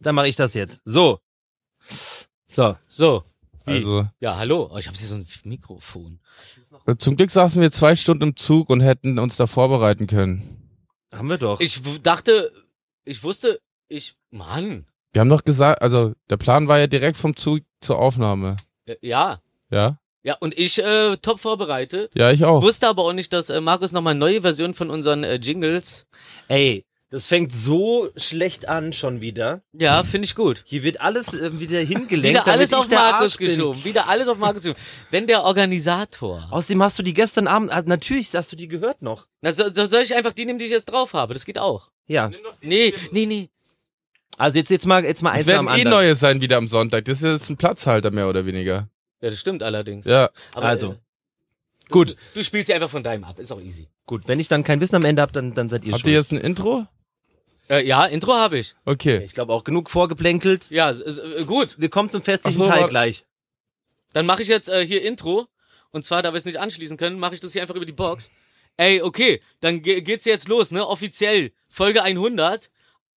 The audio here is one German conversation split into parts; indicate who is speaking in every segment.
Speaker 1: Dann mache ich das jetzt. So. So.
Speaker 2: So. Wie?
Speaker 3: Also,
Speaker 2: Ja, hallo. Oh, ich habe hier so ein Mikrofon.
Speaker 3: äh, zum Glück saßen wir zwei Stunden im Zug und hätten uns da vorbereiten können.
Speaker 1: Haben wir doch.
Speaker 2: Ich w- dachte, ich wusste, ich. Mann.
Speaker 3: Wir haben doch gesagt, also der Plan war ja direkt vom Zug zur Aufnahme.
Speaker 2: Äh, Ja.
Speaker 3: Ja?
Speaker 2: Ja, und ich äh, top vorbereitet.
Speaker 3: Ja, ich
Speaker 1: Oh.
Speaker 3: auch.
Speaker 2: Wusste aber auch nicht, dass äh, Markus nochmal neue Version von unseren äh, Jingles.
Speaker 1: Ey, das fängt so schlecht an schon wieder.
Speaker 2: Ja, finde ich gut.
Speaker 1: Hier wird alles äh, wieder hingelenkt.
Speaker 2: Wieder alles
Speaker 1: damit
Speaker 2: auf
Speaker 1: ich der
Speaker 2: Markus
Speaker 1: Arsch bin.
Speaker 2: geschoben. Wieder alles auf Markus geschoben. Wenn der Organisator.
Speaker 1: Außerdem hast du die gestern Abend, ah, natürlich hast du die gehört noch.
Speaker 2: Na, so, so soll ich einfach die nehmen, die ich jetzt drauf habe. Das geht auch.
Speaker 1: Ja.
Speaker 2: Nee, nee, nee.
Speaker 1: Also jetzt, jetzt mal, jetzt mal eins
Speaker 3: Es
Speaker 1: nach
Speaker 3: werden
Speaker 1: dem
Speaker 3: eh
Speaker 1: anderen.
Speaker 3: neue sein wieder am Sonntag. Das ist jetzt ein Platzhalter mehr oder weniger.
Speaker 2: Ja, das stimmt allerdings.
Speaker 3: Ja.
Speaker 2: Aber,
Speaker 1: Also.
Speaker 2: äh,
Speaker 1: Gut.
Speaker 2: Du spielst sie einfach von deinem ab. Ist auch easy.
Speaker 1: Gut, wenn ich dann kein Wissen am Ende hab, dann, dann seid ihr
Speaker 3: Habt ihr
Speaker 1: schuld.
Speaker 3: jetzt ein Intro?
Speaker 2: Äh, ja, Intro habe ich.
Speaker 3: Okay.
Speaker 1: ich glaube auch genug vorgeplänkelt.
Speaker 2: Ja, s- s- äh, gut.
Speaker 1: Wir kommen zum festlichen
Speaker 3: Ach so,
Speaker 1: Teil
Speaker 3: aber-
Speaker 1: gleich.
Speaker 2: Dann mache ich jetzt äh, hier Intro. Und zwar, da wir es nicht anschließen können, mache ich das hier einfach über die Box. Ey, okay, dann ge geht's jetzt los, ne? Offiziell Folge 100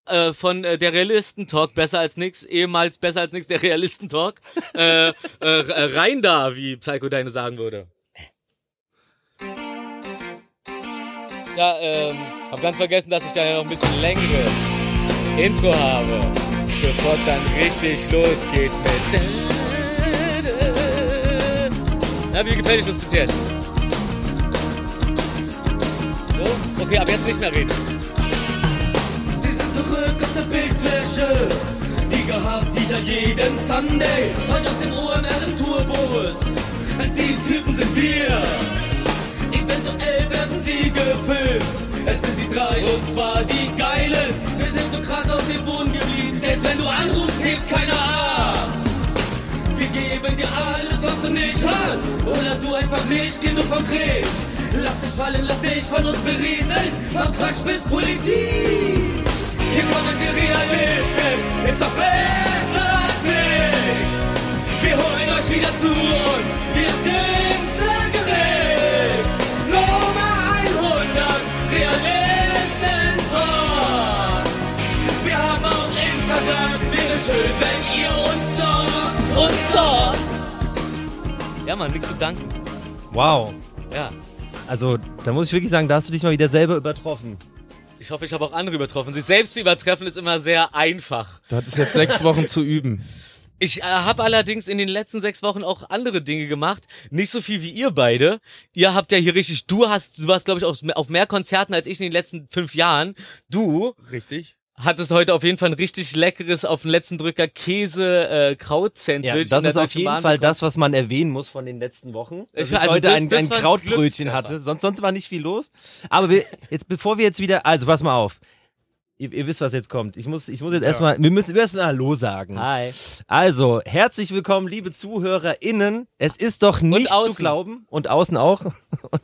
Speaker 2: äh, von äh, der Realisten Talk, besser als nix, ehemals besser als nix, der Realisten Talk. äh, äh, äh, rein da, wie Psycho Deine sagen würde. Ja, ähm, hab ganz vergessen, dass ich da ja noch ein bisschen länger Intro habe, bevor es dann richtig losgeht mit. Na, wie gefällt euch das bis jetzt? So? Okay, aber jetzt nicht mehr reden.
Speaker 4: Sie sind zurück auf der Bildfläche. Wie gehabt, wieder jeden Sunday. Heute auf dem OMR im Tourbus. Die Typen sind wir. Eventuell werden sie gefilmt. Es sind die drei und zwar die Geilen. Wir sind so krass auf dem Boden geblieben. Selbst wenn du anrufst, hebt keiner ab. Wir geben dir alles, was du nicht hast. Oder du einfach nicht genug von kriegst. Lass dich fallen, lass dich von uns berieseln. Von Quatsch bis Politik. Hier kommen die Realisten. Ist doch besser als nichts. Wir holen euch wieder zu uns. Wie das jüngste Gericht. Nummer 100. Realisten Talk. Wir haben auch Instagram. Wäre schön, wenn ihr uns dort, uns dort.
Speaker 2: Ja, Mann, nichts zu danken.
Speaker 1: Wow.
Speaker 2: Ja.
Speaker 1: Also, da muss ich wirklich sagen, da hast du dich mal wieder selber übertroffen.
Speaker 2: Ich hoffe, ich habe auch andere übertroffen. Sich selbst zu übertreffen ist immer sehr einfach.
Speaker 3: Du hattest jetzt sechs Wochen zu üben.
Speaker 2: Ich äh, habe allerdings in den letzten sechs Wochen auch andere Dinge gemacht. Nicht so viel wie ihr beide. Ihr habt ja hier richtig, du hast, du warst, glaube ich, auf, auf mehr Konzerten als ich in den letzten fünf Jahren. Du
Speaker 3: Richtig.
Speaker 2: hattest heute auf jeden Fall ein richtig leckeres, auf den letzten Drücker äh,
Speaker 1: Ja,
Speaker 2: Käse-Kraut-Sandwich. in
Speaker 1: das
Speaker 2: der
Speaker 1: ist auf
Speaker 2: Deutschen
Speaker 1: jeden
Speaker 2: Bahn
Speaker 1: Fall
Speaker 2: bekommen.
Speaker 1: das, was man erwähnen muss von den letzten Wochen. Dass
Speaker 2: Ich-
Speaker 1: ich
Speaker 2: also
Speaker 1: heute
Speaker 2: das-
Speaker 1: ein,
Speaker 2: das
Speaker 1: ein
Speaker 2: war ein
Speaker 1: Krautbrötchen
Speaker 2: Glückstreffer.
Speaker 1: hatte. Sonst, sonst war nicht viel los. Aber wir, jetzt, bevor wir jetzt wieder, also pass mal auf. Ihr, ihr wisst, was jetzt kommt. Ich muss, ich muss jetzt erstmal, wir müssen, wir müssen mal Hallo sagen.
Speaker 2: Hi.
Speaker 1: Also, herzlich willkommen, liebe ZuhörerInnen. Es ist doch nicht zu
Speaker 2: außen.
Speaker 1: glauben. Und außen auch.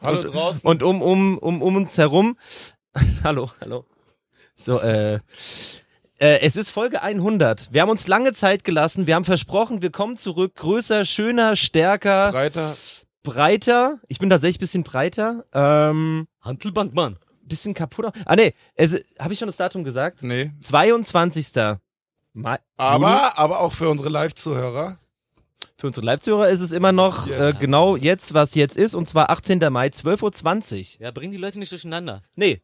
Speaker 3: Hallo
Speaker 1: und,
Speaker 3: draußen.
Speaker 1: Und um, um, um, um uns herum. hallo, hallo. So, äh, äh, es ist Folge 100. Wir haben uns lange Zeit gelassen. Wir haben versprochen, wir kommen zurück. Größer, schöner, stärker,
Speaker 3: Breiter.
Speaker 1: breiter. Ich bin tatsächlich ein bisschen breiter. Ähm,
Speaker 2: Handelbankmann.
Speaker 1: bisschen kaputter. Ah, nee. Habe ich schon das Datum gesagt?
Speaker 3: Nee.
Speaker 1: 22. Mai.
Speaker 3: Aber, aber auch für unsere Live-Zuhörer.
Speaker 1: Für unsere Live-Zuhörer ist es immer noch äh,
Speaker 3: Jetzt.
Speaker 1: genau jetzt, was jetzt ist, und zwar 18. Mai, 12.20 Uhr.
Speaker 2: Ja, bring die Leute nicht durcheinander.
Speaker 1: Nee.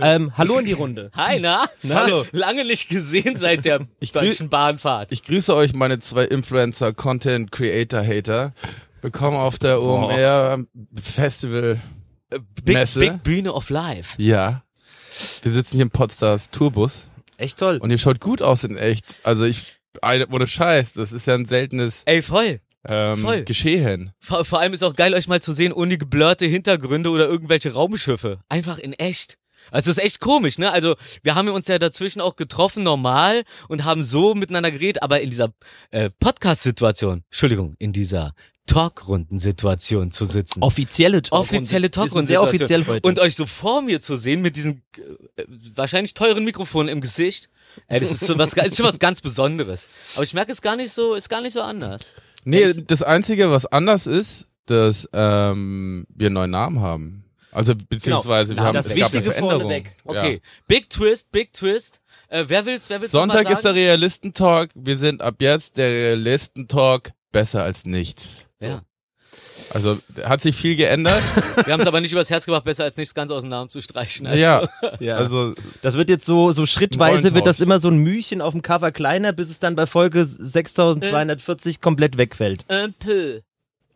Speaker 1: Ähm, hallo in die Runde.
Speaker 2: Hi, na?
Speaker 3: Hallo.
Speaker 2: Lange nicht gesehen seit der
Speaker 3: Ich grü-
Speaker 2: deutschen Bahnfahrt.
Speaker 3: Ich grüße euch, meine zwei Influencer, Content Creator Hater. Willkommen auf der OMR Festival.
Speaker 1: Äh,
Speaker 2: Big,
Speaker 3: Messe.
Speaker 2: Big Bühne of Life.
Speaker 3: Ja. Wir sitzen hier im Podstars Tourbus
Speaker 1: Echt toll.
Speaker 3: und ihr schaut gut aus in echt. Also ich, eine- ohne Scheiß, das ist ja ein seltenes
Speaker 2: Ey, voll. Voll.
Speaker 3: ähm, Geschehen.
Speaker 2: Vor, vor allem ist auch geil, euch mal zu sehen, ohne geblurrte Hintergründe oder irgendwelche Raumschiffe. Einfach in echt. Also es ist echt komisch, ne? Also wir haben uns ja dazwischen auch getroffen normal und haben so miteinander geredet, aber in dieser äh, Podcast-Situation, Entschuldigung, in dieser Talkrundensituation zu sitzen.
Speaker 1: Offizielle Talkrunde.
Speaker 2: offizielle
Speaker 1: Talkrunde.
Speaker 2: Talkrunde.
Speaker 1: Sehr offiziell heute.
Speaker 2: Und euch so vor mir zu sehen mit diesen äh, wahrscheinlich teuren Mikrofonen im Gesicht. Ey, das ist, so was, ist schon was ganz Besonderes. Aber ich merke es gar nicht so, ist gar nicht so anders.
Speaker 3: Nee, das Einzige, was anders ist, dass ähm, wir einen neuen Namen haben. Also beziehungsweise
Speaker 1: Genau.
Speaker 3: wir haben
Speaker 1: Das
Speaker 3: es gab eine
Speaker 1: Wichtige
Speaker 3: Veränderung.
Speaker 1: vorneweg.
Speaker 2: Okay. Big Twist, Big Twist. Äh, wer will's, wer will's noch
Speaker 3: Sonntag
Speaker 2: mal
Speaker 3: ist der
Speaker 2: sagen?
Speaker 3: Realistentalk. Wir sind ab jetzt der Realistentalk besser als nichts.
Speaker 2: Ja.
Speaker 3: Also hat sich viel geändert.
Speaker 2: Wir haben es aber nicht übers Herz gemacht, besser als nichts ganz aus dem Namen zu streichen. Also,
Speaker 3: ja,
Speaker 1: Ja.
Speaker 3: also
Speaker 1: Das wird jetzt so, so schrittweise, wird
Speaker 3: Neuntausch.
Speaker 1: das immer so ein Mühchen auf dem Cover kleiner, bis es dann bei Folge 6240 komplett wegfällt.
Speaker 2: Un peu,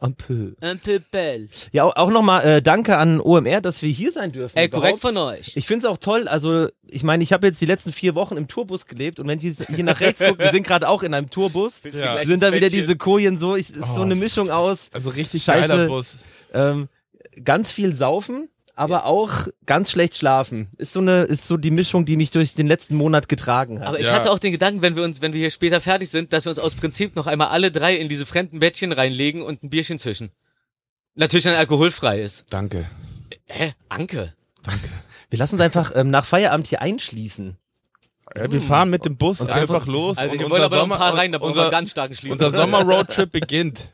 Speaker 1: Un peu.
Speaker 2: un peu belle.
Speaker 1: Ja, au- auch nochmal äh, danke an OMR, dass wir hier sein dürfen.
Speaker 2: Ey,
Speaker 1: überhaupt.
Speaker 2: korrekt von euch.
Speaker 1: Ich finde es auch toll, also ich meine, ich habe jetzt die letzten vier Wochen im Tourbus gelebt und wenn ich hier nach rechts gucke, wir sind gerade auch in einem Tourbus,
Speaker 3: Ja.
Speaker 1: sind da wieder diese Kojen so, ich, ist so
Speaker 3: Oh.
Speaker 1: eine Mischung aus
Speaker 3: Also richtig
Speaker 1: Scheiße.
Speaker 3: geiler Bus.
Speaker 1: ähm, ganz viel saufen, aber auch ganz schlecht schlafen. Ist so eine, ist so die Mischung, die mich durch den letzten Monat getragen hat.
Speaker 2: Aber ich
Speaker 3: Ja.
Speaker 2: hatte auch den Gedanken, wenn wir uns, wenn wir hier später fertig sind, dass wir uns aus Prinzip noch einmal alle drei in diese fremden Bettchen reinlegen und ein Bierchen zwischen. Natürlich dann alkoholfrei ist.
Speaker 3: Danke.
Speaker 2: Hä? Anke?
Speaker 1: wir lassen uns einfach ähm, nach Feierabend hier einschließen.
Speaker 3: Ja, wir fahren mit dem Bus einfach los
Speaker 2: Also
Speaker 3: und
Speaker 2: wir
Speaker 3: unser
Speaker 2: wollen aber noch
Speaker 3: Sommer
Speaker 2: ein paar rein, da brauchen wir einen
Speaker 3: unser,
Speaker 2: ganz starken Schließen.
Speaker 3: unser Sommer Roadtrip beginnt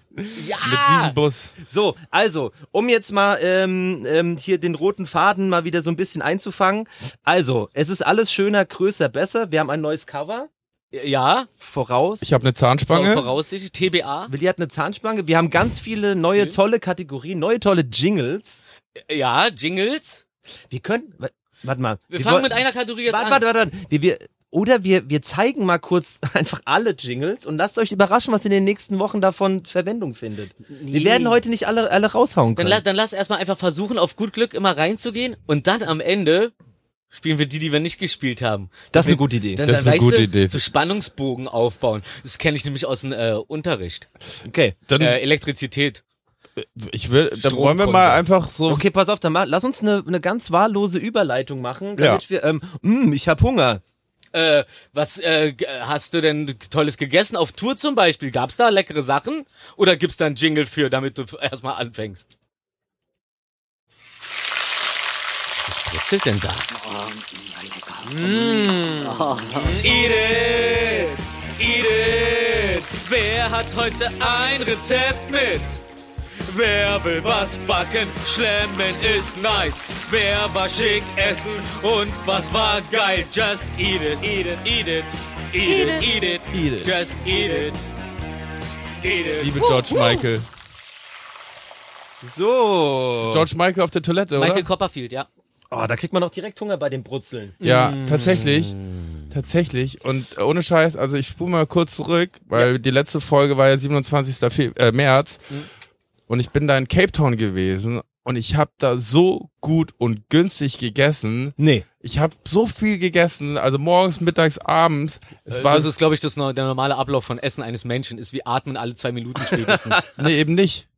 Speaker 2: ja!
Speaker 3: mit diesem Bus.
Speaker 1: So, also, um jetzt mal ähm, ähm, hier den roten Faden mal wieder so ein bisschen einzufangen. Also, es ist alles schöner, größer, besser. Wir haben ein neues Cover.
Speaker 2: ja,
Speaker 1: Voraus.
Speaker 3: Ich habe eine Zahnspange.
Speaker 2: voraussichtlich, TBA.
Speaker 1: Willi hat eine Zahnspange. Wir haben ganz viele neue,
Speaker 2: Schön.
Speaker 1: tolle Kategorien, neue, tolle Jingles.
Speaker 2: Ja, Jingles.
Speaker 1: Wir können. wa- Warte mal.
Speaker 2: Wir, fangen
Speaker 1: woll-
Speaker 2: mit einer Kategorie jetzt
Speaker 1: Warte,
Speaker 2: an.
Speaker 1: warte, warte, warte. Wir, wir, oder wir, wir zeigen mal kurz einfach alle Jingles und lasst euch überraschen, was in den nächsten Wochen davon Verwendung findet. Wir
Speaker 2: Nee.
Speaker 1: werden heute nicht alle, alle raushauen
Speaker 2: Dann,
Speaker 1: können.
Speaker 2: la- dann lass erstmal einfach versuchen, auf gut Glück immer reinzugehen und dann am Ende spielen wir die, die wir nicht gespielt haben.
Speaker 1: das ist eine gute Idee.
Speaker 2: Dann,
Speaker 3: Das ist
Speaker 2: dann
Speaker 3: eine
Speaker 2: weißt
Speaker 3: gute
Speaker 2: du,
Speaker 3: Idee.
Speaker 2: So Spannungsbogen aufbauen. Das kenne ich nämlich aus dem äh, Unterricht.
Speaker 1: Okay.
Speaker 3: Dann,
Speaker 2: Äh, Elektrizität.
Speaker 3: ich will, dann
Speaker 2: Strom
Speaker 3: wollen wir mal
Speaker 2: kommt.
Speaker 3: einfach so.
Speaker 1: Okay, pass auf, dann mach, lass uns eine, eine ganz wahllose Überleitung machen,
Speaker 3: Ja.
Speaker 1: damit wir, ähm, mh, ich hab Hunger.
Speaker 2: Äh, was äh, g- hast du denn Tolles gegessen? Auf Tour zum Beispiel. Gab's da leckere Sachen? Oder gibt's da einen Jingle für, damit du erstmal anfängst? Was brutzelt denn da? Mm. Eat it, eat it. Wer hat heute ein Rezept mit? Wer will was backen? Schlemmen ist nice. Wer war schick essen und was war geil? Just eat it, eat it, eat it. Eat it, eat it,
Speaker 3: Eat it.
Speaker 2: Just eat it. Eat it.
Speaker 3: Liebe George Michael.
Speaker 1: So.
Speaker 3: Oh. George Michael auf der Toilette, oder?
Speaker 2: Michael Copperfield, ja.
Speaker 1: Oh, da kriegt man auch direkt Hunger bei den Brutzeln.
Speaker 3: Ja,
Speaker 2: Mm.
Speaker 3: tatsächlich. Tatsächlich. Und ohne Scheiß, also ich spule mal kurz zurück, weil die letzte Folge war ja 27. Fe äh, März.
Speaker 2: Mhm.
Speaker 3: Und ich bin da in Cape Town gewesen und ich habe da so gut und günstig gegessen.
Speaker 1: Nee.
Speaker 3: Ich habe so viel gegessen, also morgens, mittags, abends. Es
Speaker 2: Äh,
Speaker 3: war
Speaker 2: das ist, glaube ich, das, no- der normale Ablauf von Essen eines Menschen. Ist wie Atmen alle zwei Minuten spätestens.
Speaker 3: nee, eben nicht.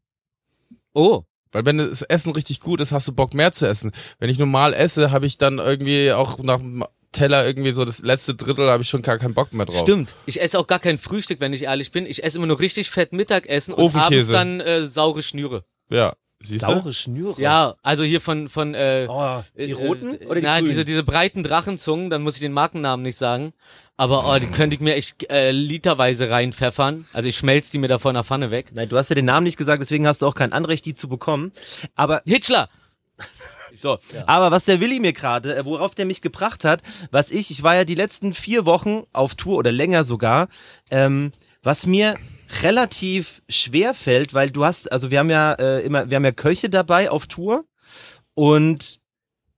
Speaker 2: oh.
Speaker 3: Weil wenn das Essen richtig gut ist, hast du Bock mehr zu essen. Wenn ich normal esse, habe ich dann irgendwie auch nach dem Teller irgendwie so das letzte Drittel, habe ich schon gar keinen Bock mehr drauf.
Speaker 2: Stimmt. Ich esse auch gar kein Frühstück, wenn ich ehrlich bin. Ich esse immer nur richtig fett Mittagessen und abends
Speaker 3: Ofenkäse.
Speaker 2: dann äh, saure Schnüre.
Speaker 3: Ja. Siehst du?
Speaker 1: Saure Schnüre.
Speaker 2: Ja, also hier von von äh,
Speaker 1: Oh, die
Speaker 2: äh,
Speaker 1: roten
Speaker 2: äh,
Speaker 1: oder die
Speaker 2: na,
Speaker 1: grünen?
Speaker 2: diese diese breiten Drachenzungen, dann muss ich den Markennamen nicht sagen, aber oh, die könnte ich mir echt äh, literweise reinpfeffern. Also ich schmelz die mir da von der Pfanne weg.
Speaker 1: Nein, du hast ja den Namen nicht gesagt, deswegen hast du auch kein Anrecht, die zu bekommen. Aber
Speaker 2: Hitchler.
Speaker 1: So, aber was der Willi mir gerade, äh, worauf der mich gebracht hat, was ich, ich war ja die letzten vier Wochen auf Tour oder länger sogar, ähm, was mir relativ schwer fällt, weil du hast, also wir haben ja äh, immer, wir haben ja Köche dabei auf Tour und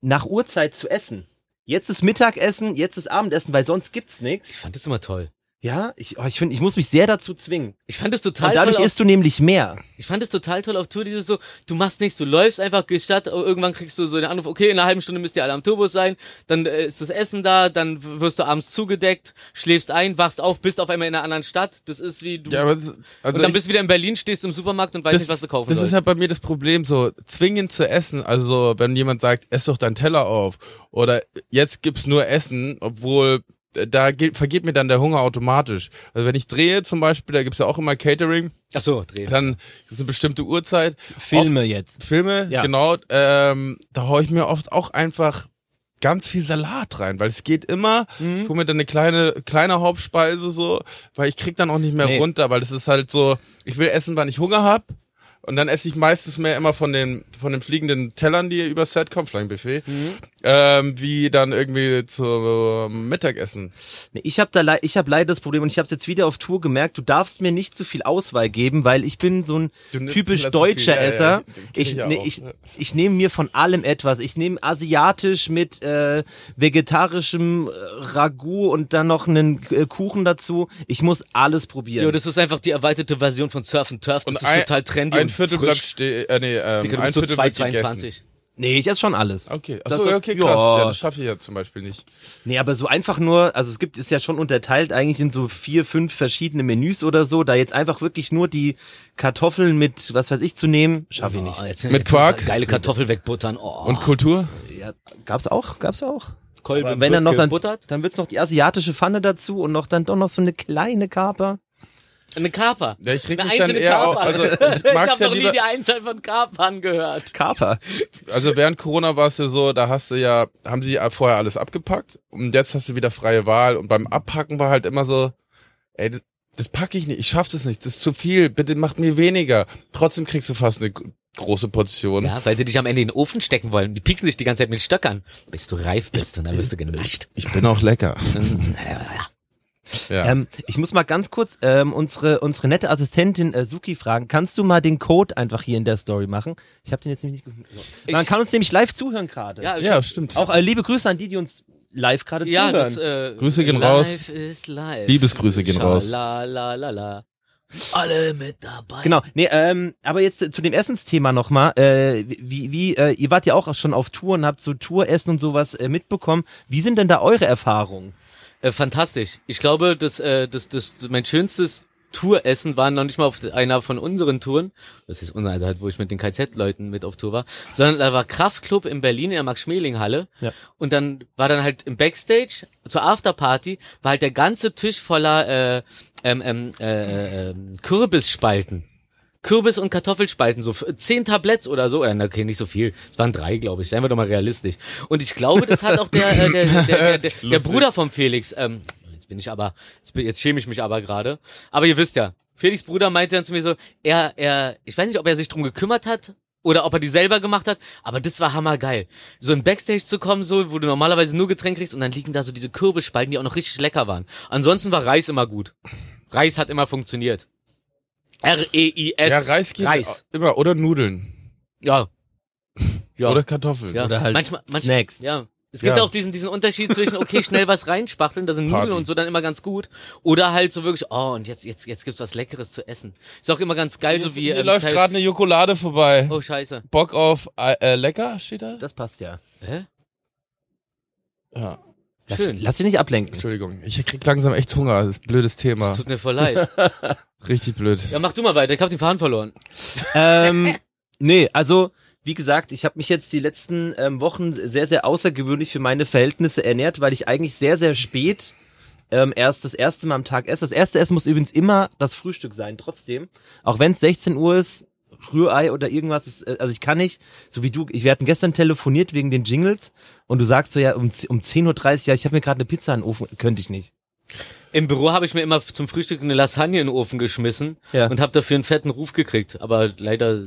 Speaker 1: nach Uhrzeit zu essen. Jetzt ist Mittagessen, jetzt ist Abendessen, weil sonst gibt's
Speaker 2: Ich
Speaker 1: nichts.
Speaker 2: fand das immer toll.
Speaker 1: Ja, ich, oh, ich finde, ich muss mich sehr dazu zwingen.
Speaker 2: Ich fand es total
Speaker 1: Und dadurch
Speaker 2: toll. auf-
Speaker 1: isst du nämlich mehr.
Speaker 2: Ich fand es total toll auf Tour, dieses so, du machst nichts, du läufst einfach gestatt, irgendwann kriegst du so den Anruf, okay, in einer halben Stunde müsst ihr alle am Turbus sein, dann äh, ist das Essen da, dann w- wirst du abends zugedeckt, schläfst ein, wachst auf, bist auf einmal in einer anderen Stadt. Das ist wie du.
Speaker 3: Ja, aber das, also
Speaker 2: und dann
Speaker 3: ich-
Speaker 2: bist du wieder in Berlin, stehst im Supermarkt und weißt nicht, was du kaufen
Speaker 3: das
Speaker 2: sollst.
Speaker 3: ist halt bei mir das Problem, so zwingend zu essen. Also wenn jemand sagt, ess doch deinen Teller auf oder jetzt gibt's nur Essen, obwohl äh, da geht, vergeht mir dann der Hunger automatisch. Also wenn ich drehe zum Beispiel, da gibt's ja auch immer Catering,
Speaker 2: Ach so, drehen.
Speaker 3: dann ist eine bestimmte Uhrzeit.
Speaker 1: Filme jetzt.
Speaker 3: Oft, Filme,
Speaker 1: Ja.
Speaker 3: genau. Ähm, da hau ich mir oft auch einfach ganz viel Salat rein, weil es geht immer, ich hol mir dann eine kleine, kleine Hauptspeise so, weil ich krieg dann auch nicht mehr
Speaker 1: Nee.
Speaker 3: runter, weil das ist halt so, ich will essen, wann ich Hunger hab und dann esse ich meistens mehr immer von den, von den fliegenden Tellern, die übers Set kommen, Schlangenbuffet, ähm, wie dann irgendwie zum Mittagessen.
Speaker 1: Nee, Ich habe da lei- ich hab leider das Problem und ich habe es jetzt wieder auf Tour gemerkt, du darfst mir nicht zu viel Auswahl geben, weil ich bin so ein
Speaker 3: Du nimmst
Speaker 1: typisch
Speaker 3: vielleicht zu viel.
Speaker 1: deutscher
Speaker 3: Ja, ja,
Speaker 1: Esser.
Speaker 3: das kenn
Speaker 1: ich
Speaker 3: ich ja
Speaker 1: nee,
Speaker 3: auch,
Speaker 1: ich,
Speaker 3: ne?
Speaker 1: ich nehme mir von allem etwas. Ich nehme asiatisch mit äh, vegetarischem äh, Ragout und dann noch einen äh, Kuchen dazu. Ich muss alles probieren.
Speaker 2: Jo, das ist einfach die erweiterte Version von Surf and Turf. Das
Speaker 3: Und
Speaker 2: ist
Speaker 3: ein-
Speaker 2: total trendy.
Speaker 3: Ein
Speaker 2: und
Speaker 3: Viertel
Speaker 2: frisch.
Speaker 3: bleibt stehen, äh, nee, ähm,
Speaker 2: Digga, du
Speaker 3: ein
Speaker 2: bist so
Speaker 3: Viertel wird gegessen.
Speaker 2: 2,22.
Speaker 1: nee, ich esse schon alles.
Speaker 3: Okay,
Speaker 1: Das-
Speaker 3: achso,
Speaker 1: das-
Speaker 3: okay,
Speaker 1: ja.
Speaker 3: krass. Ja, das schaffe ich ja zum Beispiel nicht.
Speaker 1: Nee, aber so einfach nur, also es gibt, ist ja schon unterteilt eigentlich in so vier, fünf verschiedene Menüs oder so. Da jetzt einfach wirklich nur die Kartoffeln mit, was weiß ich, zu nehmen, schaffe ich nicht.
Speaker 2: Oh, jetzt,
Speaker 3: Mit Quark?
Speaker 2: Geile Kartoffel wegbuttern. Oh.
Speaker 3: Und Kultur?
Speaker 1: Ja, gab's auch, gab's auch.
Speaker 2: Kolbe
Speaker 1: Aber wenn dann
Speaker 2: wird
Speaker 1: noch dann,
Speaker 2: gebuttert.
Speaker 1: dann wird's noch die asiatische Pfanne dazu und noch dann doch noch so eine kleine Kaper.
Speaker 2: Eine Kaper.
Speaker 3: Ja, ich reg
Speaker 2: Eine
Speaker 3: mich dann
Speaker 2: einzelne
Speaker 3: eher auf.
Speaker 2: Kaper.
Speaker 3: Also, ich
Speaker 2: ich
Speaker 3: mag's
Speaker 2: habe
Speaker 3: ja
Speaker 2: noch nie
Speaker 3: lieber.
Speaker 2: die Einzahl von Kapern gehört.
Speaker 1: Kaper.
Speaker 3: Also, während Corona war es ja so, da hast du ja, haben sie ja vorher alles abgepackt. Und jetzt hast du wieder freie Wahl. Und beim Abpacken war halt immer so, ey, das, das packe ich nicht. Ich schaff das nicht. Das ist zu viel. Bitte macht mir weniger. Trotzdem kriegst du fast eine g- große Portion.
Speaker 2: Ja, weil sie dich am Ende in den Ofen stecken wollen. Die pieksen dich die ganze Zeit mit Stöckern, bis du reif bist und dann wirst du genascht.
Speaker 3: Ich bin auch lecker. Ja.
Speaker 1: Ähm, ich muss mal ganz kurz ähm, unsere, unsere nette Assistentin äh, Suki fragen. Kannst du mal den Code einfach hier in der Story machen? Ich habe den jetzt nämlich nicht gefunden. Man
Speaker 2: Ich-
Speaker 1: kann uns nämlich live zuhören gerade.
Speaker 2: Ja, ich
Speaker 3: ja, stimmt.
Speaker 1: Auch äh, liebe Grüße an die, die uns live gerade
Speaker 2: ja,
Speaker 1: zuhören.
Speaker 2: das, äh,
Speaker 3: Grüße gehen
Speaker 2: live
Speaker 3: raus.
Speaker 2: Ist live.
Speaker 3: Liebesgrüße gehen raus.
Speaker 2: La, la, la, la. Alle mit dabei.
Speaker 1: Genau, nee, ähm, aber jetzt äh, zu dem Essensthema nochmal. Äh, wie, wie, äh, ihr wart ja auch schon auf Tour und habt so Touressen und sowas äh, mitbekommen. Wie sind denn da eure Erfahrungen?
Speaker 2: Äh, fantastisch. Ich glaube, das, äh, das, das, mein schönstes Touressen war noch nicht mal auf einer von unseren Touren. Das ist unser, also halt, wo ich mit den KZ-Leuten mit auf Tour war. Sondern da war Kraftclub in Berlin in der Max-Schmeling-Halle.
Speaker 1: Ja.
Speaker 2: Und dann war dann halt im Backstage zur Afterparty war halt der ganze Tisch voller, äh, ähm, ähm, äh, äh, ähm, Kürbisspalten. Kürbis- und Kartoffelspalten, so f- zehn Tabletts oder so. Oder, na, okay, nicht so viel. Es waren drei, glaube ich. Seien wir doch mal realistisch. Und ich glaube, das hat auch der, äh, der, der, der, der, der Bruder von Felix, ähm, jetzt bin ich aber, jetzt, bin, jetzt schäme ich mich aber gerade. Aber ihr wisst ja, Felix Bruder meinte dann zu mir so, er, er, ich weiß nicht, ob er sich drum gekümmert hat. Oder ob er die selber gemacht hat, aber das war hammergeil. So in Backstage zu kommen, so, wo du normalerweise nur Getränk kriegst und dann liegen da so diese Kürbisspalten, die auch noch richtig lecker waren. Ansonsten war Reis immer gut. Reis hat immer funktioniert. R-E-I-S.
Speaker 3: ja, Reis geht
Speaker 2: Reis.
Speaker 3: immer. Oder Nudeln.
Speaker 2: Ja. Ja.
Speaker 3: Oder Kartoffeln.
Speaker 2: ja.
Speaker 1: Oder halt
Speaker 2: manchmal, manchmal,
Speaker 1: Snacks.
Speaker 2: ja. Es gibt
Speaker 3: Ja.
Speaker 2: auch diesen, diesen Unterschied zwischen, okay, schnell was reinspachteln, da sind
Speaker 3: Party.
Speaker 2: Nudeln und so dann immer ganz gut. Oder halt so wirklich, oh, und jetzt, jetzt, jetzt gibt's was Leckeres zu essen. Ist auch immer ganz geil, so wie,
Speaker 3: Mir
Speaker 2: ähm,
Speaker 3: läuft
Speaker 2: Teil-
Speaker 3: gerade eine Jokolade vorbei.
Speaker 2: oh, scheiße.
Speaker 3: Bock auf äh, äh, lecker steht da?
Speaker 1: Das passt ja.
Speaker 2: Hä?
Speaker 3: Ja.
Speaker 1: Lass,
Speaker 2: Schön.
Speaker 1: lass dich nicht ablenken.
Speaker 3: Entschuldigung, ich krieg langsam echt Hunger. Das ist ein blödes Thema.
Speaker 2: Das tut mir voll leid.
Speaker 3: Richtig blöd.
Speaker 2: Ja, mach du mal weiter, ich hab den Faden verloren.
Speaker 1: ähm, nee, also wie gesagt, ich habe mich jetzt die letzten ähm, Wochen sehr, sehr außergewöhnlich für meine Verhältnisse ernährt, weil ich eigentlich sehr, sehr spät ähm, erst das erste Mal am Tag esse. Das erste Essen muss übrigens immer das Frühstück sein, trotzdem. Auch wenn es 16 Uhr ist, Rührei oder irgendwas, ist, äh, also ich kann nicht, so wie du, ich, wir hatten gestern telefoniert wegen den Jingles und du sagst so, ja, um, 10 um 10.30 Uhr, ja, ich habe mir gerade eine Pizza in den Ofen, könnte ich nicht.
Speaker 2: Im Büro habe ich mir immer zum Frühstück eine Lasagne in den Ofen geschmissen
Speaker 1: Ja.
Speaker 2: und habe dafür einen fetten Ruf gekriegt. Aber leider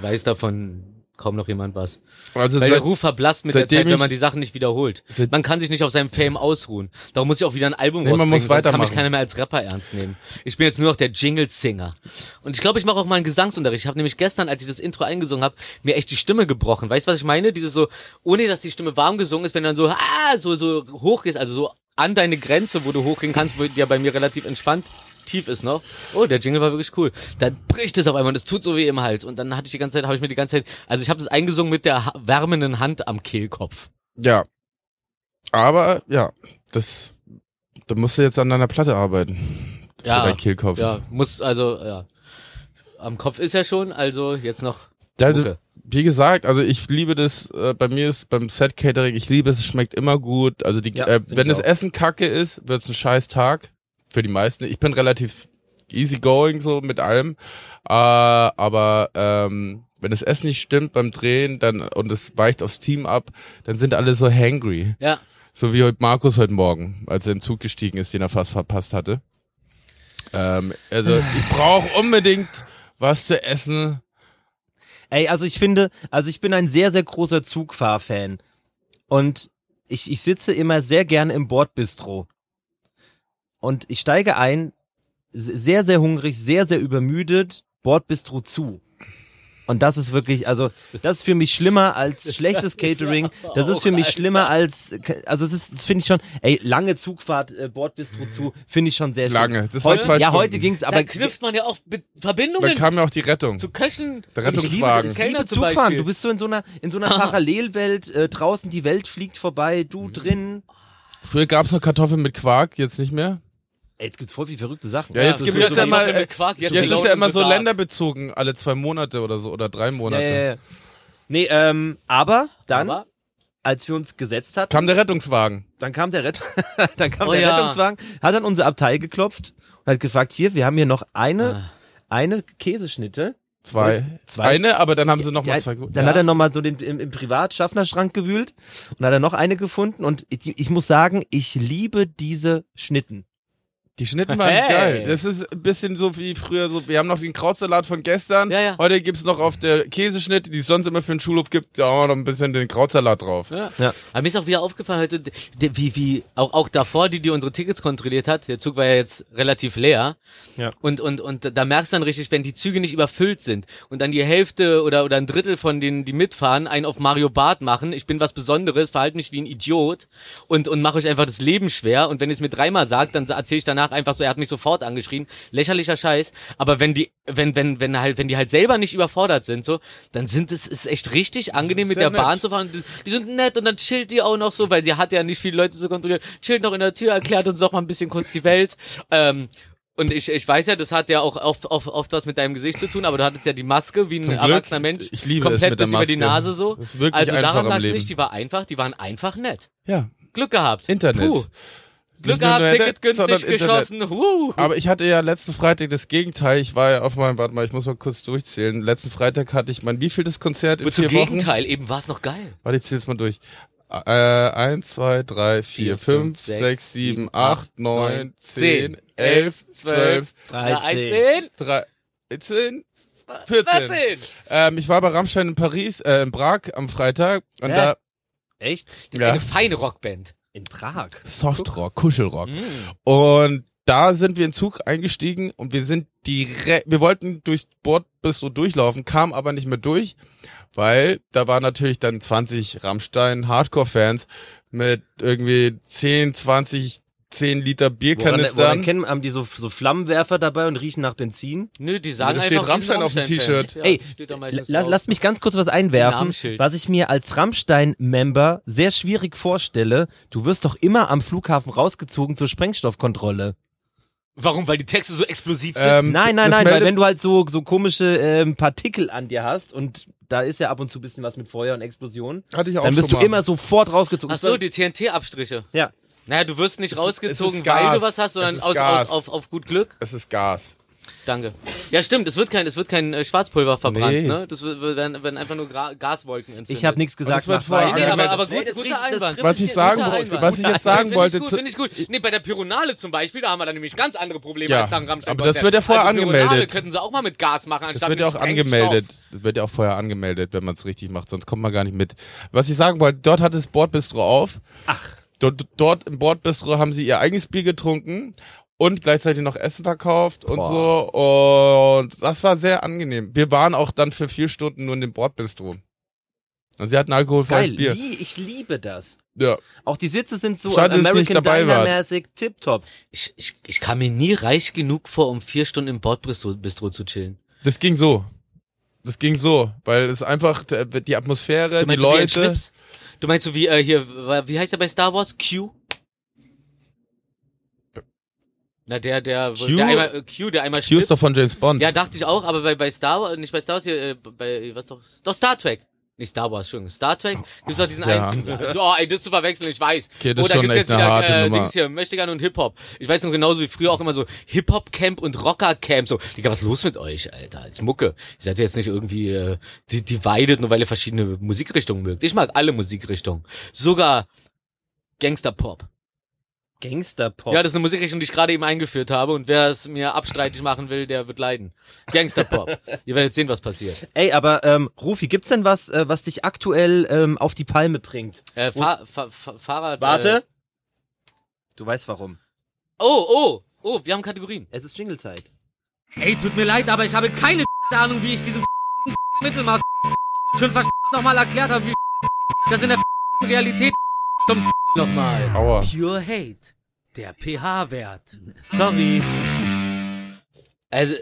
Speaker 2: weiß davon kaum noch jemand was.
Speaker 3: Also
Speaker 2: Weil der
Speaker 3: seit,
Speaker 2: Ruf verblasst mit der
Speaker 3: seitdem
Speaker 2: Zeit, wenn
Speaker 3: ich-
Speaker 2: man die Sachen nicht wiederholt.
Speaker 3: Seit-
Speaker 2: Man kann sich nicht auf seinem Fame ausruhen. Darum muss ich auch wieder ein Album
Speaker 3: Nee, man
Speaker 2: rausbringen,
Speaker 3: muss
Speaker 2: sonst kann mich
Speaker 3: weitermachen.
Speaker 2: keiner mehr als Rapper ernst nehmen. Ich bin jetzt nur noch der Jingle-Singer. Und ich glaube, ich mache auch mal einen Gesangsunterricht. Ich habe nämlich gestern, als ich das Intro eingesungen habe, mir echt die Stimme gebrochen. Weißt du, was ich meine? Dieses so, ohne dass die Stimme warm gesungen ist, wenn du dann so, ah, so, so hoch gehst, also so an deine Grenze, wo du hochgehen kannst, wo die ja bei mir relativ entspannt tief ist noch. Oh, der Jingle war wirklich cool. Dann bricht es auf einmal und es tut so weh im Hals. Und dann hatte ich die ganze Zeit, habe ich mir die ganze Zeit, also ich habe das eingesungen mit der ha- wärmenden Hand am Kehlkopf.
Speaker 3: ja. Aber ja, das da musst du jetzt an deiner Platte arbeiten. Für
Speaker 2: Ja,
Speaker 3: deinen Kehlkopf.
Speaker 2: Ja, muss, also, ja. Am Kopf ist ja schon, also jetzt noch.
Speaker 3: Also,
Speaker 2: Mucke.
Speaker 3: wie gesagt, also ich liebe das, äh, bei mir ist beim Set Catering, ich liebe es, es schmeckt immer gut. Also die,
Speaker 1: Ja,
Speaker 3: äh,
Speaker 1: find ich
Speaker 3: wenn das
Speaker 1: auch.
Speaker 3: Essen kacke ist, wird's ein scheiß Tag. Für die meisten. Ich bin relativ easy going so mit allem. Äh, aber ähm, wenn das Essen nicht stimmt beim Drehen dann und es weicht aufs Team ab, dann sind alle so hangry.
Speaker 2: Ja.
Speaker 3: So wie heute Markus heute Morgen, als er in den Zug gestiegen ist, den er fast verpasst hatte. Ähm, also ich brauche unbedingt was zu essen.
Speaker 1: Ey, also ich finde, also ich bin ein sehr, sehr großer Zugfahrfan. Und ich, ich sitze immer sehr gerne im Bordbistro. Und ich steige ein, se- sehr, sehr hungrig, sehr, sehr übermüdet, Bordbistro zu. Und das ist wirklich, also das ist für mich schlimmer als schlechtes Catering. Das ist für mich schlimmer als, also es ist, das finde ich schon, ey, lange Zugfahrt, äh, Bordbistro zu, finde ich schon sehr schlimm.
Speaker 3: Lange. Das
Speaker 1: heute,
Speaker 3: waren zwei
Speaker 1: ja,
Speaker 3: Stunden.
Speaker 1: heute ging's,
Speaker 2: Aber da
Speaker 1: aber
Speaker 2: knüpft man ja auch Be-
Speaker 3: Da
Speaker 2: Verbindungen
Speaker 3: kam ja auch die Rettung.
Speaker 2: zu Köchen.
Speaker 3: Der
Speaker 1: ich liebe,
Speaker 3: Rettungswagen.
Speaker 1: ich
Speaker 2: Kellner
Speaker 1: liebe
Speaker 2: zum
Speaker 1: Zugfahren.
Speaker 2: Beispiel.
Speaker 1: Du bist so in so einer, in so einer Parallelwelt. Äh, draußen die Welt fliegt vorbei, du drin.
Speaker 3: Früher gab's noch Kartoffeln mit Quark, jetzt nicht mehr.
Speaker 1: Ey, jetzt gibt's voll viel verrückte Sachen.
Speaker 3: Ja, jetzt
Speaker 1: das
Speaker 3: gibt's
Speaker 1: ist
Speaker 3: jetzt ja
Speaker 1: so-
Speaker 3: mal, äh,
Speaker 2: mit Quark, jetzt
Speaker 3: Jetzt ist
Speaker 2: Melonen
Speaker 3: ja immer
Speaker 2: mit
Speaker 3: so
Speaker 2: Salat.
Speaker 3: länderbezogen, alle zwei Monate oder so oder drei
Speaker 1: ja,
Speaker 3: Monate.
Speaker 1: ja, ja. Nee, ähm, aber dann,
Speaker 2: Aber
Speaker 1: als wir uns gesetzt hatten,
Speaker 3: Kam der Rettungswagen.
Speaker 1: dann kam der, Rett dann kam
Speaker 2: Oh
Speaker 1: der
Speaker 2: ja.
Speaker 1: Rettungswagen, hat an unsere Abteil geklopft und hat gefragt, hier, wir haben hier noch
Speaker 2: Ah.
Speaker 1: eine, eine Käseschnitte.
Speaker 3: Zwei.
Speaker 1: Zwei.
Speaker 3: Eine, aber dann haben sie noch
Speaker 1: Der
Speaker 3: mal
Speaker 1: hat-
Speaker 3: zwei. gut-
Speaker 1: Dann
Speaker 3: Ja.
Speaker 1: hat er nochmal so den, im, im Privatschaffnerschrank gewühlt und hat er noch eine gefunden und ich, ich muss sagen, ich liebe diese Schnitten.
Speaker 3: Die Schnitten waren
Speaker 2: Hey.
Speaker 3: geil. Das ist ein bisschen so wie früher so, wir haben noch den Krautsalat von gestern.
Speaker 2: Ja, ja.
Speaker 3: Heute gibt's noch auf der Käseschnitte, die es sonst immer für den Schulhof gibt, da haben wir noch ein bisschen den Krautsalat drauf.
Speaker 2: Ja.
Speaker 1: Ja.
Speaker 2: Aber mir ist auch wieder aufgefallen heute, d- d- wie, wie, auch, auch davor, die, die unsere Tickets kontrolliert hat, der Zug war ja jetzt relativ leer.
Speaker 1: Ja.
Speaker 2: Und, und, und da merkst du dann richtig, wenn die Züge nicht überfüllt sind und dann die Hälfte oder, oder ein Drittel von denen, die mitfahren, einen auf Mario Barth machen, ich bin was Besonderes, verhalte mich wie ein Idiot und, und mache euch einfach das Leben schwer. Und wenn ihr es mir dreimal sagt, dann erzähle ich danach einfach so, er hat mich sofort angeschrien. Lächerlicher Scheiß. Aber wenn die, wenn, wenn, wenn halt, wenn die halt selber nicht überfordert sind, so, dann sind es, ist echt richtig angenehm mit
Speaker 3: Sehr
Speaker 2: der
Speaker 3: nett.
Speaker 2: Bahn zu fahren. Die, die sind nett und dann chillt die auch noch so, weil sie hat ja nicht viele Leute zu kontrollieren. Chillt noch in der Tür, erklärt uns doch mal ein bisschen kurz die Welt. Ähm, und ich, ich weiß ja, das hat ja auch oft, oft, oft was mit deinem Gesicht zu tun, aber du hattest ja die Maske wie ein
Speaker 3: Zum Glück.
Speaker 2: erwachsener Mensch.
Speaker 3: Ich liebe es
Speaker 2: komplett
Speaker 3: mit der
Speaker 2: bis über die
Speaker 3: Maske.
Speaker 2: Nase so.
Speaker 3: Das ist wirklich
Speaker 2: also
Speaker 3: einfach
Speaker 2: daran
Speaker 3: im
Speaker 2: lag's
Speaker 3: Leben.
Speaker 2: nicht, die war einfach, die waren einfach nett.
Speaker 3: Ja,
Speaker 2: Glück gehabt.
Speaker 3: Internet.
Speaker 2: Puh. Glück
Speaker 3: Nicht nur
Speaker 2: gehabt,
Speaker 3: nur
Speaker 2: Ticket
Speaker 3: Internet, sondern
Speaker 2: günstig geschossen.
Speaker 3: Internet.
Speaker 2: Huh.
Speaker 3: Aber ich hatte ja letzten Freitag das Gegenteil. Ich war ja auf meinem, warte mal, ich muss mal kurz durchzählen. Letzten Freitag hatte ich mein wievieltes Konzert in
Speaker 2: Wozu
Speaker 3: vier Wochen?
Speaker 2: Gegenteil, eben war es noch geil.
Speaker 3: Warte, ich zähl's mal durch. Äh, eins, zwei, drei, vier, fünf, sechs, sieben, acht, neun, zehn, elf, zwölf,
Speaker 1: äh,
Speaker 2: 13,
Speaker 3: dreizehn, vierzehn.
Speaker 2: 14.
Speaker 3: Ähm, ich war bei Rammstein in Paris, äh, in Prag am Freitag und
Speaker 1: Hä?
Speaker 3: da
Speaker 1: Echt?
Speaker 3: ja,
Speaker 2: Eine feine Rockband.
Speaker 1: In Prag?
Speaker 3: Softrock, Kuschelrock.
Speaker 1: Mhm.
Speaker 2: Hm.
Speaker 3: Und da sind wir in den Zug eingestiegen und wir sind direkt, wir wollten durch Bordbistro durchlaufen, kamen aber nicht mehr durch, weil da waren natürlich dann 20 Rammstein Hardcore-Fans mit irgendwie 10, 20, 10 Liter
Speaker 1: Woran,
Speaker 3: Bierkanistern.
Speaker 1: woran kennen, haben die so, so Flammenwerfer dabei und riechen nach Benzin?
Speaker 2: Nö, die sagen
Speaker 3: Da
Speaker 2: einfach...
Speaker 3: steht
Speaker 2: die sind
Speaker 3: Rammstein auf dem
Speaker 2: Rammstein-Fans.
Speaker 3: T-Shirt.
Speaker 2: Ja,
Speaker 1: Ey,
Speaker 2: steht da meistens
Speaker 1: La
Speaker 2: drauf.
Speaker 1: lasst mich ganz kurz was einwerfen,
Speaker 2: Namensschild.
Speaker 1: was ich mir als Rammstein-Member sehr schwierig vorstelle. Du wirst doch immer am Flughafen rausgezogen zur Sprengstoffkontrolle.
Speaker 2: Warum? Weil die Texte so explosiv sind?
Speaker 3: Ähm,
Speaker 1: Nein, nein,
Speaker 3: das
Speaker 1: nein, weil
Speaker 3: meldet-
Speaker 1: wenn du halt so, so komische ähm, Partikel an dir hast und da ist ja ab und zu ein bisschen was mit Feuer und Explosion,
Speaker 3: hatte ich auch
Speaker 1: dann wirst
Speaker 3: schon
Speaker 1: du
Speaker 3: mal.
Speaker 1: immer sofort rausgezogen.
Speaker 2: Ach so, die TNT-Abstriche.
Speaker 1: ja.
Speaker 2: Naja, du wirst nicht
Speaker 3: ist-
Speaker 2: rausgezogen,
Speaker 3: es ist
Speaker 2: weil
Speaker 3: Gas.
Speaker 2: du was hast, sondern
Speaker 3: Es ist
Speaker 2: aus, aus,
Speaker 3: Gas.
Speaker 2: auf, auf gut Glück.
Speaker 3: es ist Gas.
Speaker 2: Danke. Ja, stimmt, es wird kein, es wird kein äh, Schwarzpulver verbrannt,
Speaker 3: Nee.
Speaker 2: ne? Das wird- wird- werden, werden einfach nur Gra Gaswolken entzündet.
Speaker 1: Ich habe nichts gesagt.
Speaker 3: das wird
Speaker 1: macht
Speaker 3: vorher
Speaker 1: weiter.
Speaker 2: Nee, aber, aber
Speaker 1: Nee,
Speaker 2: gut,
Speaker 1: das riecht-
Speaker 2: guter
Speaker 1: das
Speaker 2: Einwand.
Speaker 1: trifft
Speaker 3: Was ich
Speaker 1: hier-
Speaker 3: sagen
Speaker 2: Guter
Speaker 3: wollte,
Speaker 2: Einwand.
Speaker 3: was ich jetzt sagen wollte, zu,
Speaker 2: Finde ich gut, finde ich gut. Nee, bei der Pyronale zum Beispiel, da haben wir dann nämlich ganz andere Probleme
Speaker 3: Ja,
Speaker 2: als nach dem Rammstein.
Speaker 3: aber das wird ja vorher
Speaker 2: also Pyronale
Speaker 3: angemeldet.
Speaker 2: könnten sie auch mal mit Gas machen, anstatt
Speaker 3: Das wird ja
Speaker 2: mit
Speaker 3: auch
Speaker 2: strengem
Speaker 3: angemeldet.
Speaker 2: Stoff.
Speaker 3: Das wird ja auch vorher angemeldet, wenn man es richtig macht, sonst kommt man gar nicht mit. Was ich sagen wollte, dort hat das Bordbistro auf. Ach. Dort, dort im Bordbistro haben sie ihr eigenes Bier getrunken und gleichzeitig noch Essen verkauft und so. Und das war sehr angenehm. Wir waren auch dann für vier Stunden nur in dem Bordbistro. Und sie hatten alkoholfreies
Speaker 1: Geil,
Speaker 3: Bier.
Speaker 1: lie- ich liebe das.
Speaker 3: Ja.
Speaker 1: Auch die Sitze sind so
Speaker 3: Schade, dass ihr nicht
Speaker 1: American
Speaker 3: dabei wart.
Speaker 1: Diner-mäßig tipptopp.
Speaker 2: Ich, ich, ich kam mir nie reich genug vor, um vier Stunden im Bordbistro Bistro zu chillen.
Speaker 3: Das ging so. Das ging so, weil es einfach der- die
Speaker 2: Du
Speaker 3: Atmosphäre, die
Speaker 2: meinst so wie in
Speaker 3: Leute.
Speaker 2: Schnips? Du meinst so wie äh, hier, wa- wie heißt der bei Star Wars? Q? Na, der, der,
Speaker 3: Q?
Speaker 2: der einmal, äh, Q, der einmal
Speaker 3: Q ist
Speaker 2: schnipst.
Speaker 3: doch von James Bond.
Speaker 2: Ja, dachte ich auch, aber bei, bei Star Wars, nicht bei Star Wars, hier, äh, bei, was doch, doch Star Trek. Nicht Star Wars, Entschuldigung, Star Trek. Gibt's doch diesen
Speaker 3: Oh, Ja.
Speaker 2: einen, Typen. oh, ey, das zu verwechseln, ich weiß.
Speaker 3: Okay, das
Speaker 2: oh,
Speaker 3: ist
Speaker 2: da
Speaker 3: schon
Speaker 2: gibt's
Speaker 3: echt
Speaker 2: jetzt
Speaker 3: eine
Speaker 2: wieder,
Speaker 3: harte
Speaker 2: äh,
Speaker 3: Nummer.
Speaker 2: Dings hier, Möchtegern und Hip-Hop. Ich weiß noch genauso wie früher auch immer so Hip-Hop-Camp und Rocker-Camp, so. Digga, was ist los mit euch, Alter? Ist Mucke. Ihr seid jetzt nicht irgendwie, äh, die, divided, nur weil ihr verschiedene Musikrichtungen mögt. Ich mag alle Musikrichtungen. Sogar Gangster-Pop.
Speaker 1: Gangsterpop.
Speaker 2: Ja, das ist eine Musikrichtung, die ich gerade eben eingeführt habe und wer es mir abstreitig machen will, der wird leiden. Gangsterpop. Ihr werdet sehen, was passiert.
Speaker 1: Ey, aber ähm, Rufi, gibt's denn was, äh, was dich aktuell ähm, auf die Palme bringt?
Speaker 2: Äh, Fa Fa Fa Fahrrad. Äh,
Speaker 1: Warte. Du weißt warum.
Speaker 2: oh, oh, oh, wir haben Kategorien.
Speaker 1: Es ist Jinglezeit.
Speaker 4: Ey, tut mir leid, aber ich habe keine Ahnung, wie ich diesem Mittelmaß schon fast nochmal erklärt habe, wie das in der Realität zum nochmal.
Speaker 3: Aua.
Speaker 4: Pure Hate. Der pH-Wert. Sorry.
Speaker 2: Also,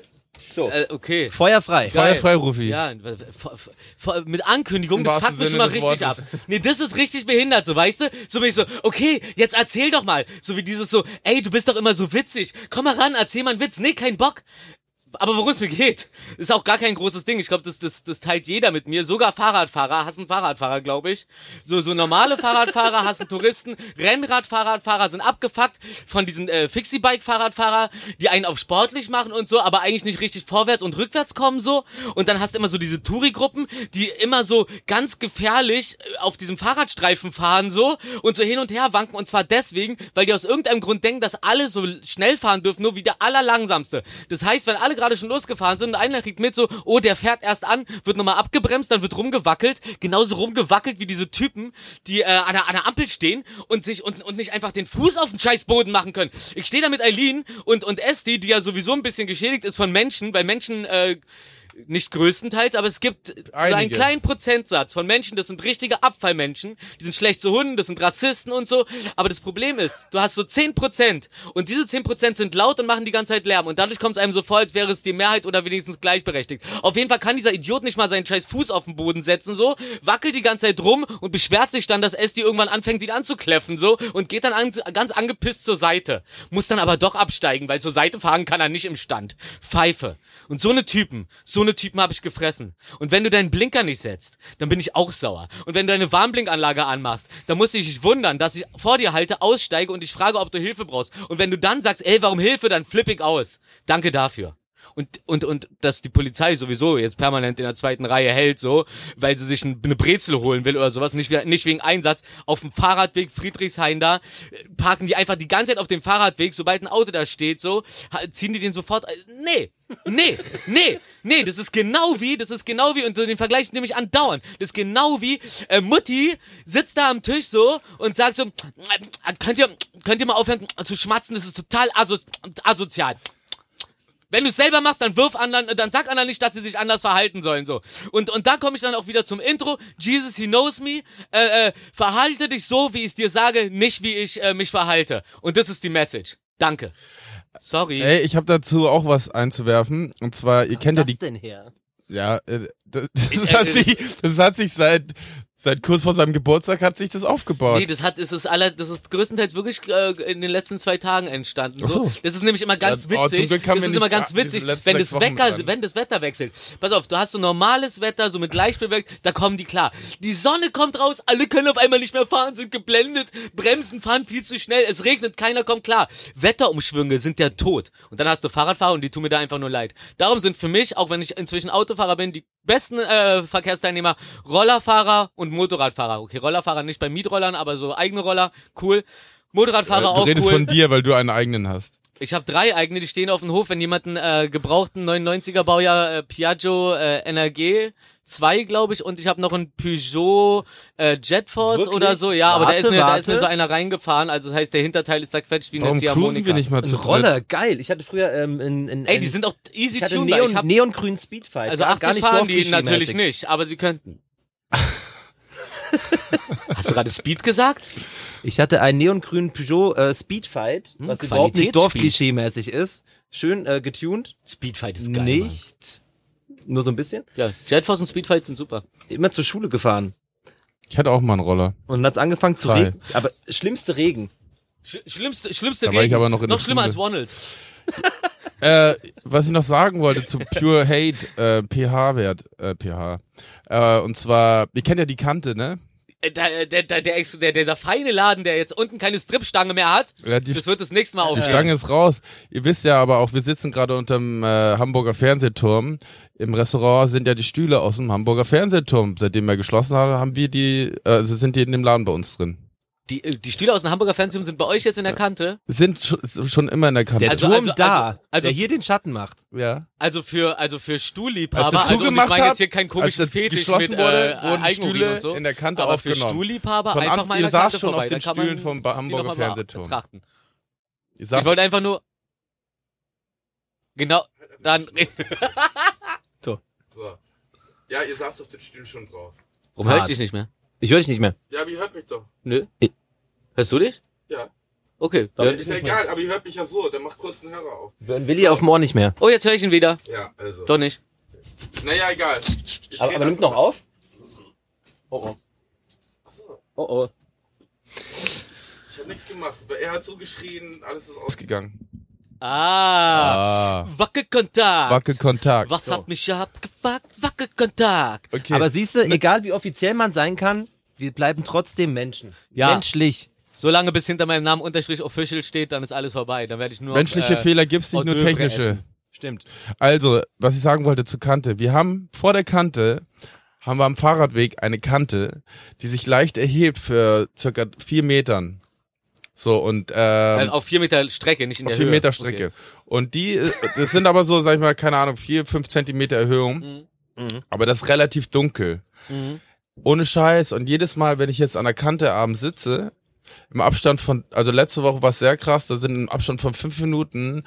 Speaker 1: So.
Speaker 2: äh, okay.
Speaker 1: Feuerfrei.
Speaker 2: Geil.
Speaker 3: Feuerfrei, Rufi.
Speaker 2: Ja, w- v- v- v- mit Ankündigung,
Speaker 3: Im
Speaker 2: das
Speaker 3: wahrsten
Speaker 2: fuckt mich schon
Speaker 3: Sinne
Speaker 2: mal
Speaker 3: des
Speaker 2: richtig ab.
Speaker 3: Wortes.
Speaker 2: Nee, das ist richtig behindert, so, weißt du? So bin ich so, okay, jetzt erzähl doch mal. So wie dieses so, ey, du bist doch immer so witzig. Komm mal ran, erzähl mal einen Witz. Nee, kein Bock. Aber worum es mir geht, ist auch gar kein großes Ding. Ich glaube, das, das, das teilt jeder mit mir. Sogar Fahrradfahrer hassen Fahrradfahrer, glaube ich. So, so normale Fahrradfahrer hassen Touristen. Rennradfahrradfahrer sind abgefuckt von diesen äh, Fixie-Bike-Fahrradfahrer, die einen auf sportlich machen und so, aber eigentlich nicht richtig vorwärts und rückwärts kommen so. Und dann hast du immer so diese Touri-Gruppen, die immer so ganz gefährlich äh, auf diesem Fahrradstreifen fahren so und so hin und her wanken. Und zwar deswegen, weil die aus irgendeinem Grund denken, dass alle so schnell fahren dürfen, nur wie der allerlangsamste. Das heißt, wenn alle gerade schon losgefahren sind und einer kriegt mit so, oh, der fährt erst an, wird nochmal abgebremst, dann wird rumgewackelt. Genauso rumgewackelt wie diese Typen, die äh, an, der, an der Ampel stehen und sich und, und nicht einfach den Fuß auf den Scheißboden machen können. Ich stehe da mit Eileen und, und Esti, die ja sowieso ein bisschen geschädigt ist von Menschen, weil Menschen... Äh, nicht größtenteils, aber es gibt so einen
Speaker 3: Einige.
Speaker 2: kleinen Prozentsatz von Menschen, das sind richtige Abfallmenschen, die sind schlecht zu Hunden, das sind Rassisten und so, aber das Problem ist, du hast so 10% und diese 10% sind laut und machen die ganze Zeit Lärm und dadurch kommt es einem so vor, als wäre es die Mehrheit oder wenigstens gleichberechtigt. Auf jeden Fall kann dieser Idiot nicht mal seinen scheiß Fuß auf den Boden setzen, so, wackelt die ganze Zeit rum und beschwert sich dann, dass Esti irgendwann anfängt, ihn anzukläffen, so, und geht dann an, ganz angepisst zur Seite. Muss dann aber doch absteigen, weil zur Seite fahren kann er nicht im Stand. Pfeife. Und so ne Typen, so ne Typen habe ich gefressen. Und wenn du deinen Blinker nicht setzt, dann bin ich auch sauer. Und wenn du deine Warnblinkanlage anmachst, dann musst du dich nicht wundern, dass ich vor dir halte, aussteige und dich frage, ob du Hilfe brauchst. Und wenn du dann sagst, ey, warum Hilfe, dann flipp ich aus. Danke dafür. Und, und, und, dass die Polizei sowieso jetzt permanent in der zweiten Reihe hält, so, weil sie sich ein- eine Brezel holen will oder sowas, nicht, we- nicht wegen Einsatz, auf dem Fahrradweg Friedrichshain da, äh, parken die einfach die ganze Zeit auf dem Fahrradweg, sobald ein Auto da steht, so, ha- ziehen die den sofort, äh, nee, nee, nee, nee, das ist genau wie, das ist genau wie, und den Vergleich nehme ich andauernd, das ist genau wie, äh, Mutti sitzt da am Tisch so und sagt so, äh, könnt ihr, könnt ihr mal aufhören zu schmatzen, das ist total aso asozial. Wenn du es selber machst, dann wirf anderen, äh, dann sag anderen nicht, dass sie sich anders verhalten sollen so. Und und da komme ich dann auch wieder zum Intro. Jesus, he knows me. Äh, äh, verhalte dich so, wie ich es dir sage, nicht wie ich äh, mich verhalte. Und das ist die Message. Danke. Sorry.
Speaker 3: Ey, ich habe dazu auch was einzuwerfen. Und zwar, ihr kennt ja
Speaker 1: Was
Speaker 3: die.
Speaker 1: denn her?
Speaker 3: Ja, äh, das,
Speaker 2: Ich-
Speaker 3: das, hat
Speaker 2: äh,
Speaker 3: sich, das hat sich seit, seit kurz vor seinem Geburtstag hat sich das aufgebaut.
Speaker 2: Nee, das hat, es ist aller, das ist größtenteils wirklich äh, in den letzten zwei Tagen entstanden.
Speaker 3: Ach
Speaker 2: So.
Speaker 3: so.
Speaker 2: Das ist nämlich immer ganz
Speaker 3: Ja, oh,
Speaker 2: witzig.
Speaker 3: zum Glück haben
Speaker 2: das
Speaker 3: wir
Speaker 2: ist immer
Speaker 3: nicht
Speaker 2: ganz
Speaker 3: a- diese
Speaker 2: witzig,
Speaker 3: letzten
Speaker 2: wenn das
Speaker 3: sechs Wochen
Speaker 2: Wetter,
Speaker 3: dran.
Speaker 2: wenn das Wetter wechselt. Pass auf, du hast so normales Wetter, so mit leicht bewölkt, da kommen die klar. Die Sonne kommt raus, alle können auf einmal nicht mehr fahren, sind geblendet, bremsen, fahren viel zu schnell, es regnet, keiner kommt klar. Wetterumschwünge sind der Tod. Und dann hast du Fahrradfahrer und die tun mir da einfach nur leid. Darum sind für mich, auch wenn ich inzwischen Autofahrer bin, die besten äh, Verkehrsteilnehmer Rollerfahrer und Motorradfahrer. Okay, Rollerfahrer nicht bei Mietrollern, aber so eigene Roller, cool.
Speaker 3: Äh,
Speaker 2: Motorradfahrer
Speaker 3: du
Speaker 2: auch
Speaker 3: redest
Speaker 2: cool.
Speaker 3: von dir, weil du einen eigenen hast.
Speaker 2: Ich habe drei eigene, die stehen auf dem Hof. Wenn jemand einen äh, gebrauchten 99er Baujahr äh, Piaggio äh, NRG 2, glaube ich, und ich habe noch einen Peugeot äh, Jetforce
Speaker 1: Wirklich?
Speaker 2: oder so. Ja, aber da,
Speaker 1: Warte,
Speaker 2: ist mir, da ist
Speaker 1: warte.
Speaker 2: mir so einer reingefahren. Also das heißt, der Hinterteil ist zerquetscht wie eine
Speaker 3: Warum cruisen
Speaker 2: Ziehharmonika.
Speaker 3: wir nicht mal
Speaker 1: Ein
Speaker 3: zu dritt?
Speaker 1: Roller, geil. Ich hatte früher ähm, in, in,
Speaker 2: Ey, die
Speaker 1: in-
Speaker 2: sind auch easy
Speaker 1: ich hatte
Speaker 2: tunbar. Ich
Speaker 1: Neon,
Speaker 2: hab,
Speaker 1: Neongrün Speedfight.
Speaker 2: also
Speaker 1: Gar-
Speaker 2: 80
Speaker 1: gar nicht
Speaker 2: fahren die
Speaker 1: Dorfklischee-mäßig.
Speaker 2: natürlich nicht, aber sie könnten. Hast du gerade Speed gesagt?
Speaker 1: Ich hatte einen neongrünen Peugeot äh, Speedfight,
Speaker 2: Hm,
Speaker 1: was überhaupt nicht
Speaker 2: Qualitätsspeed.
Speaker 1: Dorfklischee-mäßig ist. Schön äh, getuned.
Speaker 2: Speedfight ist geil. Mann.
Speaker 1: nicht. Nur so ein bisschen.
Speaker 2: Ja, Jetforce und Speedfight sind super.
Speaker 1: Immer zur Schule gefahren.
Speaker 3: Ich hatte auch mal einen Roller.
Speaker 1: Und hat's angefangen zu
Speaker 3: Geil.
Speaker 1: regnen. Aber schlimmste Regen.
Speaker 2: Sch schlimmste, schlimmste
Speaker 3: Da war ich
Speaker 2: Regen.
Speaker 3: aber noch in
Speaker 2: noch
Speaker 3: der
Speaker 2: schlimmer als
Speaker 3: Schule.
Speaker 2: Ronald.
Speaker 3: Äh, was ich noch sagen wollte zu Pure Hate, äh, pH-Wert, äh, pH. Äh, und zwar, ihr kennt ja die Kante, ne?
Speaker 2: Äh, da- der, der, der, Ex- der, dieser feine Laden, der jetzt unten keine Stripstange mehr hat,
Speaker 3: Ja, die,
Speaker 2: das wird das nächste Mal
Speaker 3: die
Speaker 2: aufgehen.
Speaker 3: Stange ist raus. Ihr wisst ja aber auch, wir sitzen gerade unterm äh, Hamburger Fernsehturm. Im Restaurant sind ja die Stühle aus dem Hamburger Fernsehturm. Seitdem wir geschlossen haben, haben wir die, äh, also sind die in dem Laden bei uns drin.
Speaker 2: Die, äh, die Stühle aus dem Hamburger Fernsehturm sind bei euch jetzt in der Kante.
Speaker 3: Sind sch- schon immer in der Kante.
Speaker 1: Der
Speaker 2: Also-
Speaker 1: Turm
Speaker 2: also-
Speaker 1: da,
Speaker 2: also- also-
Speaker 1: der hier den Schatten macht.
Speaker 3: ja.
Speaker 2: Also für, also für
Speaker 3: Als er
Speaker 2: Stuhlliebhaber, also und ich
Speaker 3: zugemacht
Speaker 2: meine
Speaker 3: hat,
Speaker 2: jetzt hier keinen
Speaker 3: als
Speaker 2: komischen
Speaker 3: das
Speaker 2: Fetisch
Speaker 3: geschlossen
Speaker 2: mit
Speaker 3: wurde,
Speaker 2: äh,
Speaker 3: wurden
Speaker 2: Eigenurin
Speaker 3: Stühle
Speaker 2: und so.
Speaker 3: in der Kante
Speaker 2: Aber für
Speaker 3: aufgenommen.
Speaker 2: Stuhlliebhaber
Speaker 3: Von
Speaker 2: einfach
Speaker 3: Anfang-
Speaker 2: mal
Speaker 3: ihr
Speaker 2: in der
Speaker 3: saßt
Speaker 2: Kante
Speaker 3: schon auf
Speaker 2: vorbei.
Speaker 3: den
Speaker 2: da kann man
Speaker 3: Stühlen vom
Speaker 2: die
Speaker 3: Hamburger
Speaker 2: nochmal
Speaker 3: Fernsehturm.
Speaker 2: betrachten.
Speaker 3: Ihr
Speaker 2: Ich
Speaker 3: sagt,
Speaker 2: wollte einfach nur... Genau, dann...
Speaker 3: so. Ja, ihr saßt auf den Stühlen schon drauf.
Speaker 2: Warum höre ich dich nicht mehr?
Speaker 1: Ich höre dich nicht mehr.
Speaker 3: Ja, aber ihr hört mich doch.
Speaker 2: Nö. Hörst du dich?
Speaker 3: Ja.
Speaker 2: Okay.
Speaker 1: Doch.
Speaker 2: Ja.
Speaker 1: Ist ja
Speaker 3: egal, aber ihr hört mich ja so. Dann macht kurz einen Hörer auf.
Speaker 1: Hören Willi auf dem Ohr nicht mehr.
Speaker 2: Oh, jetzt höre ich ihn wieder.
Speaker 3: Ja, also.
Speaker 2: Doch nicht.
Speaker 3: Naja, egal.
Speaker 1: Aber, aber nimmt noch auf. Oh oh. Oh oh.
Speaker 3: Ich habe nichts gemacht. Er hat so geschrien, alles ist ausgegangen.
Speaker 2: Ah.
Speaker 3: Ah.
Speaker 2: Wackelkontakt.
Speaker 3: Wackelkontakt.
Speaker 2: Was hat mich abgefuckt? Wackelkontakt.
Speaker 3: Okay.
Speaker 1: Aber siehst du, egal wie offiziell man sein kann, wir bleiben trotzdem Menschen.
Speaker 2: Ja.
Speaker 1: Menschlich.
Speaker 2: Solange bis hinter meinem Namen Unterstrich official steht, dann ist alles vorbei. Dann werde ich nur
Speaker 3: Menschliche
Speaker 2: auf, äh,
Speaker 3: Fehler gibt's nicht, nur
Speaker 2: Haute Övre
Speaker 3: technische.
Speaker 2: essen.
Speaker 1: Stimmt.
Speaker 3: Also, was ich sagen wollte zu Kante. Wir haben vor der Kante, haben wir am Fahrradweg eine Kante, die sich leicht erhebt für circa vier Metern. So, und ähm,
Speaker 2: Auf vier Meter Strecke, nicht in der
Speaker 3: auf vier
Speaker 2: Höhe.
Speaker 3: Meter Strecke. Und die, äh, das sind aber so, sag ich mal, keine Ahnung, vier, fünf Zentimeter Erhöhung.
Speaker 2: Mhm.
Speaker 3: Aber das ist relativ dunkel. Ohne Scheiß. Und jedes Mal, wenn ich jetzt an der Kante abends sitze, im Abstand von, also letzte Woche war es sehr krass, da sind im Abstand von fünf Minuten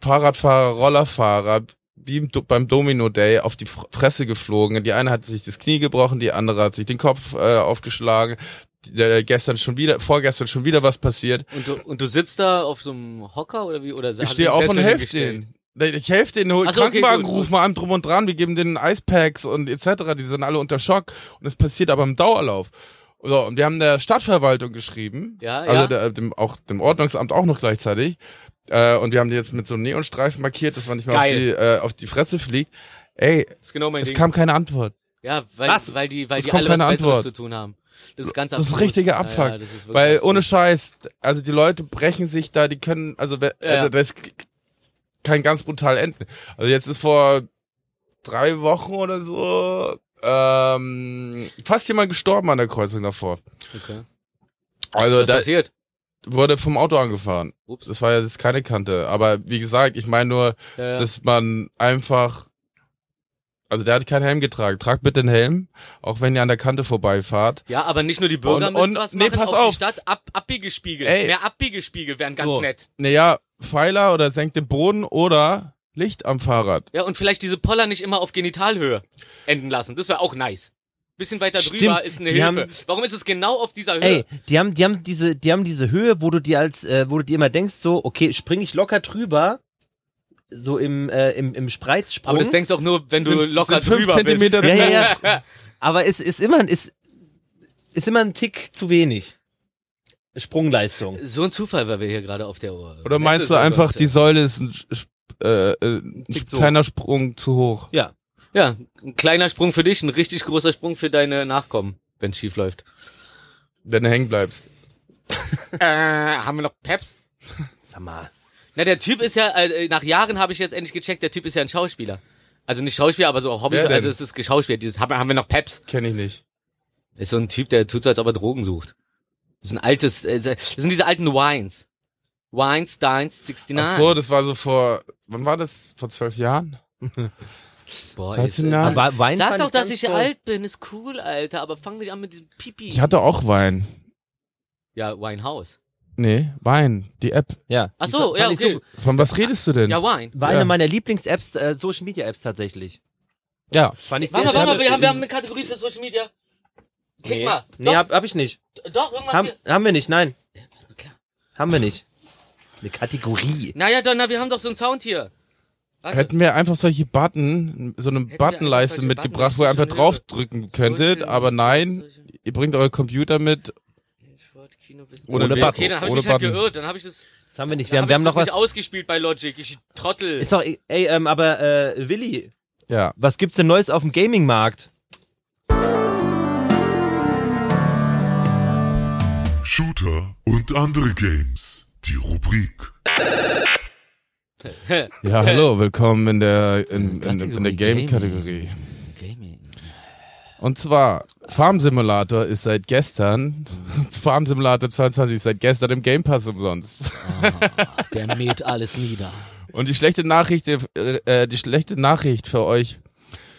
Speaker 3: Fahrradfahrer, Rollerfahrer, wie im Do- beim Domino Day auf die Fr- Fresse geflogen. Die eine hat sich das Knie gebrochen, die andere hat sich den Kopf äh, aufgeschlagen. Die- äh, gestern schon wieder, vorgestern schon wieder was passiert.
Speaker 2: Und du, und du sitzt da auf so einem Hocker oder wie? Oder
Speaker 3: Ich stehe auf und helfe denen. Ich helfe denen, hol
Speaker 2: Ach so, okay,
Speaker 3: Krankenwagen,
Speaker 2: gut,
Speaker 3: ruf
Speaker 2: gut.
Speaker 3: mal an, drum und dran, wir geben denen Eispacks und etc. Die sind alle unter Schock und das passiert aber im Dauerlauf. So, und wir haben der Stadtverwaltung geschrieben,
Speaker 2: Ja,
Speaker 3: also
Speaker 2: ja.
Speaker 3: Der, dem, auch dem Ordnungsamt auch noch gleichzeitig. Äh, und wir haben die jetzt mit so einem Neonstreifen markiert, dass man nicht mehr auf
Speaker 2: Geil.
Speaker 3: die, äh, auf die Fresse fliegt. Ey,
Speaker 2: Das ist genau mein
Speaker 3: es
Speaker 2: Ding.
Speaker 3: kam keine Antwort.
Speaker 2: ja, weil,
Speaker 1: Was?
Speaker 2: weil die, weil
Speaker 3: Es
Speaker 2: die
Speaker 3: kommt
Speaker 2: alle was
Speaker 3: keine
Speaker 2: Besseres
Speaker 3: Antwort.
Speaker 2: zu tun haben. Das ist ganz
Speaker 3: Das ist
Speaker 2: absurd.
Speaker 3: richtiger
Speaker 2: Ja,
Speaker 3: Abfuck.
Speaker 2: ja, das ist wirklich
Speaker 3: Weil ohne
Speaker 2: absurd.
Speaker 3: Scheiß, also die Leute brechen sich da, die können, also we-
Speaker 2: Ja.
Speaker 3: äh, das kann ganz brutal enden. Also jetzt ist vor drei Wochen oder so ähm, fast jemand gestorben an der Kreuzung davor.
Speaker 2: Okay.
Speaker 3: Also
Speaker 2: Was
Speaker 3: da
Speaker 2: passiert?
Speaker 3: wurde vom Auto angefahren.
Speaker 2: Ups.
Speaker 3: Das war ja das ist keine Kante. Aber wie gesagt, ich meine nur,
Speaker 2: Ja, ja.
Speaker 3: dass man einfach. Also der hat keinen Helm getragen. Tragt bitte einen Helm, auch wenn ihr an der Kante vorbeifahrt.
Speaker 2: Ja, aber nicht nur die Bürger
Speaker 3: Und-
Speaker 2: müssen
Speaker 3: und-
Speaker 2: was
Speaker 3: nee,
Speaker 2: machen,
Speaker 3: pass
Speaker 2: auch
Speaker 3: auf.
Speaker 2: die Stadt ab, abbieggespiegelt.
Speaker 3: Ey.
Speaker 2: Mehr abbieggespiegelt wären ganz
Speaker 1: So.
Speaker 2: nett.
Speaker 3: Naja, Pfeiler oder senkt den Boden oder Licht am Fahrrad.
Speaker 2: Ja, und vielleicht diese Poller nicht immer auf Genitalhöhe enden lassen. Das wäre auch nice. Bisschen weiter
Speaker 1: Stimmt,
Speaker 2: drüber ist eine
Speaker 1: die
Speaker 2: Hilfe.
Speaker 1: haben-
Speaker 2: Warum ist es genau auf dieser Höhe?
Speaker 1: Ey, die haben, die haben diese, die haben diese Höhe, wo du dir als, äh, wo du dir immer denkst, so, okay, springe ich locker drüber, so im, äh, im, im Spreizsprung.
Speaker 2: aber das denkst du auch nur, wenn du
Speaker 3: Sind-
Speaker 2: locker
Speaker 3: sind fünf
Speaker 2: drüber
Speaker 3: Zentimeter
Speaker 2: bist.
Speaker 1: Ja, ja, ja. Aber es ist immer, ist, ist immer ein Tick zu wenig. Sprungleistung.
Speaker 2: So ein Zufall, weil wir hier gerade auf der Uhr.
Speaker 3: Oder meinst du einfach, die Säule ist ein, Sch- äh, äh, ein
Speaker 2: Tick zu
Speaker 3: kleiner Sprung zu hoch?
Speaker 1: Ja.
Speaker 2: Ja, ein kleiner Sprung für dich, ein richtig großer Sprung für deine Nachkommen, wenn es schief läuft.
Speaker 3: Wenn du hängen bleibst.
Speaker 2: äh, haben wir noch Peps?
Speaker 1: Sag mal.
Speaker 2: Na, der Typ ist ja, äh, nach Jahren habe ich jetzt endlich gecheckt, der Typ ist ja ein Schauspieler. Also nicht Schauspieler, aber so auch Hobby,
Speaker 3: Wer denn?
Speaker 2: also es ist geschauspielt. Dieses, haben, haben wir noch Peps?
Speaker 3: Kenn ich nicht.
Speaker 2: Ist so ein Typ, der tut so, als ob er Drogen sucht. Das ist ein altes, äh, das sind diese alten Wines. Wines, Dines, 69.
Speaker 3: Ach so, das war so vor, wann war das? Vor zwölf Jahren?
Speaker 2: Boah,
Speaker 3: 13
Speaker 2: jetzt, äh,
Speaker 3: Jahre.
Speaker 2: sag-
Speaker 1: Aber Wein
Speaker 2: Sag
Speaker 1: fand
Speaker 2: doch, dass
Speaker 1: ganz
Speaker 2: ich
Speaker 1: toll.
Speaker 2: alt bin, ist cool, Alter, aber fang nicht an mit diesem Pipi.
Speaker 3: Ich hatte auch Wein.
Speaker 2: ja, Winehouse.
Speaker 3: Nee, Wein, die App.
Speaker 1: Ja.
Speaker 2: Ach
Speaker 1: Die
Speaker 2: so,
Speaker 1: fand
Speaker 2: ja,
Speaker 1: ich
Speaker 2: okay.
Speaker 1: so-
Speaker 3: Von was redest du denn?
Speaker 2: Ja, Wine.
Speaker 1: War eine
Speaker 3: Ja.
Speaker 1: meiner Lieblings-Apps, äh, Social Media Apps tatsächlich.
Speaker 3: Ja.
Speaker 1: Fand ich
Speaker 2: Warte
Speaker 1: sehr
Speaker 2: mal, warte mal,
Speaker 1: schade.
Speaker 2: wir haben, wir haben eine Kategorie für Social Media. Klick
Speaker 1: Nee,
Speaker 2: mal.
Speaker 1: nee
Speaker 2: doch,
Speaker 1: hab, hab ich nicht.
Speaker 2: doch, irgendwas
Speaker 1: Haben,
Speaker 2: hier.
Speaker 1: haben wir nicht, nein.
Speaker 2: Klar.
Speaker 1: Haben wir nicht. Eine Kategorie.
Speaker 2: Naja, Donna, wir haben doch so einen Sound hier. Warte.
Speaker 3: Hätten wir einfach solche Button, so eine
Speaker 2: Also wir einfach
Speaker 3: Buttonleiste
Speaker 2: solche
Speaker 3: mitgebracht,
Speaker 2: Button-
Speaker 3: wo ihr einfach
Speaker 2: Social
Speaker 3: draufdrücken könntet,
Speaker 2: Social-
Speaker 3: aber nein,
Speaker 2: Social-
Speaker 3: ihr bringt euren Computer mit.
Speaker 2: Sport, Kino, Wissen-
Speaker 3: Ohne
Speaker 1: Button.
Speaker 2: Okay, dann habe ich
Speaker 3: Ohne
Speaker 2: mich halt
Speaker 3: Button.
Speaker 2: geirrt. Dann habe ich das,
Speaker 1: Das haben wir nicht. Wir
Speaker 2: dann
Speaker 1: haben,
Speaker 2: hab
Speaker 1: wir
Speaker 2: ich
Speaker 1: haben
Speaker 2: das
Speaker 1: noch was.
Speaker 2: nicht ausgespielt bei Logic. Ich Trottel.
Speaker 1: Ist doch, ey, ähm, aber äh, Willi,
Speaker 3: Ja.
Speaker 1: was gibt's denn Neues auf dem Gaming-Markt?
Speaker 5: Shooter und andere Games. Die Rubrik.
Speaker 3: Ja, hallo, willkommen in der, in, in, in der
Speaker 2: Kategorie Gaming.
Speaker 3: Game-Kategorie.
Speaker 2: Gaming.
Speaker 3: Und zwar, Farm Simulator ist seit gestern, Farm Simulator 22 ist seit gestern im Game Pass umsonst.
Speaker 2: Der mäht alles nieder.
Speaker 3: Und die schlechte Nachricht, äh, äh, die schlechte Nachricht für euch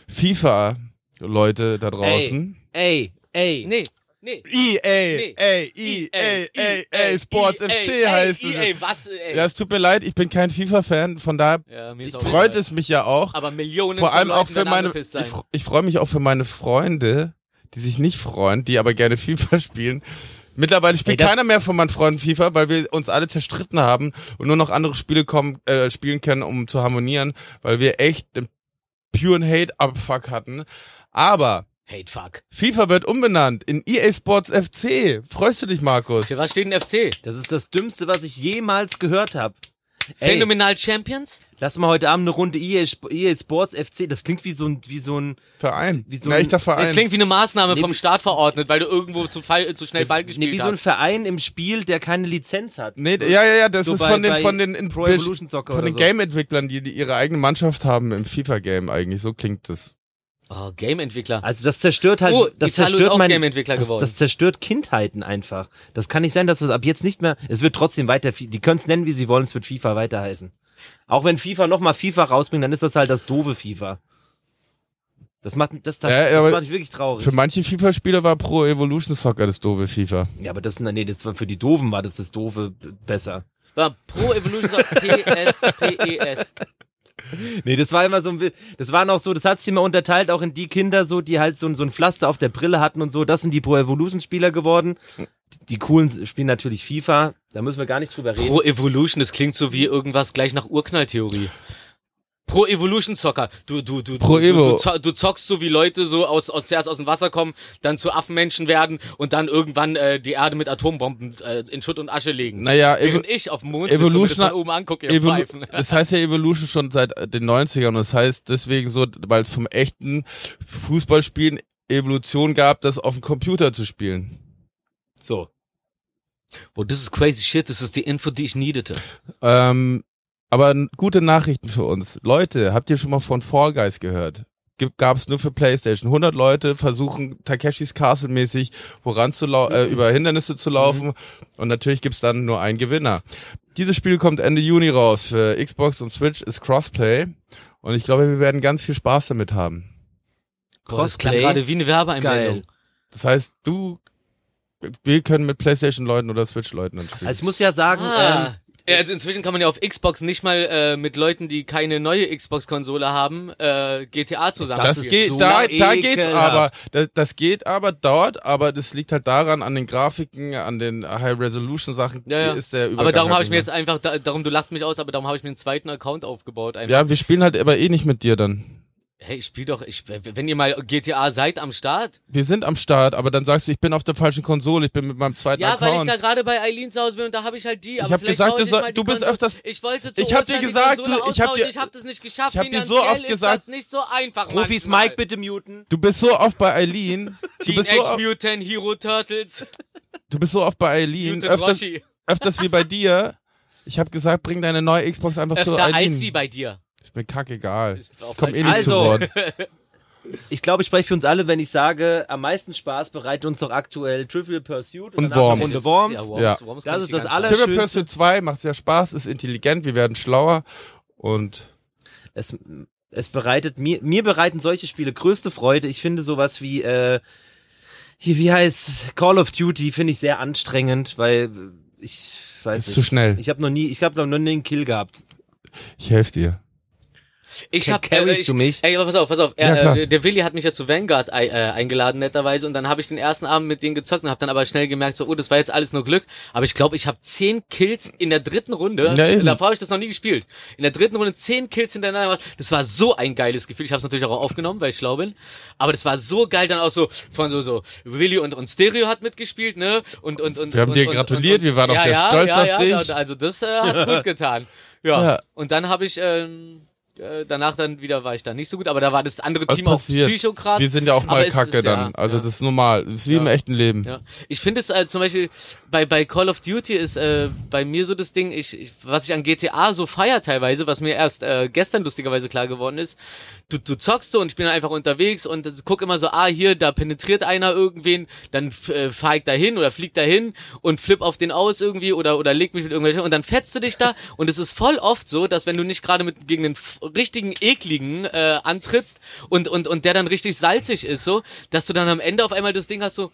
Speaker 3: FIFA-Leute da draußen.
Speaker 1: Ey, ey.
Speaker 2: Nee, nee.
Speaker 3: EA,
Speaker 2: Nee. E
Speaker 3: ey, E EA, ey, ey, Sports
Speaker 2: EA,
Speaker 3: FC
Speaker 2: ey,
Speaker 3: heißt
Speaker 2: EA,
Speaker 3: es.
Speaker 2: was, ey.
Speaker 3: Ja, es tut mir leid, ich bin kein FIFA-Fan, von daher
Speaker 2: Ja, mir ist auch
Speaker 3: freut
Speaker 2: egal.
Speaker 3: es mich ja auch.
Speaker 2: Aber Millionen
Speaker 3: Vor allem
Speaker 2: von Leuten
Speaker 3: auch für
Speaker 2: werden
Speaker 3: meine, ich,
Speaker 2: angepisst sein.
Speaker 3: fr- ich freue mich auch für meine Freunde, die sich nicht freuen, die aber gerne FIFA spielen. Mittlerweile spielt
Speaker 1: Ey, das-
Speaker 3: keiner mehr von meinen Freunden FIFA, weil wir uns alle zerstritten haben und nur noch andere Spiele kommen, äh, spielen können, um zu harmonieren, weil wir echt den puren Hate-Abfuck hatten. Aber
Speaker 2: Hate fuck.
Speaker 3: FIFA wird umbenannt in EA Sports FC. Freust du dich, Markus?
Speaker 2: Für was steht denn FC?
Speaker 1: Das ist das Dümmste, was ich jemals gehört habe. Ey,
Speaker 2: Phänomenal Champions?
Speaker 1: lass mal heute Abend eine Runde EA, Sp- EA Sports FC. Das klingt wie so ein, wie so ein,
Speaker 3: Verein.
Speaker 1: Wie so
Speaker 3: ein
Speaker 1: ein-
Speaker 3: echter
Speaker 2: Das
Speaker 3: Verein.
Speaker 2: klingt wie eine Maßnahme
Speaker 1: Nee,
Speaker 2: vom
Speaker 1: wie-
Speaker 2: Staat verordnet, weil du irgendwo zu, fall, zu schnell Ball
Speaker 1: nee,
Speaker 2: gespielt
Speaker 1: wie so ein
Speaker 2: hast.
Speaker 1: Verein im Spiel, der keine Lizenz hat.
Speaker 3: Nee, ja, ja, ja, das
Speaker 1: so
Speaker 3: ist
Speaker 1: bei-
Speaker 3: von den,
Speaker 1: bei
Speaker 3: von den, in-
Speaker 1: Pro Evolution Soccer
Speaker 3: von
Speaker 1: oder
Speaker 3: den
Speaker 1: so.
Speaker 3: Game-Entwicklern, die, die ihre eigene Mannschaft haben im FIFA-Game eigentlich. So klingt das.
Speaker 2: Oh, Game-Entwickler.
Speaker 1: Also das zerstört halt,
Speaker 2: Oh,
Speaker 1: das
Speaker 2: Italo ist
Speaker 1: zerstört
Speaker 2: auch
Speaker 1: mein,
Speaker 2: Game-Entwickler
Speaker 1: das,
Speaker 2: geworden.
Speaker 1: das zerstört Kindheiten einfach. Das kann nicht sein, dass es ab jetzt nicht mehr. Es wird trotzdem weiter. Die können es nennen, wie sie wollen. Es wird FIFA weiter heißen. Auch wenn FIFA nochmal FIFA rausbringt, dann ist das halt das doofe FIFA. Das macht das, das,
Speaker 3: Ja, ja,
Speaker 1: das
Speaker 3: aber
Speaker 1: macht mich wirklich traurig.
Speaker 3: Für manche FIFA-Spieler war Pro Evolution Soccer das doofe FIFA.
Speaker 1: Ja, aber das nee, das war für die Doofen war das das doofe besser.
Speaker 2: War Pro Evolution Soccer PS, PES.
Speaker 1: Nee, das war immer so ein wi- das war noch so, das hat sich immer unterteilt auch in die Kinder so, die halt so, ein- so ein Pflaster auf der Brille hatten und so, das sind die Pro Evolution Spieler geworden. Die coolen spielen natürlich FIFA, da müssen wir gar nicht drüber reden.
Speaker 2: Pro Evolution, das klingt so wie irgendwas gleich nach Urknalltheorie. Pro Evolution Soccer. Du, du, du,
Speaker 3: Pro
Speaker 2: du,
Speaker 3: Evo.
Speaker 2: du, zo- du zockst so wie Leute so aus, aus, zuerst aus dem Wasser kommen, dann zu Affenmenschen werden und dann irgendwann äh, die Erde mit Atombomben äh, in Schutt und Asche legen.
Speaker 3: Naja, Evo
Speaker 2: Während ich auf dem Mond sitze und mir das
Speaker 3: Evolution,
Speaker 2: von oben angucke, ihr
Speaker 3: Evolu
Speaker 2: Pfeifen.
Speaker 3: das heißt ja Evolution schon seit äh, den 90ern und das heißt deswegen so, weil es vom echten Fußballspielen Evolution gab, das auf dem Computer zu spielen.
Speaker 1: So.
Speaker 2: Boah, das ist crazy shit, das ist die Info, die ich needete.
Speaker 3: Ähm, aber n- gute Nachrichten für uns. Leute, habt ihr schon mal von Fall Guys gehört? Gab es nur für PlayStation. 100 Leute versuchen Takeshis Castle mäßig woran zu lau
Speaker 1: Mhm.
Speaker 3: äh, über Hindernisse zu laufen und natürlich gibt's dann nur einen Gewinner. Dieses Spiel kommt Ende Juni raus. Für Xbox und Switch ist Crossplay und ich glaube, wir werden ganz viel Spaß damit haben.
Speaker 2: Boah, das klang
Speaker 1: Cosplay?
Speaker 2: gerade wie eine Werbeeinmeldung.
Speaker 1: Geil.
Speaker 3: Das heißt, du, wir können mit PlayStation Leuten oder Switch Leuten dann spielen.
Speaker 1: Also ich muss ja sagen, ähm,
Speaker 2: Ah. Ja, also inzwischen kann man ja auf Xbox nicht mal äh, mit Leuten, die keine neue Xbox-Konsole haben, äh, GTA zusammen.
Speaker 3: Das,
Speaker 1: Das ist
Speaker 3: geht,
Speaker 1: so
Speaker 3: da, da geht's
Speaker 1: ekelhaft.
Speaker 3: aber. Das, das geht aber dort, aber das liegt halt daran, an den Grafiken, an den High-Resolution-Sachen
Speaker 2: Ja, ja.
Speaker 3: ist der Übergang.
Speaker 2: aber darum
Speaker 3: halt
Speaker 2: habe ich mir
Speaker 3: nicht
Speaker 2: jetzt einfach, da, darum du lachst mich aus, aber darum habe ich mir einen zweiten Account aufgebaut.
Speaker 3: mehr.
Speaker 2: Einfach.
Speaker 3: Ja, wir spielen halt aber eh nicht mit dir dann.
Speaker 2: Hey, ich spiel doch, ich, wenn ihr mal GTA seid am Start.
Speaker 3: Wir sind am Start, aber dann sagst du, ich bin auf der falschen Konsole, ich bin mit meinem zweiten
Speaker 2: Ja, weil ich
Speaker 3: Account.
Speaker 2: da gerade bei Eileen zu Hause bin und da habe ich halt die. aber
Speaker 3: hab
Speaker 2: vielleicht
Speaker 3: gesagt,
Speaker 2: baue
Speaker 3: du
Speaker 2: ich
Speaker 3: soll-
Speaker 2: mal die
Speaker 3: du bist
Speaker 2: Konsole-
Speaker 3: öfters-
Speaker 2: Ich wollte zu
Speaker 3: Ich hab dir
Speaker 2: Ostern die
Speaker 3: gesagt,
Speaker 2: Konsole
Speaker 3: du- ich hab
Speaker 2: austauschen,
Speaker 3: dir-
Speaker 2: ich habe das nicht geschafft.
Speaker 3: ich hab dir so
Speaker 2: Finanziell
Speaker 3: oft gesagt-
Speaker 2: ist das nicht so einfach.
Speaker 1: Profis
Speaker 2: manchmal.
Speaker 1: Mike bitte muten.
Speaker 3: du bist so oft bei Eileen. Du bist, so,
Speaker 2: Teenage
Speaker 3: oft-
Speaker 2: Mutant Hero Turtles.
Speaker 3: du bist so oft bei Eileen.
Speaker 2: Mutant
Speaker 3: Öfters,
Speaker 2: Roshi.
Speaker 3: öfters wie bei dir. Ich habe gesagt, bring deine neue Xbox einfach zu
Speaker 2: Öfter
Speaker 3: Eileen.
Speaker 2: als wie bei dir.
Speaker 3: ist mir kackegal.
Speaker 2: Ist auch
Speaker 3: Komm eh
Speaker 2: falsch.
Speaker 3: nicht zu
Speaker 1: Also.
Speaker 3: Wort.
Speaker 1: Ich glaube, ich spreche für uns alle, wenn ich sage, am meisten Spaß bereitet uns doch aktuell Trivial Pursuit
Speaker 3: Und
Speaker 1: danach noch
Speaker 3: Worms.
Speaker 1: Runde Worms.
Speaker 2: Ja,
Speaker 3: Ja.
Speaker 2: Worms, Worms
Speaker 1: Das
Speaker 2: kann
Speaker 1: ist
Speaker 2: ich die
Speaker 1: das
Speaker 2: ganze
Speaker 1: aller-
Speaker 2: Zeit.
Speaker 3: Trivial
Speaker 1: schönste-
Speaker 3: Pursuit 2 macht sehr Spaß, ist intelligent, wir werden schlauer und
Speaker 1: es, es bereitet mir, mir bereiten solche Spiele größte Freude. Ich finde sowas wie, äh, hier, wie heißt Call of Duty, finde ich sehr anstrengend, weil äh, ich weiß
Speaker 3: Ist
Speaker 1: nicht.
Speaker 3: zu schnell.
Speaker 1: Ich habe noch nie, ich habe noch nie einen Kill gehabt.
Speaker 3: ich helfe dir.
Speaker 2: Ich
Speaker 1: Ca-
Speaker 2: hab, äh,
Speaker 1: carries
Speaker 2: ich,
Speaker 1: du mich?
Speaker 2: Ey, aber pass auf, pass auf.
Speaker 3: Ja, klar.
Speaker 2: äh, äh, der Willi hat mich ja zu Vanguard ei- äh, eingeladen, netterweise. Und dann habe ich den ersten Abend mit denen gezockt und habe dann aber schnell gemerkt, so, oh, das war jetzt alles nur Glück. Aber ich glaube, ich habe zehn Kills in der dritten Runde.
Speaker 3: Ja, eben.
Speaker 2: Davor habe ich das noch nie gespielt. In der dritten Runde zehn Kills hintereinander. gemacht. Das war so ein geiles Gefühl. Ich habe es natürlich auch aufgenommen, weil ich schlau bin. Aber das war so geil, dann auch so von so, so, Willi und, und Stereo hat mitgespielt, ne? Und, und, und,
Speaker 3: Wir haben
Speaker 2: und,
Speaker 3: dir
Speaker 2: und-
Speaker 3: gratuliert, wir waren auch
Speaker 2: ja,
Speaker 3: sehr
Speaker 2: ja, also
Speaker 3: stolz
Speaker 2: ja,
Speaker 3: auf
Speaker 2: ja,
Speaker 3: dich.
Speaker 2: da- Also das äh, hat gut getan. Ja.
Speaker 3: Ja.
Speaker 2: Und dann habe ich ähm, äh, danach dann wieder war ich da nicht so gut, aber da war das andere
Speaker 3: Was
Speaker 2: Team
Speaker 3: passiert?
Speaker 2: auch psychokrass.
Speaker 3: Wir sind ja auch
Speaker 2: Aber
Speaker 3: mal
Speaker 2: es
Speaker 3: kacke
Speaker 2: ist- ja,
Speaker 3: dann. Also
Speaker 2: ja.
Speaker 3: das ist normal. Das ist wie im
Speaker 2: Ja.
Speaker 3: echten Leben.
Speaker 2: Ja. Ich finde es äh, zum Beispiel bei, bei Call of Duty ist äh, bei mir so das Ding, ich, ich, was ich an GTA so feier teilweise, was mir erst äh, gestern lustigerweise klar geworden ist. Du, du zockst so und ich bin einfach unterwegs und guck immer so, ah, hier, da penetriert einer irgendwen, dann f- äh, fahr ich da hin oder flieg da hin und flip auf den aus irgendwie oder, oder leg mich mit irgendwelchen und dann fetzt du dich da und es ist voll oft so, dass wenn du nicht gerade mit gegen den f- richtigen ekligen äh, antrittst und, und, und der dann richtig salzig ist so, dass du dann am Ende auf einmal das Ding hast so,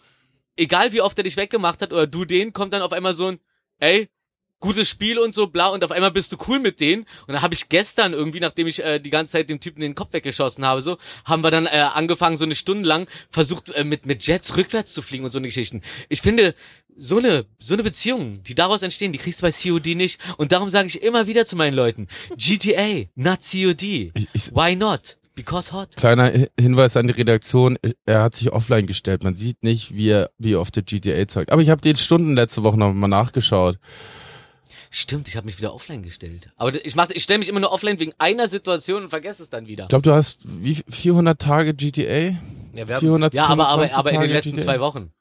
Speaker 2: egal wie oft er dich weggemacht hat oder du den, kommt dann auf einmal so ein, ey, gutes Spiel und so, bla, und auf einmal bist du cool mit denen. Und dann habe ich gestern irgendwie, nachdem ich äh, die ganze Zeit dem Typen den Kopf weggeschossen habe, so, haben wir dann äh, angefangen, so eine Stunde lang versucht, äh, mit, mit Jets rückwärts zu fliegen und so eine Geschichten. Ich finde, so eine, so eine Beziehung, die daraus entstehen, die kriegst du bei COD nicht. Und darum sage ich immer wieder zu meinen Leuten, GTA, not COD.
Speaker 3: ich-
Speaker 2: Why not? Because hot.
Speaker 3: Kleiner Hi- Hinweis an die Redaktion, er hat sich offline gestellt. Man sieht nicht, wie, er, wie oft der GTA zeigt. Aber ich habe den Stunden letzte Woche nochmal nachgeschaut.
Speaker 2: Stimmt, ich habe mich wieder offline gestellt. Aber d- ich mach, ich stelle mich immer nur offline wegen einer Situation und vergesse es dann wieder.
Speaker 3: Ich glaube, du hast wie 400 Tage GTA?
Speaker 1: Ja, wir haben-
Speaker 3: 400
Speaker 2: Ja, aber, aber, aber in den letzten zwei Wochen.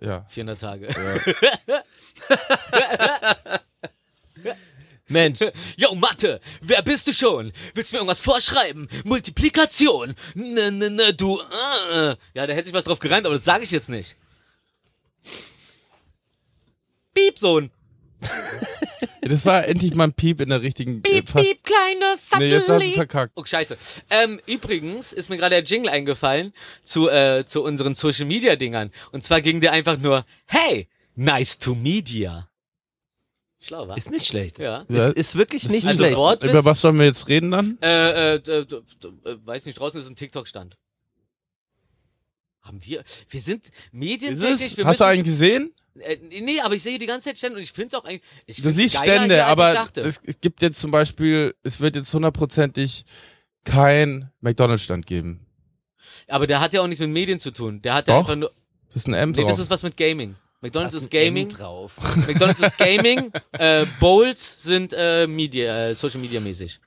Speaker 3: Ja.
Speaker 2: 400 Tage.
Speaker 1: Mensch,
Speaker 2: Yo, Mathe, wer bist du schon? Willst du mir irgendwas vorschreiben? Multiplikation. Ne, ne, ne, du. Äh. Ja, da hätte ich was drauf gereimt, aber das sage ich jetzt nicht. Piepsohn.
Speaker 3: Das war endlich mal ein Piep in der richtigen. äh,
Speaker 2: Piep,
Speaker 3: fast-
Speaker 2: piep, kleiner
Speaker 3: Nee,
Speaker 2: Satellit.
Speaker 3: jetzt hast du verkackt.
Speaker 2: Oh, scheiße. Ähm, übrigens ist mir gerade der Jingle eingefallen zu, äh, zu unseren Social Media Dingern. Und zwar ging der einfach nur, hey, nice to media. Schlau, wa?
Speaker 1: ist nicht schlecht.
Speaker 2: ja.
Speaker 3: Ja.
Speaker 1: Ist, ist wirklich nicht
Speaker 2: Also
Speaker 1: schlecht.
Speaker 2: Wortwitz.
Speaker 3: Über was sollen wir jetzt reden dann?
Speaker 2: Äh, äh, d- d- d- äh, weiß nicht, draußen ist ein TikTok-Stand. Haben wir, wir sind medientechnisch,
Speaker 3: Ist
Speaker 2: wir
Speaker 3: es? Hast du
Speaker 2: müssen,
Speaker 3: einen gesehen?
Speaker 2: äh, nee, aber ich sehe die ganze Zeit Stände und ich finde es auch eigentlich, ich
Speaker 3: Du
Speaker 2: find's
Speaker 3: siehst
Speaker 2: geiler,
Speaker 3: Stände,
Speaker 2: hier, als ich
Speaker 3: aber
Speaker 2: dachte.
Speaker 3: es, es gibt jetzt zum Beispiel, es wird jetzt hundertprozentig kein McDonalds-Stand geben.
Speaker 2: aber der hat ja auch nichts mit Medien zu tun, der hat ja
Speaker 3: Doch.
Speaker 2: einfach nur,
Speaker 3: Das ist ein M
Speaker 2: nee,
Speaker 3: drauf.
Speaker 2: das ist was mit Gaming. McDonalds
Speaker 1: Lass
Speaker 2: ist
Speaker 1: ein M
Speaker 2: Gaming,
Speaker 1: drauf.
Speaker 2: McDonalds ist Gaming, äh, Bowls sind äh, Media, äh, Social Media mäßig.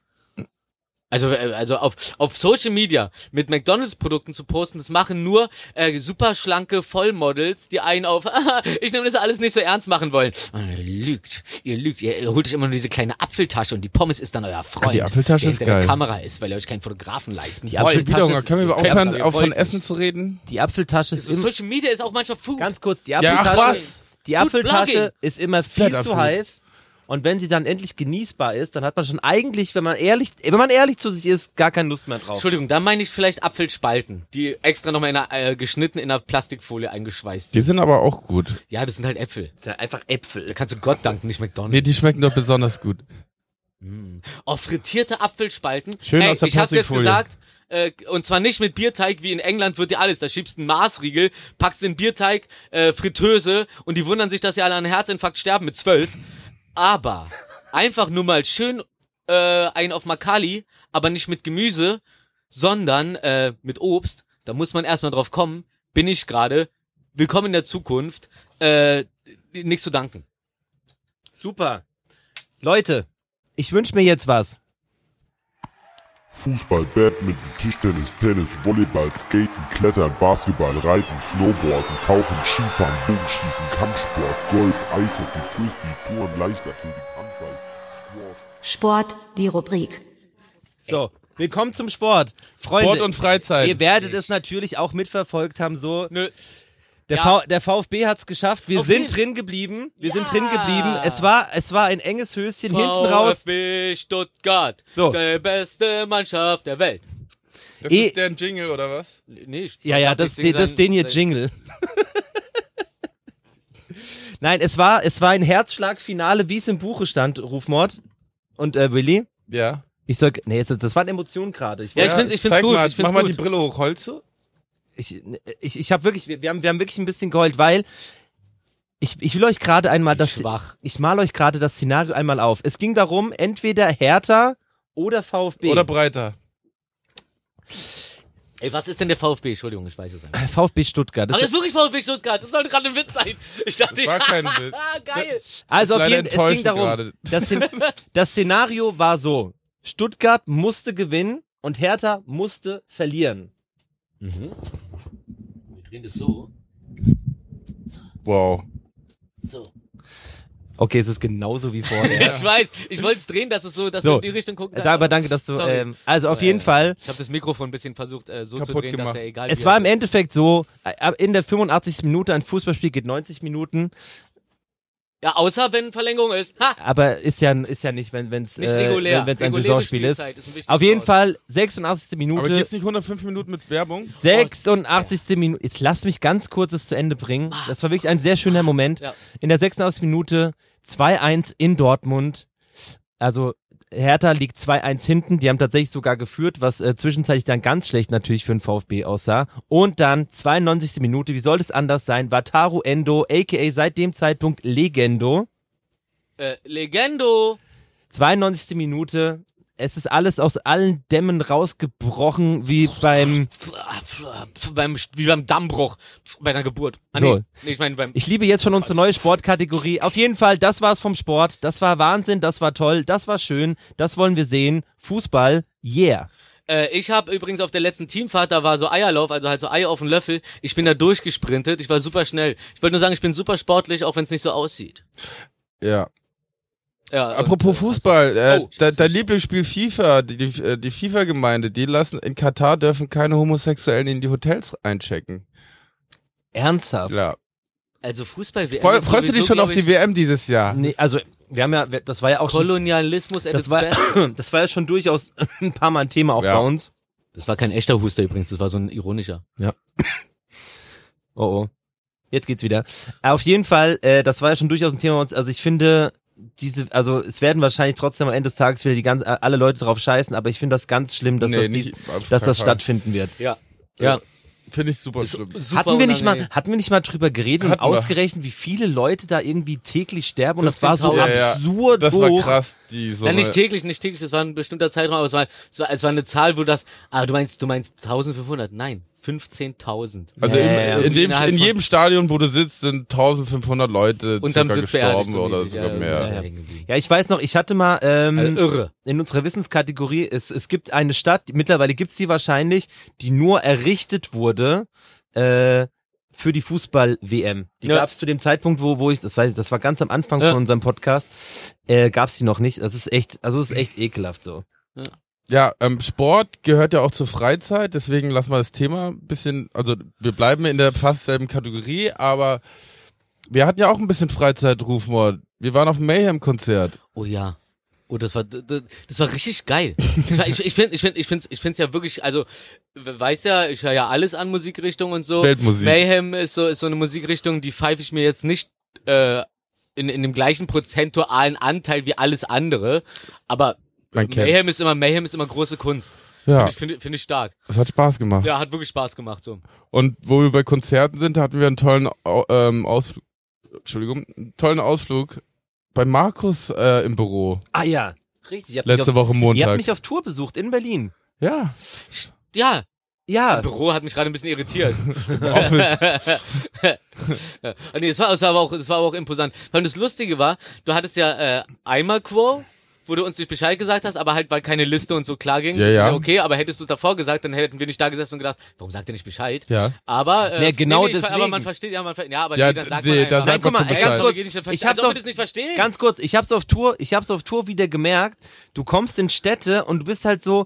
Speaker 2: Also, äh, also auf, auf Social Media mit McDonalds-Produkten zu posten, das machen nur äh, super schlanke Vollmodels, die einen auf, ich nehme das alles nicht so ernst machen wollen. Ah, Ihr lügt, ihr lügt, ihr, ihr holt euch immer nur diese kleine Apfeltasche und die Pommes ist dann euer Freund.
Speaker 3: die Apfeltasche
Speaker 2: der
Speaker 3: ist
Speaker 2: hinter
Speaker 3: geil.
Speaker 2: Der Kamera ist, weil ihr euch keinen Fotografen leisten
Speaker 1: Die
Speaker 2: wollt.
Speaker 1: Apfel-
Speaker 3: Wieder Hunger.
Speaker 1: ist-
Speaker 3: Können wir
Speaker 1: Können
Speaker 3: aufhören,
Speaker 2: wir-
Speaker 3: auf von
Speaker 2: wollten-
Speaker 3: Essen zu reden?
Speaker 1: Die Apfeltasche ist
Speaker 2: So,
Speaker 1: immer,
Speaker 2: Also Social Media ist auch manchmal Food.
Speaker 1: ganz kurz, die
Speaker 3: Ja,
Speaker 1: Apfeltasche,
Speaker 3: ach was?
Speaker 1: Die Apfeltasche
Speaker 2: Foodblogging.
Speaker 1: ist immer viel zu
Speaker 3: Blätterfood.
Speaker 1: heiß. Und wenn sie dann endlich genießbar ist, dann hat man schon eigentlich, wenn man ehrlich, wenn man ehrlich zu sich ist, gar keine Lust mehr drauf.
Speaker 2: Entschuldigung, da meine ich vielleicht Apfelspalten, die extra nochmal in einer, äh, geschnitten in einer Plastikfolie eingeschweißt
Speaker 3: Die sind aber auch gut.
Speaker 2: Ja, das sind halt Äpfel.
Speaker 1: Das sind einfach
Speaker 2: Da
Speaker 1: Äpfel.
Speaker 2: kannst du Gott danken, nicht
Speaker 3: Nee,
Speaker 2: McDonalds.
Speaker 3: die schmecken doch besonders gut.
Speaker 2: Oh, frittierte Apfelspalten.
Speaker 3: Schön
Speaker 2: Ey,
Speaker 3: aus der
Speaker 2: ich hab's jetzt
Speaker 3: Plastikfolie.
Speaker 2: gesagt. Äh, und zwar nicht mit Bierteig, wie in England wird dir alles. Da schiebst einen Maßriegel, packst den Bierteig, äh, Fritteuse und die wundern sich, dass sie alle an Herzinfarkt sterben mit zwölf. Aber einfach nur mal schön äh, einen auf Makali, aber nicht mit Gemüse, sondern äh, mit Obst. Da muss man erstmal drauf kommen. Bin ich gerade. Willkommen in der Zukunft. Äh, nichts zu danken.
Speaker 1: Super. Leute, ich wünsche mir jetzt was.
Speaker 5: Fußball, Badminton, Tischtennis, Tennis, Volleyball, Skaten, Klettern, Basketball, Reiten, Snowboarden, Tauchen, Skifahren, Bogenschießen, Kampfsport, Golf, Eishockey, Frisbee, Touren, Leichtathletik, Handball, Squash.
Speaker 6: Sport, die Rubrik.
Speaker 1: So, willkommen zum Sport. Freunde,
Speaker 3: Sport und Freizeit.
Speaker 1: ihr werdet es natürlich auch mitverfolgt haben, so.
Speaker 2: Nö.
Speaker 1: Der, v
Speaker 2: Ja.
Speaker 1: der VfB hat es geschafft. Wir
Speaker 2: Auf
Speaker 1: sind
Speaker 2: jeden-
Speaker 1: drin geblieben. Wir sind
Speaker 2: Ja.
Speaker 1: drin geblieben. Es war, es war ein enges Höschen. Hinten raus.
Speaker 2: VfB Stuttgart,
Speaker 1: So.
Speaker 2: die beste Mannschaft der Welt.
Speaker 3: Das
Speaker 1: Eh-
Speaker 3: ist deren Jingle, oder was?
Speaker 2: Nee, ich-
Speaker 1: Ja, ja,
Speaker 2: ich
Speaker 1: das,
Speaker 2: sing
Speaker 1: das, das
Speaker 2: sein-
Speaker 1: den hier
Speaker 2: sein-
Speaker 1: Jingle. Nein, es war, es war ein Herzschlagfinale, wie es im Buche stand, Rufmord und äh, Willi.
Speaker 3: Ja.
Speaker 1: Ich soll, nee, jetzt, das waren Emotionen gerade. Ich,
Speaker 2: Ja, ich find's, ich find's
Speaker 3: Zeig
Speaker 2: gut.
Speaker 3: Mal,
Speaker 2: ich find's
Speaker 3: mach mal
Speaker 2: gut.
Speaker 3: die Brille hoch, holst du?
Speaker 1: ich, ich, ich habe wirklich, wir wir haben, wir haben wirklich ein bisschen geheult, weil ich, ich will euch gerade einmal das,
Speaker 2: Schwach.
Speaker 1: ich mal euch gerade das Szenario einmal auf. Es ging darum, entweder Hertha oder VfB.
Speaker 3: Oder breiter?
Speaker 2: Ey, was ist denn der VfB? Entschuldigung, ich weiß es nicht.
Speaker 1: Äh, VfB Stuttgart. Das
Speaker 2: Aber es ist wirklich VfB Stuttgart. Das sollte gerade ein Witz sein. Ich dachte,
Speaker 3: Das war kein Witz.
Speaker 2: ah, geil.
Speaker 1: Also auf
Speaker 3: Ist leider
Speaker 1: jeden, es ging
Speaker 3: enttäuschend
Speaker 1: darum,
Speaker 3: gerade.
Speaker 1: das, Szen- das Szenario war so. Stuttgart musste gewinnen und Hertha musste verlieren.
Speaker 2: Mhm. Wir drehen das so.
Speaker 3: Wow.
Speaker 2: So.
Speaker 1: Okay, es ist genauso wie vorher.
Speaker 2: Ich weiß, ich wollte es drehen, dass es so, dass
Speaker 1: So.
Speaker 2: du in die Richtung gucken kannst.
Speaker 1: da, aber danke, dass du.
Speaker 2: Sorry.
Speaker 1: Ähm, also auf
Speaker 2: Äh,
Speaker 1: jeden Fall.
Speaker 2: Ich habe das Mikrofon ein bisschen versucht, äh, so zu
Speaker 3: Kaputt
Speaker 2: drehen,
Speaker 3: gemacht.
Speaker 2: dass er egal wie
Speaker 1: Es
Speaker 2: er
Speaker 1: war im
Speaker 2: sitzt.
Speaker 1: Endeffekt so, äh, in der 85. Minute ein Fußballspiel geht 90 Minuten,
Speaker 2: Ja, außer wenn Verlängerung ist. Ha!
Speaker 1: aber ist ja, ist ja nicht, wenn es
Speaker 2: Nicht
Speaker 1: äh,
Speaker 2: regulär.
Speaker 1: wenn- wenn's ein
Speaker 2: Reguläre
Speaker 1: Saisonspiel ist.
Speaker 2: Spielzeit ist ein wichtiges
Speaker 1: Auf jeden
Speaker 2: Wort.
Speaker 1: Fall 86.
Speaker 3: Aber
Speaker 1: Minute.
Speaker 3: geht's nicht 105 Minuten mit Werbung?
Speaker 1: 86. Minute. Jetzt lass mich ganz kurz das zu Ende bringen. Das war wirklich ein sehr schöner Moment.
Speaker 2: Ah, Ja.
Speaker 1: In der 86. Minute 2-1 in Dortmund. Also Hertha liegt 2-1 hinten. Die haben tatsächlich sogar geführt, was äh, zwischenzeitlich dann ganz schlecht natürlich für den VfB aussah. Und dann 92. Minute, wie soll es anders sein? Wataru Endo, a.k.a. seit dem Zeitpunkt Legendo.
Speaker 2: Äh, Legendo.
Speaker 1: 92. Minute. Es ist alles aus allen Dämmen rausgebrochen, wie beim
Speaker 2: Pf, ah, pf, ah, pf, beim, wie beim Dammbruch. Pf, Bei einer Geburt. Ah,
Speaker 1: So.
Speaker 2: nee. nee, ich meine beim.
Speaker 1: Ich liebe jetzt schon unsere neue Sportkategorie. Auf jeden Fall, das war's vom Sport. Das war Wahnsinn, das war toll, das war schön, das wollen wir sehen. Fußball, yeah.
Speaker 2: Äh, ich habe übrigens auf der letzten Teamfahrt, da war so Eierlauf, also halt so Eier auf dem Löffel. Ich bin da durchgesprintet. Ich war super schnell. Ich wollte nur sagen, ich bin super sportlich, auch wenn es nicht so aussieht.
Speaker 3: Ja.
Speaker 2: Ja,
Speaker 3: Apropos
Speaker 2: und, also
Speaker 3: Fußball, äh,
Speaker 2: Oh,
Speaker 3: de
Speaker 2: scheiße.
Speaker 3: dein Lieblingsspiel FIFA, die, die, äh, die FIFA-Gemeinde, die lassen in Katar dürfen keine Homosexuellen in die Hotels einchecken.
Speaker 1: Ernsthaft?
Speaker 3: Ja.
Speaker 2: äh, Also Fußball WM
Speaker 3: Freu,
Speaker 2: ist
Speaker 3: freust du dich
Speaker 2: sowieso,
Speaker 3: schon auf
Speaker 2: glaub ich,
Speaker 3: die WM dieses Jahr?
Speaker 1: Nee, also, wir haben ja, das war ja auch schon,
Speaker 2: Kolonialismus at
Speaker 1: das
Speaker 2: its
Speaker 1: war,
Speaker 2: best.
Speaker 1: das war ja schon durchaus ein paar Mal ein Thema auch
Speaker 3: Ja.
Speaker 1: bei uns.
Speaker 2: Das war kein echter Huster übrigens, das war so ein ironischer.
Speaker 1: Oh oh. Jetzt geht's wieder. Auf jeden Fall, äh, das war ja schon durchaus ein Thema bei uns. Also ich finde, diese, also es werden wahrscheinlich trotzdem am Ende des Tages wieder die ganz, alle Leute drauf scheißen, aber ich finde das ganz schlimm, dass
Speaker 3: Nee,
Speaker 1: das,
Speaker 3: nicht-
Speaker 1: dies,
Speaker 3: auf
Speaker 1: dass
Speaker 3: keinen
Speaker 1: das
Speaker 3: Fall.
Speaker 1: stattfinden wird.
Speaker 2: Ja.
Speaker 1: Ja.
Speaker 3: Finde ich super schlimm.
Speaker 2: Super
Speaker 1: hatten wir nicht mal,
Speaker 2: unangenehm.
Speaker 1: hatten wir nicht mal drüber geredet und
Speaker 3: Hatten wir.
Speaker 1: ausgerechnet, wie viele Leute da irgendwie täglich sterben und das war so
Speaker 2: 15.000.
Speaker 1: absurd
Speaker 3: Das war
Speaker 1: hoch.
Speaker 3: krass, die so.
Speaker 2: Nein, nicht täglich, nicht täglich, das war ein bestimmter Zeitraum, aber es war, es war, es war eine Zahl, wo das, ah, du meinst, du meinst 1500, nein, 15.000.
Speaker 3: also
Speaker 1: Ja,
Speaker 3: in,
Speaker 1: ja, ja.
Speaker 3: in,
Speaker 2: Innerhalb
Speaker 3: dem, in
Speaker 2: halt von-
Speaker 3: jedem Stadion, wo du sitzt, sind 1500 Leute
Speaker 2: Unterm
Speaker 3: circa
Speaker 2: Sitz beerdigt.
Speaker 3: gestorben
Speaker 2: so
Speaker 3: oder
Speaker 2: mäßig,
Speaker 3: sogar
Speaker 2: ja,
Speaker 3: mehr.
Speaker 2: ja, irgendwie.
Speaker 1: Ja, ich weiß noch, ich hatte mal ähm,
Speaker 2: Also irre.
Speaker 1: in unserer Wissenskategorie, es, es gibt eine Stadt, mittlerweile gibt's die wahrscheinlich, die nur errichtet wurde äh, für die Fußball-WM. Die
Speaker 2: Ja.
Speaker 1: gab's zu dem Zeitpunkt, wo, wo ich, das weiß ich, das war ganz am Anfang
Speaker 2: Ja.
Speaker 1: von unserem Podcast, äh, gab's die noch nicht. Das ist echt, also das ist echt ekelhaft so.
Speaker 3: Ja, ähm, Sport gehört ja auch zur Freizeit, deswegen lassen wir das Thema ein bisschen, also wir bleiben in der fast selben Kategorie, aber wir hatten ja auch ein bisschen Freizeit, Rufmord. Wir waren auf dem Mayhem-Konzert.
Speaker 2: Oh ja. Oh, das war, d- d- das war richtig geil. Ich war- ich ich finde, ich finde, ich finde, ich finde es ja wirklich, also, we- weiß ja, ich höre ja alles an Musikrichtung und so.
Speaker 3: Weltmusik.
Speaker 2: Mayhem ist so, ist so eine Musikrichtung, die pfeife ich mir jetzt nicht, äh, in, in dem gleichen prozentualen Anteil wie alles andere. Aber
Speaker 3: Man kennt's.
Speaker 2: Mayhem ist immer, Mayhem ist immer große Kunst.
Speaker 3: Ja,
Speaker 2: Finde ich, finde, finde ich stark.
Speaker 3: es hat Spaß gemacht.
Speaker 2: Ja, hat wirklich Spaß gemacht, so.
Speaker 3: Und wo wir bei Konzerten sind, hatten wir einen tollen Au- ähm, Ausflug, Entschuldigung, einen tollen Ausflug bei Markus äh, im Büro
Speaker 1: Ah ja, richtig. Ihr habt mich
Speaker 3: letzte
Speaker 1: auf,
Speaker 3: Woche
Speaker 1: Ihr habt
Speaker 3: Montag.
Speaker 1: mich auf Tour besucht in Berlin.
Speaker 3: Ja,
Speaker 2: Ja,
Speaker 1: Ja,
Speaker 2: das Büro hat mich gerade ein bisschen irritiert.
Speaker 3: Office.
Speaker 2: Ja. Ah, nee, das war, das war aber auch, das war aber auch imposant. Vor allem das Lustige war, du hattest ja äh, einmal Quo, wo du uns nicht Bescheid gesagt hast, aber halt weil keine Liste und so klar ging.
Speaker 3: Ja,
Speaker 2: ist
Speaker 3: ja.
Speaker 2: Okay, aber hättest du es davor gesagt, dann hätten wir nicht da gesessen und gedacht, warum sagt er nicht Bescheid?
Speaker 3: Ja.
Speaker 2: Aber äh,
Speaker 1: Nee, genau
Speaker 2: ich ver- aber
Speaker 1: deswegen.
Speaker 2: man versteht, ja, man versteht, ja, aber
Speaker 3: Ja,
Speaker 2: nee, dann sagt
Speaker 3: nee,
Speaker 2: man
Speaker 3: da
Speaker 2: einfach.
Speaker 3: sagt
Speaker 1: Nein, guck
Speaker 3: man
Speaker 1: mal,
Speaker 3: zum
Speaker 1: ey,
Speaker 2: Ey,
Speaker 3: Bescheid.
Speaker 1: ganz
Speaker 2: ganz
Speaker 1: kurz,
Speaker 2: kurz, ich,
Speaker 1: ich hab's
Speaker 2: ich hab's auch
Speaker 1: auf-
Speaker 2: das Also, nicht verstehen.
Speaker 1: Ganz kurz, ich hab's auf Tour, ich hab's auf Tour wieder gemerkt. Du kommst in Städte und du bist halt so,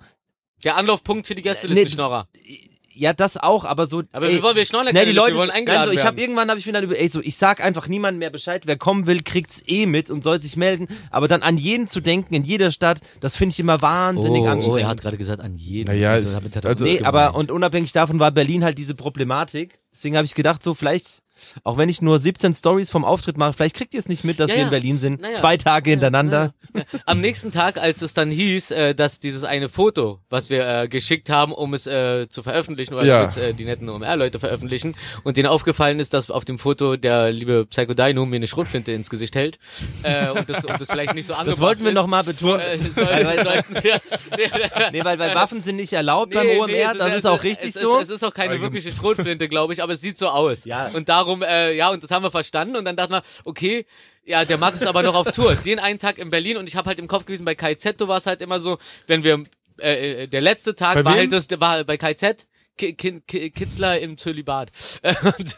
Speaker 2: Der Anlaufpunkt für die
Speaker 1: Nee,
Speaker 2: Gästeliste, Schnorrer.
Speaker 1: ja, das auch, aber so.
Speaker 2: Aber
Speaker 1: ey,
Speaker 2: wir wollen wir schnorren
Speaker 1: na, die Leute,
Speaker 2: wir wollen eingeladen
Speaker 1: nein, so, ich hab
Speaker 2: werden.
Speaker 1: irgendwann habe ich mir dann über, ey, so ich sag einfach niemandem mehr Bescheid, wer kommen will, kriegt's eh mit und soll sich melden, aber dann an jeden zu denken in jeder Stadt, das finde ich immer wahnsinnig
Speaker 2: oh, oh,
Speaker 1: anstrengend.
Speaker 2: er hat gerade gesagt, an jeden.
Speaker 3: Naja,
Speaker 2: Also,
Speaker 3: es-
Speaker 2: damit hat er
Speaker 3: also-
Speaker 2: uns
Speaker 1: Nee,
Speaker 2: gemeint.
Speaker 1: aber und unabhängig davon war Berlin halt diese Problematik. Deswegen habe ich gedacht, so vielleicht auch wenn ich nur 17 Stories vom Auftritt mache, vielleicht kriegt ihr es nicht mit, dass
Speaker 2: Ja,
Speaker 1: wir in
Speaker 2: ja.
Speaker 1: Berlin sind,
Speaker 2: Naja.
Speaker 1: zwei Tage hintereinander.
Speaker 2: Am nächsten Tag, als es dann hieß, äh, dass dieses eine Foto, was wir äh, geschickt haben, um es äh, zu veröffentlichen, oder
Speaker 3: Ja.
Speaker 2: damit äh, die netten OMR-Leute veröffentlichen, und denen aufgefallen ist, dass auf dem Foto der liebe Psycho Dino mir eine Schrotflinte ins Gesicht hält äh, und, das, und das vielleicht nicht so angebracht
Speaker 1: Das wollten wir
Speaker 2: ist.
Speaker 1: nochmal betonen.
Speaker 2: Äh, sollten, sollten wir,
Speaker 1: Nee, weil, weil Waffen sind nicht erlaubt beim
Speaker 2: Nee,
Speaker 1: OMR,
Speaker 2: nee, es
Speaker 1: das
Speaker 2: es
Speaker 1: ist auch richtig
Speaker 2: es ist,
Speaker 1: so.
Speaker 2: Es ist auch keine wirkliche Schrotflinte, glaube ich, aber es sieht so aus. Ja. Und darum, äh, ja, und das haben wir verstanden und dann dachten wir, okay, Ja, der Max ist aber noch auf Tour. Den einen Tag in Berlin und ich habe halt im Kopf gewesen, bei Kai Z, du warst halt immer so, wenn wir, äh, äh, der letzte Tag
Speaker 3: Bei
Speaker 2: war
Speaker 3: wem?
Speaker 2: halt das, der war bei Kai Z, Ki- Kin- Ki- Kitzler im Zölibat. und,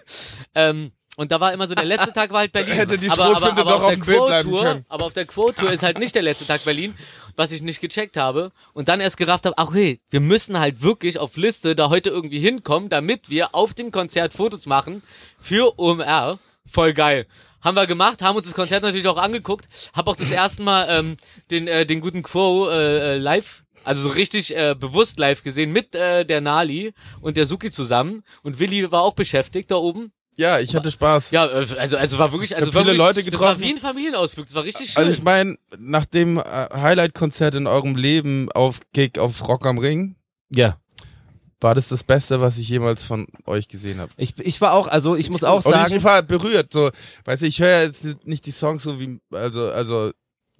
Speaker 2: ähm, und da war immer so, der letzte Tag war halt Berlin.
Speaker 3: Hätte die
Speaker 2: aber, aber,
Speaker 3: Schrotflinte
Speaker 2: aber
Speaker 3: doch
Speaker 2: auf
Speaker 3: auf
Speaker 2: der
Speaker 3: dem Bild bleiben
Speaker 2: Quo-Tour,
Speaker 3: können.
Speaker 2: aber auf der Quo-Tour ist halt nicht der letzte Tag Berlin, was ich nicht gecheckt habe. Und dann erst gerafft habe, ach hey, wir müssen halt wirklich auf Liste da heute irgendwie hinkommen, damit wir auf dem Konzert Fotos machen für OMR. Voll geil. Haben wir gemacht, haben uns das Konzert natürlich auch angeguckt, hab auch das erste Mal ähm, den, äh, den guten Quo äh, äh, live, also so richtig äh, bewusst live gesehen, mit äh, der Nali und der Suki zusammen. Und Willi war auch beschäftigt da oben.
Speaker 3: Ja, ich hatte Spaß.
Speaker 2: Ja, äh, also, also war wirklich, also
Speaker 3: hab
Speaker 2: war
Speaker 3: viele
Speaker 2: wirklich,
Speaker 3: Leute
Speaker 2: Das war
Speaker 3: getroffen.
Speaker 2: wie ein Familienausflug, das war richtig schön.
Speaker 3: Also ich meine, nach dem äh, Highlight-Konzert in eurem Leben auf Gig auf Rock am Ring,
Speaker 1: Ja.
Speaker 3: war das das Beste, was ich jemals von euch gesehen habe.
Speaker 1: Ich, ich war auch, also ich muss auch
Speaker 3: Und
Speaker 1: sagen,
Speaker 3: ich war berührt. So, weißt du, ich höre jetzt nicht die Songs so wie, also, also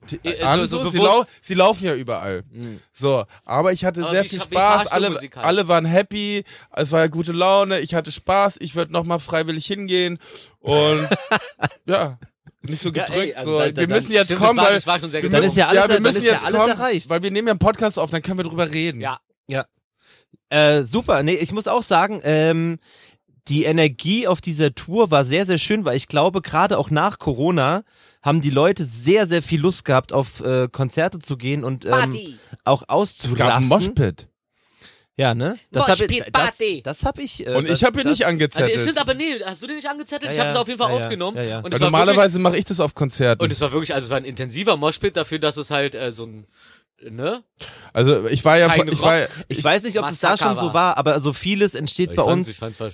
Speaker 3: die-
Speaker 2: Äh, so-
Speaker 3: an,
Speaker 1: also
Speaker 2: so
Speaker 3: so, sie,
Speaker 2: bewusst.
Speaker 3: lau sie laufen ja überall.
Speaker 1: Mhm.
Speaker 3: So, aber ich hatte
Speaker 2: Aber
Speaker 3: sehr
Speaker 2: ich
Speaker 3: viel
Speaker 2: hab- ich
Speaker 3: Spaß.
Speaker 2: verarschte
Speaker 3: Alle,
Speaker 2: Musik halt.
Speaker 3: alle waren happy. Es war gute Laune. Ich hatte Spaß. Ich würde nochmal freiwillig hingehen und ja. Nicht so
Speaker 1: Ja,
Speaker 3: gedrückt.
Speaker 1: ey, also
Speaker 3: so.
Speaker 1: da- da-
Speaker 3: wir
Speaker 1: dann-
Speaker 3: müssen jetzt
Speaker 2: Stimmt,
Speaker 3: kommen,
Speaker 2: das war,
Speaker 3: weil
Speaker 2: das war schon sehr
Speaker 3: wir
Speaker 2: gut.
Speaker 1: Dann
Speaker 3: müssen-
Speaker 1: ist ja alles-
Speaker 3: ja, wir
Speaker 1: dann
Speaker 3: müssen
Speaker 1: ist ja
Speaker 3: jetzt
Speaker 1: alles
Speaker 3: kommen,
Speaker 1: erreicht.
Speaker 3: weil wir nehmen ja einen Podcast auf, dann können wir drüber reden.
Speaker 2: Ja.
Speaker 1: äh, super, nee, ich muss auch sagen, ähm, die Energie auf dieser Tour war sehr, sehr schön, weil ich glaube, gerade auch nach Corona haben die Leute sehr, sehr viel Lust gehabt, auf äh, Konzerte zu gehen und ähm, auch
Speaker 3: Es gab einen
Speaker 1: auszulasten.
Speaker 3: Moshpit.
Speaker 1: Ja, ne? Das habe ich, das,
Speaker 2: Moshpit-Party.
Speaker 1: das hab ich. Äh,
Speaker 3: Und ich habe ihn
Speaker 1: das-
Speaker 3: nicht
Speaker 2: Also,
Speaker 3: angezettelt.
Speaker 2: stimmt, aber nee, hast du den nicht angezettelt?
Speaker 1: Ja,
Speaker 2: ich habe
Speaker 1: ja,
Speaker 2: es auf jeden Fall
Speaker 1: ja, ja,
Speaker 2: aufgenommen.
Speaker 1: ja, ja.
Speaker 2: Und
Speaker 3: weil
Speaker 2: es war wirklich,
Speaker 3: normalerweise mache ich das auf Konzerten.
Speaker 2: und es war wirklich, also es war ein intensiver Moshpit dafür, dass es halt äh, so ein, ne?
Speaker 3: also ich war ja,
Speaker 2: Kein
Speaker 3: von- ich war,
Speaker 2: Rock.
Speaker 1: Ich weiß nicht, ob es da
Speaker 2: Massaker
Speaker 1: schon so
Speaker 2: war.
Speaker 1: war, aber so vieles entsteht bei uns.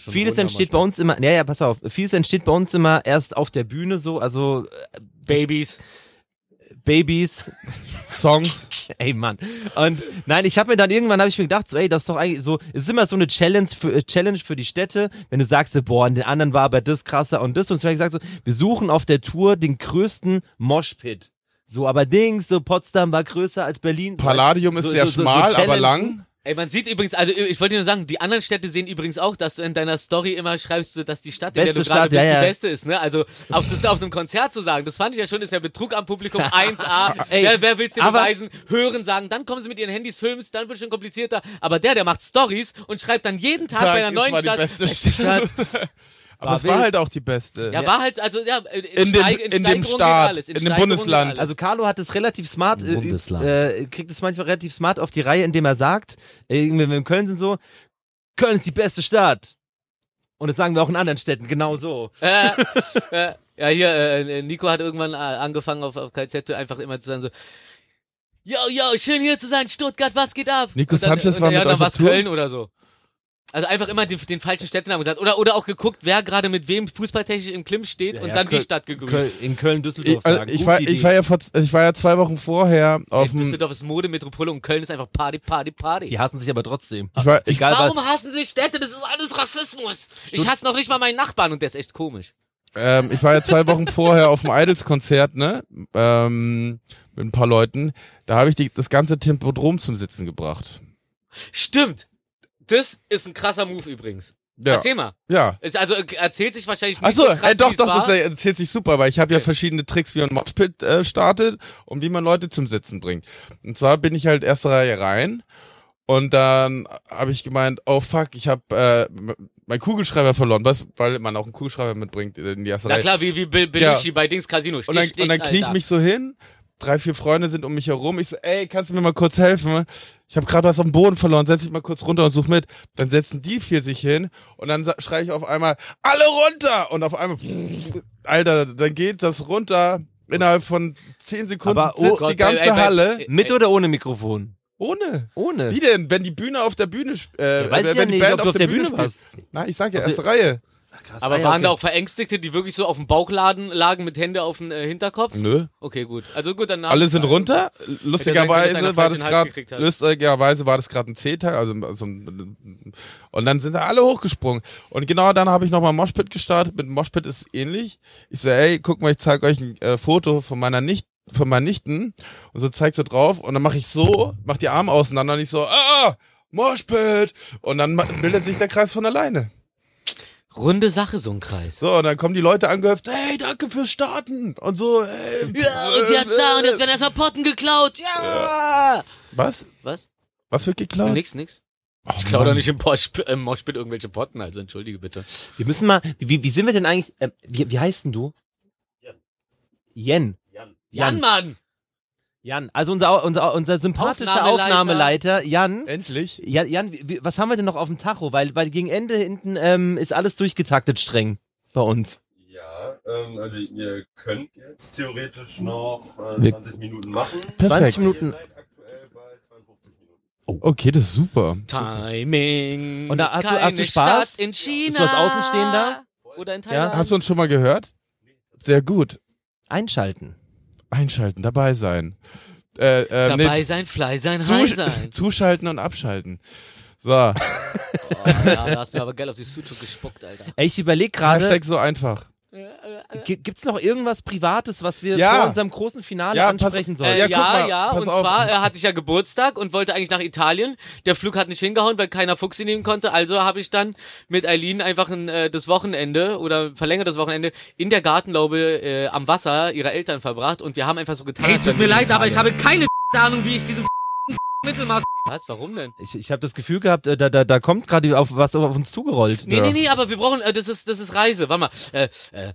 Speaker 1: Vieles entsteht bei uns immer, ja, ja, pass auf, vieles entsteht bei uns immer erst auf der Bühne so, also äh,
Speaker 2: Babys.
Speaker 1: Babys,
Speaker 3: Songs.
Speaker 1: ey Mann. Und nein, ich habe mir dann irgendwann habe ich mir gedacht, so, ey, das ist doch eigentlich so, es ist immer so eine Challenge für äh, Challenge für die Städte, wenn du sagst, so, boah, an den anderen war aber das krasser und das und vielleicht gesagt so, wir suchen auf der Tour den größten Moshpit. So, aber Dings, so Potsdam war größer als Berlin.
Speaker 3: Palladium ist
Speaker 1: So-
Speaker 3: sehr
Speaker 1: so- so- so
Speaker 3: schmal, aber
Speaker 1: Challenges.
Speaker 3: lang.
Speaker 2: Ey, man sieht übrigens, also ich wollte nur sagen, die anderen Städte sehen übrigens auch, dass du in deiner Story immer schreibst, dass die Stadt, in der
Speaker 1: Beste
Speaker 2: du gerade
Speaker 1: Stadt,
Speaker 2: bist,
Speaker 1: ja,
Speaker 2: die
Speaker 1: ja.
Speaker 2: beste ist, ne? Also auf, das auf einem Konzert zu sagen, das fand ich ja schon, ist ja Betrug am Publikum 1A.
Speaker 1: Ey,
Speaker 2: wer, wer will's dir
Speaker 1: aber-
Speaker 2: beweisen? Hören, sagen, dann kommen sie mit ihren Handys, filmen dann wird's schon komplizierter. Aber der, der macht Stories und schreibt dann jeden Tag,
Speaker 3: Tag,
Speaker 2: bei einer
Speaker 3: es
Speaker 2: neuen
Speaker 3: war die
Speaker 2: Stadt.
Speaker 3: beste
Speaker 2: Stadt.
Speaker 3: Aber es
Speaker 1: wild.
Speaker 3: war halt auch die beste.
Speaker 2: Ja, war halt, also ja, in,
Speaker 3: In dem- in dem
Speaker 2: Steigerung geht
Speaker 3: Staat,
Speaker 2: alles,
Speaker 3: in dem
Speaker 2: Steigerung geht
Speaker 3: Bundesland.
Speaker 2: alles.
Speaker 1: Also Carlo hat es relativ smart, äh,
Speaker 7: Bundesland.
Speaker 1: äh, kriegt es manchmal relativ smart auf die Reihe, indem er sagt, äh, irgendwie, wenn wir in Köln sind so, Köln ist die beste Stadt. Und das sagen wir auch in anderen Städten, genau so.
Speaker 2: äh, äh, ja, hier, äh, äh, Nico hat irgendwann äh, angefangen auf, auf KZ einfach immer zu sagen so, yo, yo, schön hier zu sein, Stuttgart, was geht ab?
Speaker 3: Nico
Speaker 2: Und dann,
Speaker 3: Sanchez
Speaker 2: und,
Speaker 3: war
Speaker 2: ja,
Speaker 3: mit
Speaker 2: dann
Speaker 3: euch
Speaker 2: war's
Speaker 3: auf Tour?
Speaker 2: Köln oder so. Also einfach immer den, den falschen Städtenamen gesagt. Oder, oder auch geguckt, wer gerade mit wem fußballtechnisch im Klimm steht und
Speaker 1: ja,
Speaker 2: dann
Speaker 1: Köl-
Speaker 2: die Stadt gegrüßt.
Speaker 1: Köl- in Köln, Düsseldorf.
Speaker 3: Ich, also
Speaker 1: sagen.
Speaker 3: ich,
Speaker 1: Gute
Speaker 3: war,
Speaker 1: Idee.
Speaker 3: ich, war ja vor, also, ich war ja zwei Wochen vorher auf
Speaker 2: Ey,
Speaker 3: dem.
Speaker 2: Düsseldorf ist Modemetropole und Köln ist einfach Party, Party, Party.
Speaker 1: die hassen sich aber trotzdem.
Speaker 3: Ich war, ich,
Speaker 1: Egal,
Speaker 2: Ah. Warum hassen sie Städte? Das ist alles Rassismus. Ich hasse noch nicht mal meinen Nachbarn und der ist echt komisch.
Speaker 3: ähm, ich war ja zwei Wochen vorher auf dem Idols-Konzert, ne? Ähm, mit ein paar Leuten. Da habe ich die, das ganze Tempodrom zum Sitzen gebracht.
Speaker 2: Stimmt. Das ist ein krasser Move übrigens.
Speaker 3: Ja.
Speaker 2: Erzähl mal.
Speaker 3: Ja.
Speaker 2: Ist also äh, erzählt sich wahrscheinlich nicht so
Speaker 3: Achso,
Speaker 2: krass,
Speaker 3: äh, doch,
Speaker 2: wie's
Speaker 3: doch,
Speaker 2: war.
Speaker 3: das erzählt sich super, weil ich habe ja verschiedene Tricks, wie man Moshpit äh, startet und wie man Leute zum Sitzen bringt. Und zwar bin ich halt erste Reihe rein und dann habe ich gemeint, oh fuck, ich habe äh, m- meinen Kugelschreiber verloren, was, weil man auch einen Kugelschreiber mitbringt in die erste
Speaker 2: Na
Speaker 3: Reihe.
Speaker 2: klar, wie, wie Bill
Speaker 3: Ja.
Speaker 2: Belushi bei Dings Casino. Stich,
Speaker 3: und dann,
Speaker 2: Stich,
Speaker 3: und dann knie ich
Speaker 2: Alter.
Speaker 3: mich so hin, drei, vier Freunde sind um mich herum, ich so, ey, kannst du mir mal kurz helfen? Ich habe gerade was am Boden verloren, setz dich mal kurz runter und such mit. Dann setzen die vier sich hin und dann sa- schreie ich auf einmal, alle runter! Und auf einmal, Alter, dann geht das runter. Innerhalb von zehn Sekunden
Speaker 1: Aber, oh
Speaker 3: sitzt
Speaker 1: Gott,
Speaker 3: die ganze
Speaker 2: ey, ey,
Speaker 3: Halle.
Speaker 2: ey,
Speaker 1: Mit oder ohne Mikrofon?
Speaker 3: Ohne.
Speaker 1: Ohne.
Speaker 3: Wie denn? Wenn die Bühne auf der Bühne sp- äh,
Speaker 1: Ja, weiß ich
Speaker 3: wenn
Speaker 1: ja
Speaker 3: die
Speaker 1: nicht,
Speaker 3: Band
Speaker 1: ob du auf der Bühne warst.
Speaker 3: spielt. Nein, ich sag ja, erste Reihe.
Speaker 1: Krass,
Speaker 2: aber
Speaker 1: ah, ja,
Speaker 2: waren
Speaker 1: okay.
Speaker 2: da auch Verängstigte, die wirklich so auf dem Bauchladen lagen mit Hände auf dem äh, Hinterkopf?
Speaker 3: Nö.
Speaker 2: Okay, gut. Also gut, dann
Speaker 3: Mhm. Alle sind
Speaker 2: also-
Speaker 3: runter.
Speaker 2: Hätte sein können, dass einer falsch
Speaker 3: Lustigerweise war das
Speaker 2: den Hals
Speaker 3: gerade
Speaker 2: gekriegt hat.
Speaker 3: lustigerweise war das gerade ein C-Teil, also so ein, und dann sind da alle hochgesprungen. Und genau dann habe ich nochmal Moshpit gestartet. Mit Moshpit ist ähnlich. Ich so, ey, guck mal, ich zeig euch ein äh, Foto von meiner Nicht von meinen Nichten und so zeigt so drauf und dann mache ich so, mach die Arme auseinander und ich so, ah, Moshpit und dann ma- bildet sich der Kreis von alleine.
Speaker 2: Runde Sache, so ein Kreis.
Speaker 3: So, und dann kommen die Leute angehöft, hey, danke fürs Starten. Und so, hey,
Speaker 2: Ja, und sie hat's da und
Speaker 3: äh.
Speaker 2: jetzt werden erstmal Potten geklaut. Ja!
Speaker 3: Was?
Speaker 2: Was?
Speaker 3: Was wird geklaut?
Speaker 2: Nix, nix.
Speaker 3: Oh,
Speaker 2: Ich klau doch
Speaker 3: Mann.
Speaker 2: nicht im Porsche, äh, im Moshpit irgendwelche Potten, also entschuldige bitte.
Speaker 1: Wir müssen mal, wie, wie sind wir denn eigentlich, äh, wie, wie heißt denn du? Jen.
Speaker 2: Jan,
Speaker 1: Jan.
Speaker 2: Mann!
Speaker 1: Jan. Also unser, unser, unser sympathischer
Speaker 2: Aufnahmeleiter. Äh.
Speaker 1: Aufnahmeleiter, Jan.
Speaker 3: Endlich.
Speaker 1: Ja, Jan, wie- wie- was haben wir denn noch auf dem Tacho? Weil, weil gegen Ende hinten ähm, ist alles durchgetaktet streng bei uns.
Speaker 7: Ja, ähm, also ihr könnt jetzt theoretisch noch äh,
Speaker 1: Wir-
Speaker 7: 20 Minuten machen.
Speaker 1: 20 Minuten.
Speaker 7: Ihr seid aktuell bei 52 Minuten.
Speaker 3: Oh. Okay, das ist super.
Speaker 2: Timing.
Speaker 1: Und da
Speaker 2: ist
Speaker 1: hast du-
Speaker 2: keine
Speaker 1: hast du Spaß?
Speaker 2: Stadt in China.
Speaker 1: du als Außenstehender?
Speaker 2: Oder in Thailand.
Speaker 3: Hast du uns schon mal gehört? Sehr gut.
Speaker 1: Einschalten.
Speaker 3: Einschalten, dabei sein. Äh, äh,
Speaker 2: Dabei
Speaker 3: nee,
Speaker 2: sein, Fly sein,
Speaker 3: zu-
Speaker 2: High sein.
Speaker 3: Zuschalten und abschalten. So,
Speaker 2: Oh, ja, da hast du mir aber geil auf die Sucho gespuckt, Alter.
Speaker 1: Ey, ich überlege gerade,
Speaker 3: Hashtag so einfach.
Speaker 1: gi- gibt's noch irgendwas Privates, was wir
Speaker 3: Ja.
Speaker 1: vor unserem großen Finale
Speaker 3: Ja, pass-
Speaker 1: ansprechen sollen?
Speaker 2: Äh,
Speaker 3: Ja,
Speaker 2: ja,
Speaker 3: guck
Speaker 2: ja,
Speaker 3: mal, pass
Speaker 2: und
Speaker 3: auf.
Speaker 2: zwar äh, hatte ich ja Geburtstag und wollte eigentlich nach Italien. Der Flug hat nicht hingehauen, weil keiner Fuchsi nehmen konnte. Also habe ich dann mit Eileen einfach ein, äh, das Wochenende oder verlängertes Wochenende in der Gartenlaube äh, am Wasser ihrer Eltern verbracht und wir haben einfach so getan.
Speaker 4: Hey,
Speaker 2: als
Speaker 4: tut
Speaker 2: wenn
Speaker 4: mir
Speaker 2: wir in
Speaker 4: leid, aber ich
Speaker 2: Italien-
Speaker 4: habe keine Ahnung, wie ich diesem Mittelmaß.
Speaker 2: Was? Warum denn?
Speaker 1: Ich, ich habe das Gefühl gehabt, äh, da, da, da kommt gerade auf was auf uns zugerollt.
Speaker 2: Nee, nee, nee, aber wir brauchen, äh, das ist, das ist Reise, warte mal. Äh, äh, äh,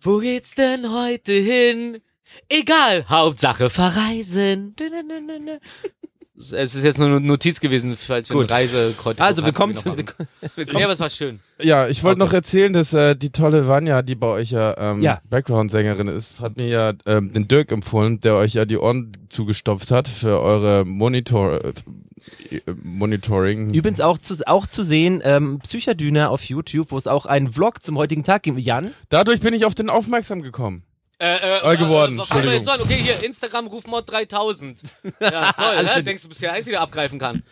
Speaker 2: wo geht's denn heute hin? Egal, Hauptsache verreisen. Dü- dü- dü- dü- dü. Es ist jetzt nur eine Notiz gewesen, falls wir
Speaker 1: Gut.
Speaker 2: eine Reise
Speaker 1: Also, wir kommen
Speaker 2: noch
Speaker 1: zu.
Speaker 2: machen. Ja, aber es war schön.
Speaker 3: Ja, ich wollte noch erzählen, dass äh, die tolle Vanja, die bei euch ja, ähm,
Speaker 1: Ja.
Speaker 3: Background-Sängerin ist, hat mir ja ähm, den Dirk empfohlen, der euch ja die Ohren zugestopft hat für eure Monitor äh, äh, Monitoring.
Speaker 1: Übrigens auch zu, auch zu sehen, ähm, Psychadüner auf YouTube, wo es auch einen Vlog zum heutigen Tag gibt. Jan,
Speaker 3: Dadurch bin ich auf den aufmerksam gekommen.
Speaker 2: Äh,
Speaker 3: All geworden,
Speaker 2: was fangen wir jetzt
Speaker 3: Entschuldigung.
Speaker 2: an? Okay, hier, Instagram Rufmord 3000. Ja, toll, ne? Denkst du, bist der Einzige, der abgreifen kann.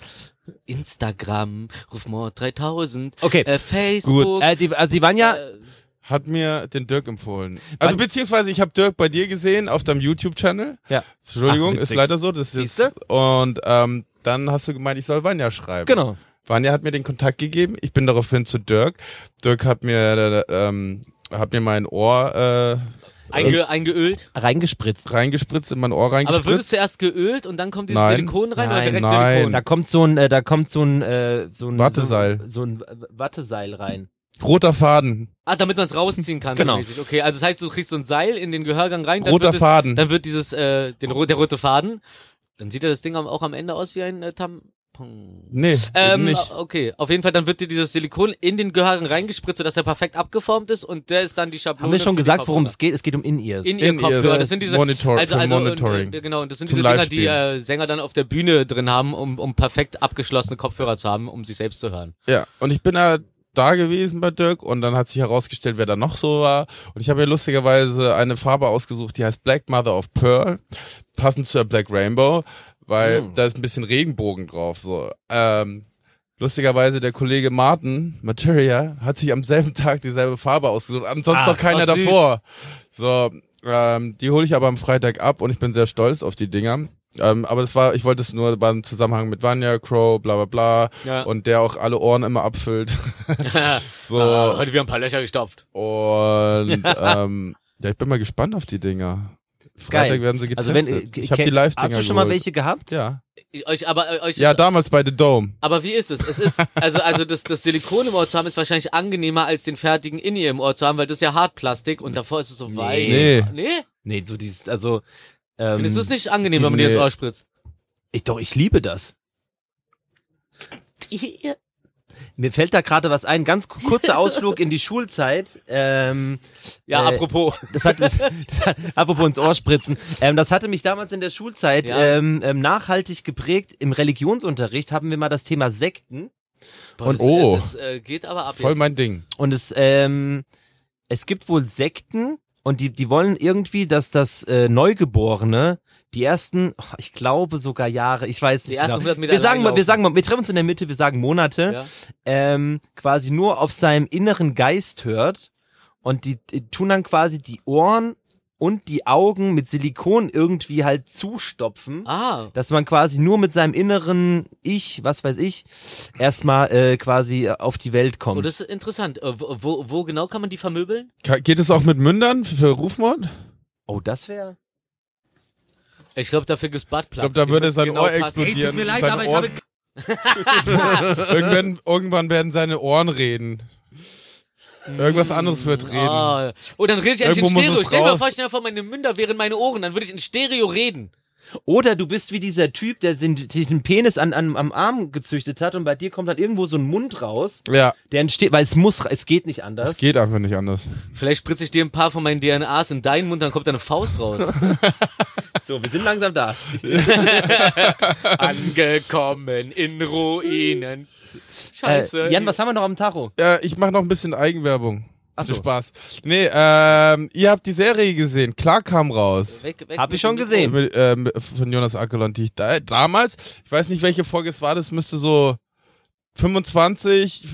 Speaker 2: Instagram Rufmord 3000.
Speaker 1: Okay.
Speaker 2: Äh, Facebook.
Speaker 1: äh, die, also die waren ja,
Speaker 2: Äh,
Speaker 3: Hat mir den Dirk empfohlen. Also beziehungsweise ich habe Dirk bei dir gesehen auf deinem YouTube-Channel.
Speaker 1: Ja.
Speaker 3: Entschuldigung,
Speaker 1: Ach,
Speaker 3: ist
Speaker 1: witzig.
Speaker 3: leider so. Das ist
Speaker 1: Siehste?
Speaker 3: und ähm, dann hast du gemeint, ich soll Vanja schreiben.
Speaker 1: genau.
Speaker 3: Vanja hat mir den Kontakt gegeben. Ich bin daraufhin zu Dirk. Dirk hat mir äh, ähm, hat mir mein Ohr äh,
Speaker 2: einge eingeölt.
Speaker 1: Reingespritzt.
Speaker 3: reingespritzt, in mein Ohr
Speaker 2: Aber
Speaker 3: reingespritzt.
Speaker 2: wird es zuerst geölt und dann kommt dieses
Speaker 3: Nein.
Speaker 2: Silikon rein oder
Speaker 1: Nein.
Speaker 2: direkt
Speaker 3: Nein.
Speaker 2: Silikon?
Speaker 1: Da kommt so ein, äh, da kommt so ein, äh, so ein
Speaker 3: Watteseil.
Speaker 1: so ein, so ein Watteseil rein.
Speaker 3: Roter Faden.
Speaker 2: Ah, damit man es rausziehen kann.
Speaker 1: Genau.
Speaker 2: so mäßig. Okay, also das heißt, du kriegst so ein Seil in den Gehörgang rein. Dann
Speaker 3: Roter
Speaker 2: wird es,
Speaker 3: Faden.
Speaker 2: Dann wird dieses, äh, den, ro- der rote Faden. Dann sieht er das Ding am- auch am Ende aus wie ein äh, Tampon.
Speaker 3: Nee,
Speaker 2: Ähm,
Speaker 3: nicht.
Speaker 2: okay, auf jeden Fall, dann wird dir dieses Silikon in den Gehörgang reingespritzt, sodass er perfekt abgeformt ist und der ist dann die Schablone.
Speaker 1: Haben wir schon
Speaker 2: für die
Speaker 1: gesagt, worum
Speaker 2: Kopfhörer.
Speaker 1: es geht? Es geht um In-Ears.
Speaker 2: in ihr
Speaker 3: In-Ears.
Speaker 2: Kopfhörer. Das sind diese
Speaker 3: Monitor-
Speaker 2: also,
Speaker 3: zum
Speaker 2: also,
Speaker 3: Monitoring.
Speaker 2: Und, äh, genau, und das sind
Speaker 3: Zum
Speaker 2: diese Dinger, die
Speaker 3: Live-Spielen.
Speaker 2: äh, Sänger dann auf der Bühne drin haben, um, um perfekt abgeschlossene Kopfhörer zu haben, um sich selbst zu hören.
Speaker 3: Ja, und ich bin da da gewesen bei Dirk und dann hat sich herausgestellt, wer da noch so war. Und ich habe mir lustigerweise eine Farbe ausgesucht, die heißt Black Mother of Pearl, passend zur Black Rainbow, weil
Speaker 1: Hm.
Speaker 3: da ist ein bisschen Regenbogen drauf. So. Ähm, lustigerweise der Kollege Martin Materia hat sich am selben Tag dieselbe Farbe ausgesucht, ansonsten
Speaker 1: Ach,
Speaker 3: noch keiner
Speaker 1: Ah, ach, süß.
Speaker 3: davor. So, ähm, die hole ich aber am Freitag ab und ich bin sehr stolz auf die Dinger. Ähm, aber das war, ich wollte es nur beim Zusammenhang mit Vanya, Crow, bla bla bla
Speaker 2: Ja.
Speaker 3: und der auch alle Ohren immer abfüllt. so
Speaker 2: Ah, heute wieder ein paar Löcher gestopft.
Speaker 3: und ähm, ja, ich bin mal gespannt auf die Dinger. Freitag
Speaker 1: Geil.
Speaker 3: werden sie
Speaker 1: also
Speaker 3: getestet.
Speaker 1: wenn,
Speaker 3: ich habe die Live-Dinger
Speaker 1: Hast du schon mal
Speaker 3: geholt.
Speaker 1: welche gehabt?
Speaker 3: Ja.
Speaker 2: Ich, euch, aber äh, euch
Speaker 3: ja,
Speaker 2: ist,
Speaker 3: damals bei The Dome.
Speaker 2: aber wie ist es? Es ist also also das das Silikon im Ohr zu haben ist wahrscheinlich angenehmer als den fertigen in ihr im Ohr zu haben, weil das ist ja Hartplastik und davor ist es so weich.
Speaker 3: Nee. Ähm,
Speaker 2: Nee?
Speaker 1: Nee, so dieses, also, ähm,
Speaker 2: Findest du es nicht angenehm, wenn man dir
Speaker 3: diese-
Speaker 2: ins Ohr spritzt?
Speaker 1: Ich, doch, ich liebe das. Mir fällt da gerade was ein. Ganz ku- kurzer Ausflug in die Schulzeit. Ähm,
Speaker 2: Ja,
Speaker 1: äh,
Speaker 2: apropos.
Speaker 1: Das hat, das, das hat, apropos ins Ohr spritzen. Ähm, das hatte mich damals in der Schulzeit
Speaker 2: Ja.
Speaker 1: ähm, ähm, nachhaltig geprägt. Im Religionsunterricht haben wir mal das Thema Sekten.
Speaker 2: Boah, das,
Speaker 3: oh.
Speaker 2: äh, das äh, geht aber ab
Speaker 3: Voll
Speaker 2: jetzt.
Speaker 3: mein Ding.
Speaker 1: Und es, ähm, es gibt wohl Sekten und die, die wollen irgendwie, dass das äh, Neugeborene die ersten, oh, ich glaube sogar Jahre, ich weiß
Speaker 2: Die
Speaker 1: nicht
Speaker 2: ersten
Speaker 1: genau.
Speaker 2: 100 Meter
Speaker 1: Wir sagen,
Speaker 2: allein
Speaker 1: mal, wir
Speaker 2: laufen.
Speaker 1: sagen mal, wir treffen uns in der Mitte, wir sagen Monate,
Speaker 3: ne?
Speaker 2: Ja.
Speaker 1: ähm, quasi nur auf seinem inneren Geist hört und die, die tun dann quasi die Ohren und die Augen mit Silikon irgendwie halt zustopfen.
Speaker 2: Ah,
Speaker 1: Dass man quasi nur mit seinem inneren Ich, was weiß ich, erstmal äh, quasi auf die Welt
Speaker 2: oh,
Speaker 1: kommt.
Speaker 2: das ist interessant. Äh, wo, wo, wo genau kann man die vermöbeln?
Speaker 3: Ka- Geht es auch mit Mündern für Rufmord?
Speaker 1: oh, das wäre.
Speaker 2: Ich glaube, dafür gibt's
Speaker 3: Ich
Speaker 2: Badplatz.
Speaker 3: glaube, da
Speaker 2: Die
Speaker 3: würde
Speaker 2: müssen
Speaker 3: sein
Speaker 2: genau
Speaker 3: Ohr
Speaker 2: passen.
Speaker 3: explodieren.
Speaker 8: Ey, tut mir leid,
Speaker 3: sein
Speaker 8: aber ich
Speaker 3: Ohr,
Speaker 8: habe
Speaker 3: irgendwann, irgendwann werden seine Ohren reden. Irgendwas anderes wird reden.
Speaker 2: Ah. Oh, dann rede ich eigentlich
Speaker 3: Irgendwo
Speaker 2: in
Speaker 3: muss
Speaker 2: Stereo.
Speaker 3: es
Speaker 2: Stell dir mal
Speaker 3: raus.
Speaker 2: vor, ich stelle vor, meine Münder wären meine Ohren. Dann würde ich in Stereo reden.
Speaker 1: Oder du bist wie dieser Typ, der sin- sich einen Penis an, an, am Arm gezüchtet hat und bei dir kommt dann irgendwo so ein Mund raus,
Speaker 3: Ja,
Speaker 1: der entsteht, weil es muss, es geht nicht anders.
Speaker 3: es geht einfach nicht anders.
Speaker 2: Vielleicht spritze ich dir ein paar von meinen DNAs in deinen Mund, dann kommt da eine Faust raus.
Speaker 1: So, wir sind langsam da.
Speaker 2: Angekommen in Ruinen. Scheiße.
Speaker 1: Äh, Jan, was haben wir noch am Tacho?
Speaker 3: Ja, Äh, ich mache noch ein bisschen Eigenwerbung.
Speaker 1: Ach
Speaker 3: Viel
Speaker 1: so.
Speaker 3: Spaß. Nee, ähm, ihr habt die Serie gesehen. Klar kam raus.
Speaker 2: Weg, weg
Speaker 1: Hab
Speaker 2: mit
Speaker 1: ich schon
Speaker 2: dem
Speaker 1: gesehen.
Speaker 3: Mit, äh, mit- von Jonas Ackerlon, die ich da, Äh, damals, ich weiß nicht, welche Folge es war, das müsste so 25,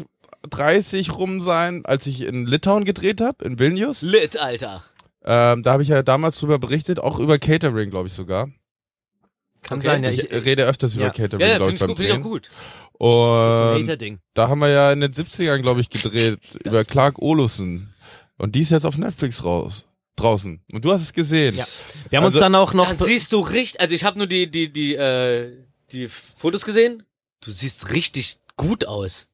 Speaker 3: 30 rum sein, als ich in Litauen gedreht habe, in Vilnius.
Speaker 2: Mikro. Lit, Alter.
Speaker 3: Ähm, da habe ich ja damals drüber berichtet, auch über Catering, glaube ich sogar.
Speaker 1: Kann
Speaker 2: Okay.
Speaker 1: sein, ja.
Speaker 3: Ich
Speaker 1: Ich, äh,
Speaker 3: rede öfters
Speaker 1: Ja.
Speaker 3: über Catering,
Speaker 2: Ja, ja
Speaker 3: glaube
Speaker 2: finde
Speaker 3: ich,
Speaker 2: ich,
Speaker 3: beim
Speaker 2: gut, find ich auch
Speaker 3: Drehen.
Speaker 2: gut.
Speaker 1: das ist ein
Speaker 3: Und
Speaker 1: Hater-Ding.
Speaker 3: da haben wir ja in den 70ern, glaube ich, gedreht, über Clark Olofsson. Und die ist jetzt auf Netflix raus, draußen. Und du hast es gesehen.
Speaker 1: Ja. Wir haben uns
Speaker 3: Also-
Speaker 1: dann auch noch.
Speaker 2: Da siehst du richtig, also ich habe nur die, die, die, äh, die Fotos gesehen. Du siehst richtig gut aus.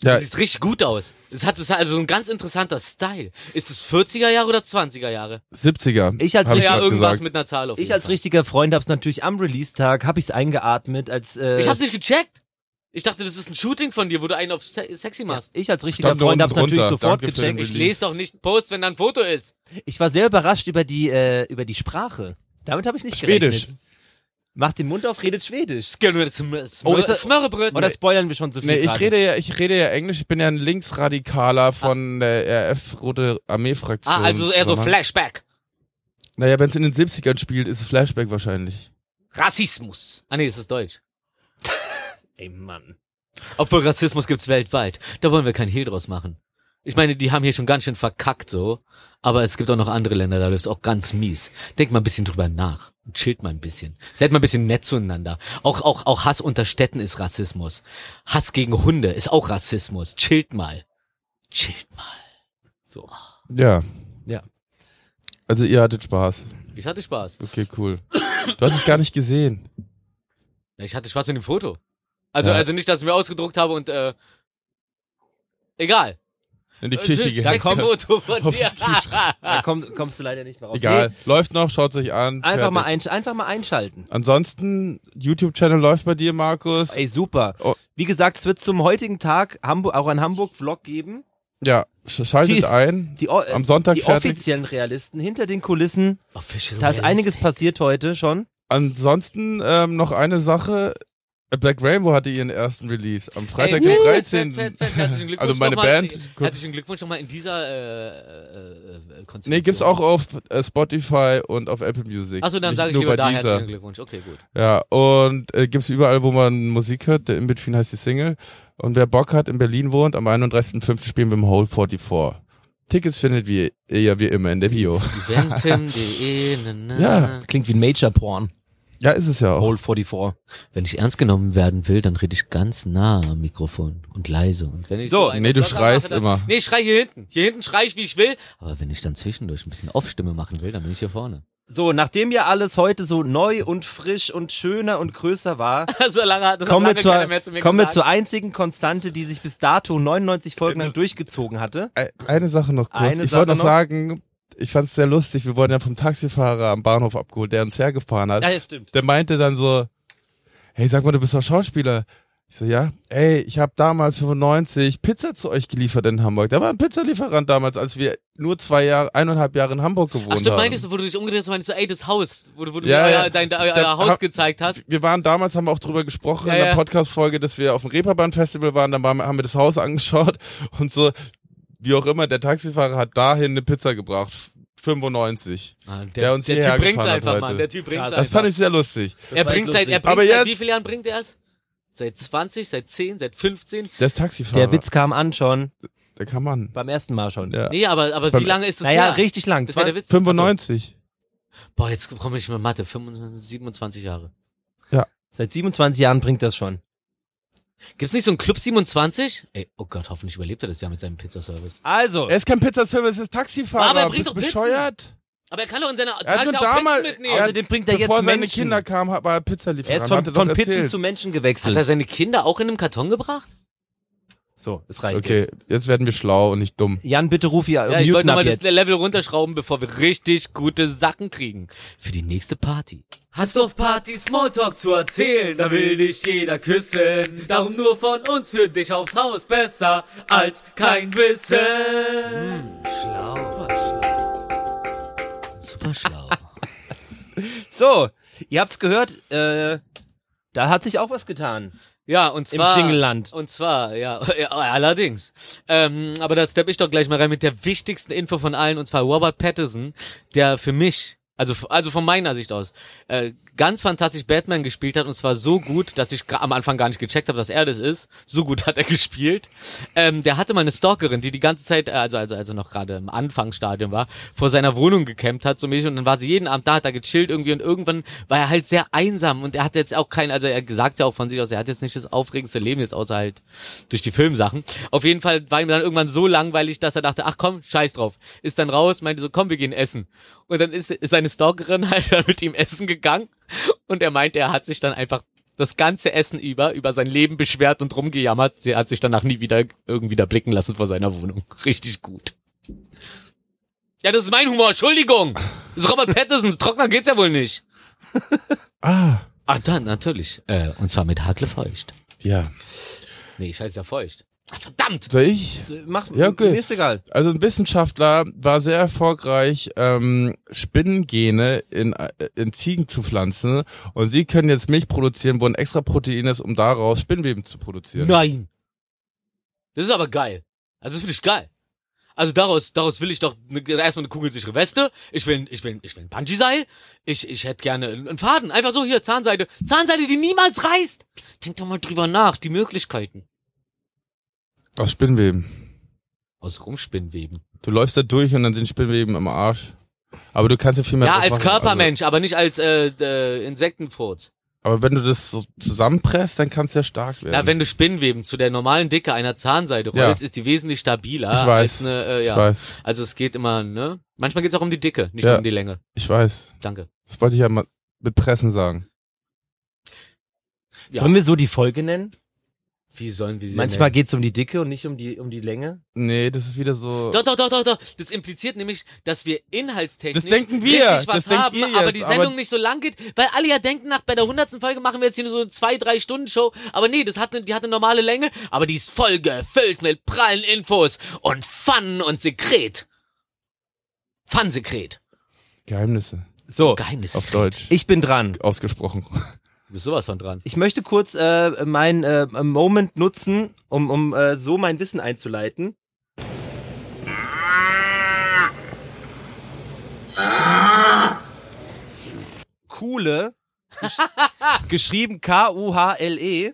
Speaker 2: Du
Speaker 3: Ja,
Speaker 2: siehst richtig gut aus. Es hat es hat also so ein ganz interessanter Style. Ist es 40er Jahre oder 20er Jahre?
Speaker 3: 70er.
Speaker 1: Ich als
Speaker 3: hab
Speaker 1: Richter
Speaker 2: ja,
Speaker 3: grad
Speaker 2: irgendwas
Speaker 3: gesagt.
Speaker 2: mit einer Zahl auf.
Speaker 1: ich
Speaker 2: jeden
Speaker 1: als
Speaker 2: Fall.
Speaker 1: richtiger Freund hab's natürlich am Release-Tag, hab ich's eingeatmet, als äh,
Speaker 2: Ich hab's nicht gecheckt. Ich dachte, das ist ein Shooting von dir, wo du einen auf se sexy machst.
Speaker 1: ich als richtiger
Speaker 3: Stand da
Speaker 1: Freund hab's
Speaker 3: unten
Speaker 1: natürlich
Speaker 3: drunter.
Speaker 1: sofort
Speaker 3: Danke für den
Speaker 1: gecheckt.
Speaker 2: Ich
Speaker 3: Release.
Speaker 2: lese doch nicht einen Post, wenn da ein Foto ist.
Speaker 1: Ich war sehr überrascht über die äh, über die Sprache. Damit habe ich nicht
Speaker 3: Schwedisch.
Speaker 1: gerechnet. Mach den Mund auf, redet Schwedisch.
Speaker 2: Oh, ist
Speaker 1: Oh, ist das-
Speaker 2: Smörrebröt.
Speaker 1: Oder spoilern wir schon zu viel?
Speaker 3: Nee, ich
Speaker 1: gerade?
Speaker 3: rede ja, ich rede ja Englisch, ich bin ja ein Linksradikaler von der RF Rote Armee Fraktion.
Speaker 2: Ah, also eher so
Speaker 3: Sondern-
Speaker 2: Flashback.
Speaker 3: Naja, wenn es in den 70ern spielt, ist es Flashback wahrscheinlich.
Speaker 2: Rassismus. Ah nee, es ist Deutsch.
Speaker 1: Ey Mann.
Speaker 2: Obwohl Rassismus gibt's weltweit. Da wollen wir kein Hehl draus machen. Ich meine, die haben hier schon ganz schön verkackt so. Aber es gibt auch noch andere Länder, da läuft's auch ganz mies. Denkt mal ein bisschen drüber nach. Chillt mal ein bisschen. Seid mal ein bisschen nett zueinander. Auch, auch, auch Hass unter Städten ist Rassismus. Hass gegen Hunde ist auch Rassismus. Chillt mal. Chillt mal. So.
Speaker 3: Ja.
Speaker 1: Ja.
Speaker 3: Also ihr hattet Spaß.
Speaker 2: Ich hatte Spaß.
Speaker 3: Okay, cool. Du hast es gar nicht gesehen.
Speaker 2: Ja, Ich hatte Spaß mit dem Foto. Also,
Speaker 3: Ja.
Speaker 2: also nicht, dass ich mir ausgedruckt habe und äh, egal.
Speaker 3: In die Kirche
Speaker 2: Äh, sexy
Speaker 3: gegangen.
Speaker 2: Foto von
Speaker 3: Auf
Speaker 2: dir.
Speaker 1: Da komm, kommst du leider nicht mehr raus.
Speaker 3: Egal.
Speaker 1: Nee,
Speaker 3: Läuft noch, schaut's euch an.
Speaker 1: einfach,
Speaker 3: fertig.
Speaker 1: mal einsch- einfach mal einschalten.
Speaker 3: Ansonsten, YouTube-Channel läuft bei dir, Markus.
Speaker 1: Ey, super.
Speaker 3: Oh.
Speaker 1: Wie gesagt, es wird zum heutigen Tag Hamburg, auch ein Hamburg-Vlog geben.
Speaker 3: Ja, sch- schaltet
Speaker 1: Die-
Speaker 3: ein.
Speaker 1: Die, o- äh,
Speaker 3: Am Sonntag
Speaker 1: die
Speaker 3: fertig.
Speaker 1: offiziellen Realisten hinter den Kulissen.
Speaker 2: Official
Speaker 1: Da ist
Speaker 2: Realist.
Speaker 1: einiges passiert heute schon.
Speaker 3: Ansonsten ähm, noch eine Sache. Äh, Black Rainbow hatte ihren ersten Release am
Speaker 2: Ey,
Speaker 3: Freitag, den
Speaker 2: fett,
Speaker 3: 13.
Speaker 2: Äh, fett, fett, fett. Herzlichen Glückwunsch
Speaker 3: Also meine
Speaker 2: nochmal.
Speaker 3: Band. Kurz.
Speaker 2: Herzlichen Glückwunsch schon mal in dieser äh, äh, äh, Konstellation.
Speaker 3: Nee, gibt's auch auf äh, Spotify und auf Apple Music.
Speaker 2: Achso, dann
Speaker 3: Nicht
Speaker 2: sage ich
Speaker 3: nur
Speaker 2: lieber
Speaker 3: bei
Speaker 2: da
Speaker 3: dieser.
Speaker 2: herzlichen Glückwunsch. Okay, gut.
Speaker 3: Ja, und äh, gibt's überall, wo man Musik hört. Der In-Between heißt die Single. Und wer Bock hat, in Berlin wohnt, am 31.05. spielen wir im Hole 44. Tickets findet ihr, ihr wie immer in der Bio.
Speaker 2: Eventim.de. e, na, na.
Speaker 3: Ja.
Speaker 1: Klingt wie ein Major-Porn.
Speaker 3: Ja, ist es ja auch.
Speaker 1: Old 44.
Speaker 2: Wenn ich ernst genommen werden will, dann rede ich ganz nah am Mikrofon und leise. Und wenn ich
Speaker 1: So,
Speaker 2: so, eine
Speaker 3: nee, du
Speaker 2: Flotte
Speaker 3: schreist
Speaker 2: mache,
Speaker 3: immer.
Speaker 2: Dann, nee, ich schrei hier hinten. Hier hinten schrei ich, wie ich will. Aber wenn ich dann zwischendurch ein bisschen Off-Stimme machen will, dann bin ich hier vorne.
Speaker 1: So, nachdem ja alles heute so neu und frisch und schöner und größer war,
Speaker 2: so lange hat das
Speaker 1: kommen,
Speaker 2: lange
Speaker 1: wir zur,
Speaker 2: keiner mehr zu mir
Speaker 1: kommen wir
Speaker 2: gesagt.
Speaker 1: zur einzigen Konstante, die sich bis dato 99 Folgen lang durchgezogen hatte.
Speaker 3: Ä- Eine Sache noch kurz.
Speaker 1: Eine
Speaker 3: ich
Speaker 1: Sache
Speaker 3: wollte noch
Speaker 1: noch.
Speaker 3: sagen, ich fand's sehr lustig. Wir wurden ja vom Taxifahrer am Bahnhof abgeholt, der uns hergefahren hat.
Speaker 1: Ja, ja, stimmt.
Speaker 3: Der meinte dann so, hey, sag mal, du bist doch Schauspieler. Ich so, ja, ey, ich habe damals 95 Pizza zu euch geliefert in Hamburg. Da war ein Pizzalieferant damals, als wir nur zwei Jahre, eineinhalb Jahre in Hamburg gewohnt
Speaker 2: Ach stimmt,
Speaker 3: haben.
Speaker 2: meintest du, wo du dich umgedreht hast, meintest du, ey, das Haus, wo du, wo du
Speaker 3: Ja,
Speaker 2: mir
Speaker 3: ja.
Speaker 2: euer, dein, euer
Speaker 3: Da-
Speaker 2: Haus
Speaker 3: hab-
Speaker 2: gezeigt hast.
Speaker 3: wir waren damals, haben wir auch drüber gesprochen
Speaker 2: Ja,
Speaker 3: in der
Speaker 2: ja.
Speaker 3: Podcast-Folge, dass wir auf dem Reeperbahn-Festival waren, dann waren, wir- haben wir das Haus angeschaut und so, wie auch immer, der Taxifahrer hat dahin eine Pizza gebracht. 95.
Speaker 2: Mann,
Speaker 3: der uns
Speaker 2: Ah, der
Speaker 3: hierher
Speaker 2: Typ bringt's
Speaker 3: gefahren hat
Speaker 2: einfach,
Speaker 3: heute.
Speaker 2: Mann. Der Typ bringt's
Speaker 1: Krass.
Speaker 3: Das
Speaker 2: einfach.
Speaker 3: fand ich sehr lustig.
Speaker 2: er
Speaker 1: war echt
Speaker 2: bringt's halt, er
Speaker 1: lustig.
Speaker 2: bringt's
Speaker 3: Aber
Speaker 2: seit
Speaker 3: jetzt-
Speaker 2: wie vielen Jahren bringt er es? Seit 20, seit 10, seit 15?
Speaker 3: Der ist Taxifahrer.
Speaker 1: Der Witz kam an schon,
Speaker 3: Der kann man.
Speaker 1: beim ersten Mal schon.
Speaker 3: Ja.
Speaker 2: Nee, aber, aber wie
Speaker 3: Beim-
Speaker 2: lange ist das
Speaker 1: Naja,
Speaker 2: her?
Speaker 1: richtig lang.
Speaker 2: Das war der Witz.
Speaker 3: 95.
Speaker 2: Also, boah, jetzt komme ich mit Mathe. 25, 27 Jahre.
Speaker 1: Seit 27 Jahren bringt das schon.
Speaker 2: Gibt's nicht so einen Club 27? Ey, oh Gott, hoffentlich überlebt er das ja mit seinem Pizzaservice.
Speaker 1: Also,
Speaker 3: Er ist kein Pizzaservice, er ist Taxifahrer.
Speaker 2: Aber er bringt
Speaker 3: Bist
Speaker 2: doch
Speaker 3: du
Speaker 2: Pizzen.
Speaker 3: bescheuert.
Speaker 2: Aber er kann doch in seiner
Speaker 3: Er hat
Speaker 2: Taxi
Speaker 3: nur
Speaker 2: auch Pizzen
Speaker 3: damals,
Speaker 2: mitnehmen. Also
Speaker 3: er-
Speaker 1: Außerdem bringt er jetzt
Speaker 3: bevor seine
Speaker 1: Menschen.
Speaker 3: Kinder kamen, hat- war er Pizzalieferant.
Speaker 1: er ist von,
Speaker 3: Hat er
Speaker 1: von
Speaker 3: doch
Speaker 1: Pizzen
Speaker 3: erzählt.
Speaker 1: zu Menschen
Speaker 2: Hat er
Speaker 1: gewechselt.
Speaker 2: seine Kinder auch in einem Karton gebracht?
Speaker 1: So, es reicht
Speaker 3: Okay,
Speaker 1: jetzt.
Speaker 3: jetzt werden wir schlau und nicht dumm.
Speaker 1: Jan, bitte ruf ihr
Speaker 2: Ja,
Speaker 1: muten
Speaker 2: ich wollte
Speaker 1: ab
Speaker 2: nochmal das
Speaker 1: jetzt.
Speaker 2: Level runterschrauben, bevor wir richtig gute Sachen kriegen. Für die nächste Party.
Speaker 4: Hast du auf Partys Smalltalk zu erzählen, da will dich jeder küssen. Darum nur von uns für dich aufs Haus besser als kein Wissen.
Speaker 2: Hm,
Speaker 4: schlau.
Speaker 2: Super schlau.
Speaker 1: So, ihr habt's gehört, äh, da hat sich auch was getan.
Speaker 2: Ja, und
Speaker 1: Im
Speaker 2: zwar.
Speaker 1: Jingle-Land.
Speaker 2: Und zwar, ja, ja, allerdings. Ähm, aber da steppe ich doch gleich mal rein mit der wichtigsten Info von allen, und zwar Robert Pattinson, der für mich, also, also von meiner Sicht aus, äh, ganz fantastisch Batman gespielt hat, und zwar so gut, dass ich gra- am Anfang gar nicht gecheckt habe, dass er das ist. So gut hat er gespielt. Ähm, der hatte mal eine Stalkerin, die die ganze Zeit, äh, also, also, also noch gerade im Anfangsstadium war, vor seiner Wohnung gekämmt hat, so mäßig, und dann war sie jeden Abend da, hat da gechillt irgendwie, und irgendwann war er halt sehr einsam, und er hat jetzt auch kein, also er sagt ja auch von sich aus, er hat jetzt nicht das aufregendste Leben jetzt außer halt durch die Filmsachen. Auf jeden Fall war ihm dann irgendwann so langweilig, dass er dachte, ach komm, scheiß drauf. Ist dann raus, meinte so, komm, wir gehen essen. Und dann ist, ist seine Stalkerin halt dann mit ihm essen gegangen und er meinte, er hat sich dann einfach das ganze Essen über, über sein Leben beschwert und rumgejammert. Sie hat sich danach nie wieder irgendwie da blicken lassen vor seiner Wohnung. Richtig gut. Ja, das ist mein Humor, Entschuldigung. Das ist Robert Pattinson, trockener geht's ja wohl nicht.
Speaker 3: Ah,
Speaker 2: Ach dann, natürlich. Äh, und zwar mit Hakle feucht.
Speaker 3: ja.
Speaker 2: Nee, scheiße, ja feucht. Ah, verdammt!
Speaker 3: Soll ich?
Speaker 1: So, Mach,
Speaker 3: Ja, okay.
Speaker 1: Mir ist egal.
Speaker 3: Also ein Wissenschaftler war sehr erfolgreich, ähm, Spinnengene in, äh, in Ziegen zu pflanzen und sie können jetzt Milch produzieren, wo ein extra Protein ist, um daraus Spinnweben zu produzieren.
Speaker 2: Nein. Das ist aber geil. Also das finde ich geil. Also daraus, daraus will ich doch ne, erstmal eine kugelsichere Weste. Ich will, ein- ich will, ein- ich will ein Bungee-Seil. Ich, ich hätte gerne einen einen Faden. Einfach so hier, Zahnseide. Zahnseide, die niemals reißt. Denk doch mal drüber nach, die Möglichkeiten.
Speaker 3: Aus Spinnweben.
Speaker 2: Aus Rumspinnweben.
Speaker 3: Du läufst da durch und dann sind Spinnweben im Arsch. Aber du kannst ja viel mehr.
Speaker 2: Ja,
Speaker 3: draus
Speaker 2: als
Speaker 3: machen.
Speaker 2: Körpermensch, aber nicht als äh, äh, Insektenfurz.
Speaker 3: Also, aber wenn du das so zusammenpresst, dann kannst du ja stark werden.
Speaker 2: Na, wenn du Spinnweben zu der normalen Dicke einer Zahnseide
Speaker 3: Ja.
Speaker 2: rollst, ist die wesentlich stabiler
Speaker 3: ich weiß.
Speaker 2: als eine, äh, ja.
Speaker 3: Ich weiß.
Speaker 2: Also es geht immer, ne? Manchmal geht es auch um die Dicke, nicht
Speaker 3: Ja.
Speaker 2: nur um die Länge.
Speaker 3: Ich weiß.
Speaker 2: Danke.
Speaker 3: Das wollte ich ja mal mit Pressen sagen.
Speaker 2: Ja.
Speaker 1: Sollen wir so die Folge nennen?
Speaker 2: Wie sollen wir die
Speaker 1: Manchmal geht's um die Dicke und nicht um die, um die Länge.
Speaker 3: Nee, das ist wieder so.
Speaker 2: Doch, doch, doch, doch, doch. Das impliziert nämlich, dass wir inhaltstechnisch
Speaker 3: Das denken wir.
Speaker 2: richtig was
Speaker 3: Das denkt
Speaker 2: haben,
Speaker 3: ihr jetzt,
Speaker 2: aber die Sendung
Speaker 3: aber-
Speaker 2: nicht so lang geht, weil alle ja denken, nach bei der hundertsten Folge machen wir jetzt hier so eine zwei, drei Stunden Show. Aber nee, das hat eine, die hat eine normale Länge, aber die ist voll gefüllt mit prallen Infos und Fun und Sekret. Fun-Sekret.
Speaker 3: Geheimnisse.
Speaker 1: So,
Speaker 2: Geheimnis.
Speaker 3: Auf Deutsch.
Speaker 1: ich bin dran.
Speaker 3: Ausgesprochen.
Speaker 2: Du bist sowas von dran.
Speaker 1: Ich möchte kurz äh, meinen äh, Moment nutzen, um, um äh, so mein Wissen einzuleiten. Kuhle, gesch geschrieben K-U-H-L-E,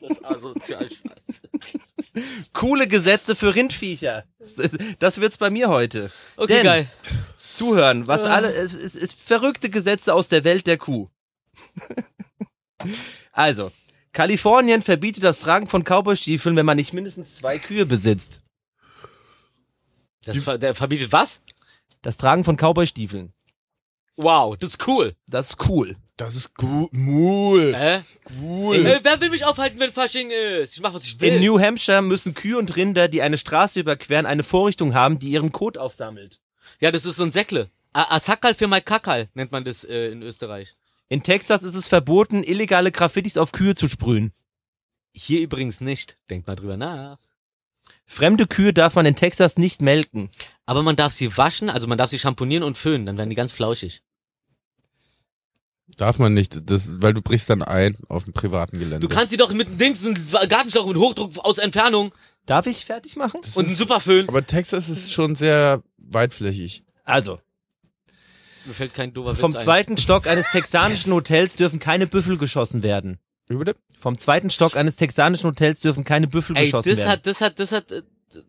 Speaker 2: Das ist asozial scheiße.
Speaker 1: coole Gesetze für Rindviecher. Das wird's bei mir heute.
Speaker 2: Okay,
Speaker 1: Denn-
Speaker 2: geil.
Speaker 1: Zuhören, was
Speaker 2: Äh.
Speaker 1: alle, es ist, ist verrückte Gesetze aus der Welt der Kuh. also, Kalifornien verbietet das Tragen von Cowboystiefeln, wenn man nicht mindestens zwei Kühe besitzt.
Speaker 2: Das ver der verbietet was?
Speaker 1: Das Tragen von Cowboystiefeln.
Speaker 2: Wow, das ist cool.
Speaker 1: Das ist cool.
Speaker 3: Das ist gut. Cool.
Speaker 2: Äh?
Speaker 3: Cool.
Speaker 2: Äh, wer will mich aufhalten, wenn Fasching ist? Ich mach, was ich will.
Speaker 1: In New Hampshire müssen Kühe und Rinder, die eine Straße überqueren, eine Vorrichtung haben, die ihren Kot aufsammelt.
Speaker 2: Ja, das ist so ein Säckle. A- A Sackerl für mein Kackerl nennt man das äh, in Österreich.
Speaker 1: In Texas ist es verboten, illegale Graffitis auf Kühe zu sprühen.
Speaker 2: Hier übrigens nicht. Denkt mal drüber nach.
Speaker 1: Fremde Kühe darf man in Texas nicht melken.
Speaker 2: Aber man darf sie waschen, also man darf sie schamponieren und föhnen, dann werden die ganz flauschig.
Speaker 3: Darf man nicht, das, weil du brichst dann ein auf dem privaten Gelände.
Speaker 2: Du kannst sie doch mit einem Dings, mit einem Gartenschlauch mit Hochdruck aus Entfernung
Speaker 1: Darf ich fertig machen?
Speaker 3: Das
Speaker 2: und einem
Speaker 3: ist,
Speaker 2: Superföhn.
Speaker 3: aber Texas ist schon sehr weitflächig.
Speaker 1: Also,
Speaker 2: Mir fällt kein doofer Witz
Speaker 1: Vom
Speaker 2: ein.
Speaker 1: zweiten Stock eines texanischen Hotels dürfen keine Büffel geschossen werden.
Speaker 3: Wie bitte?
Speaker 1: Vom zweiten Stock eines texanischen Hotels dürfen keine Büffel
Speaker 4: Ey, das
Speaker 1: geschossen werden.
Speaker 4: hat, das hat, das hat. äh, d-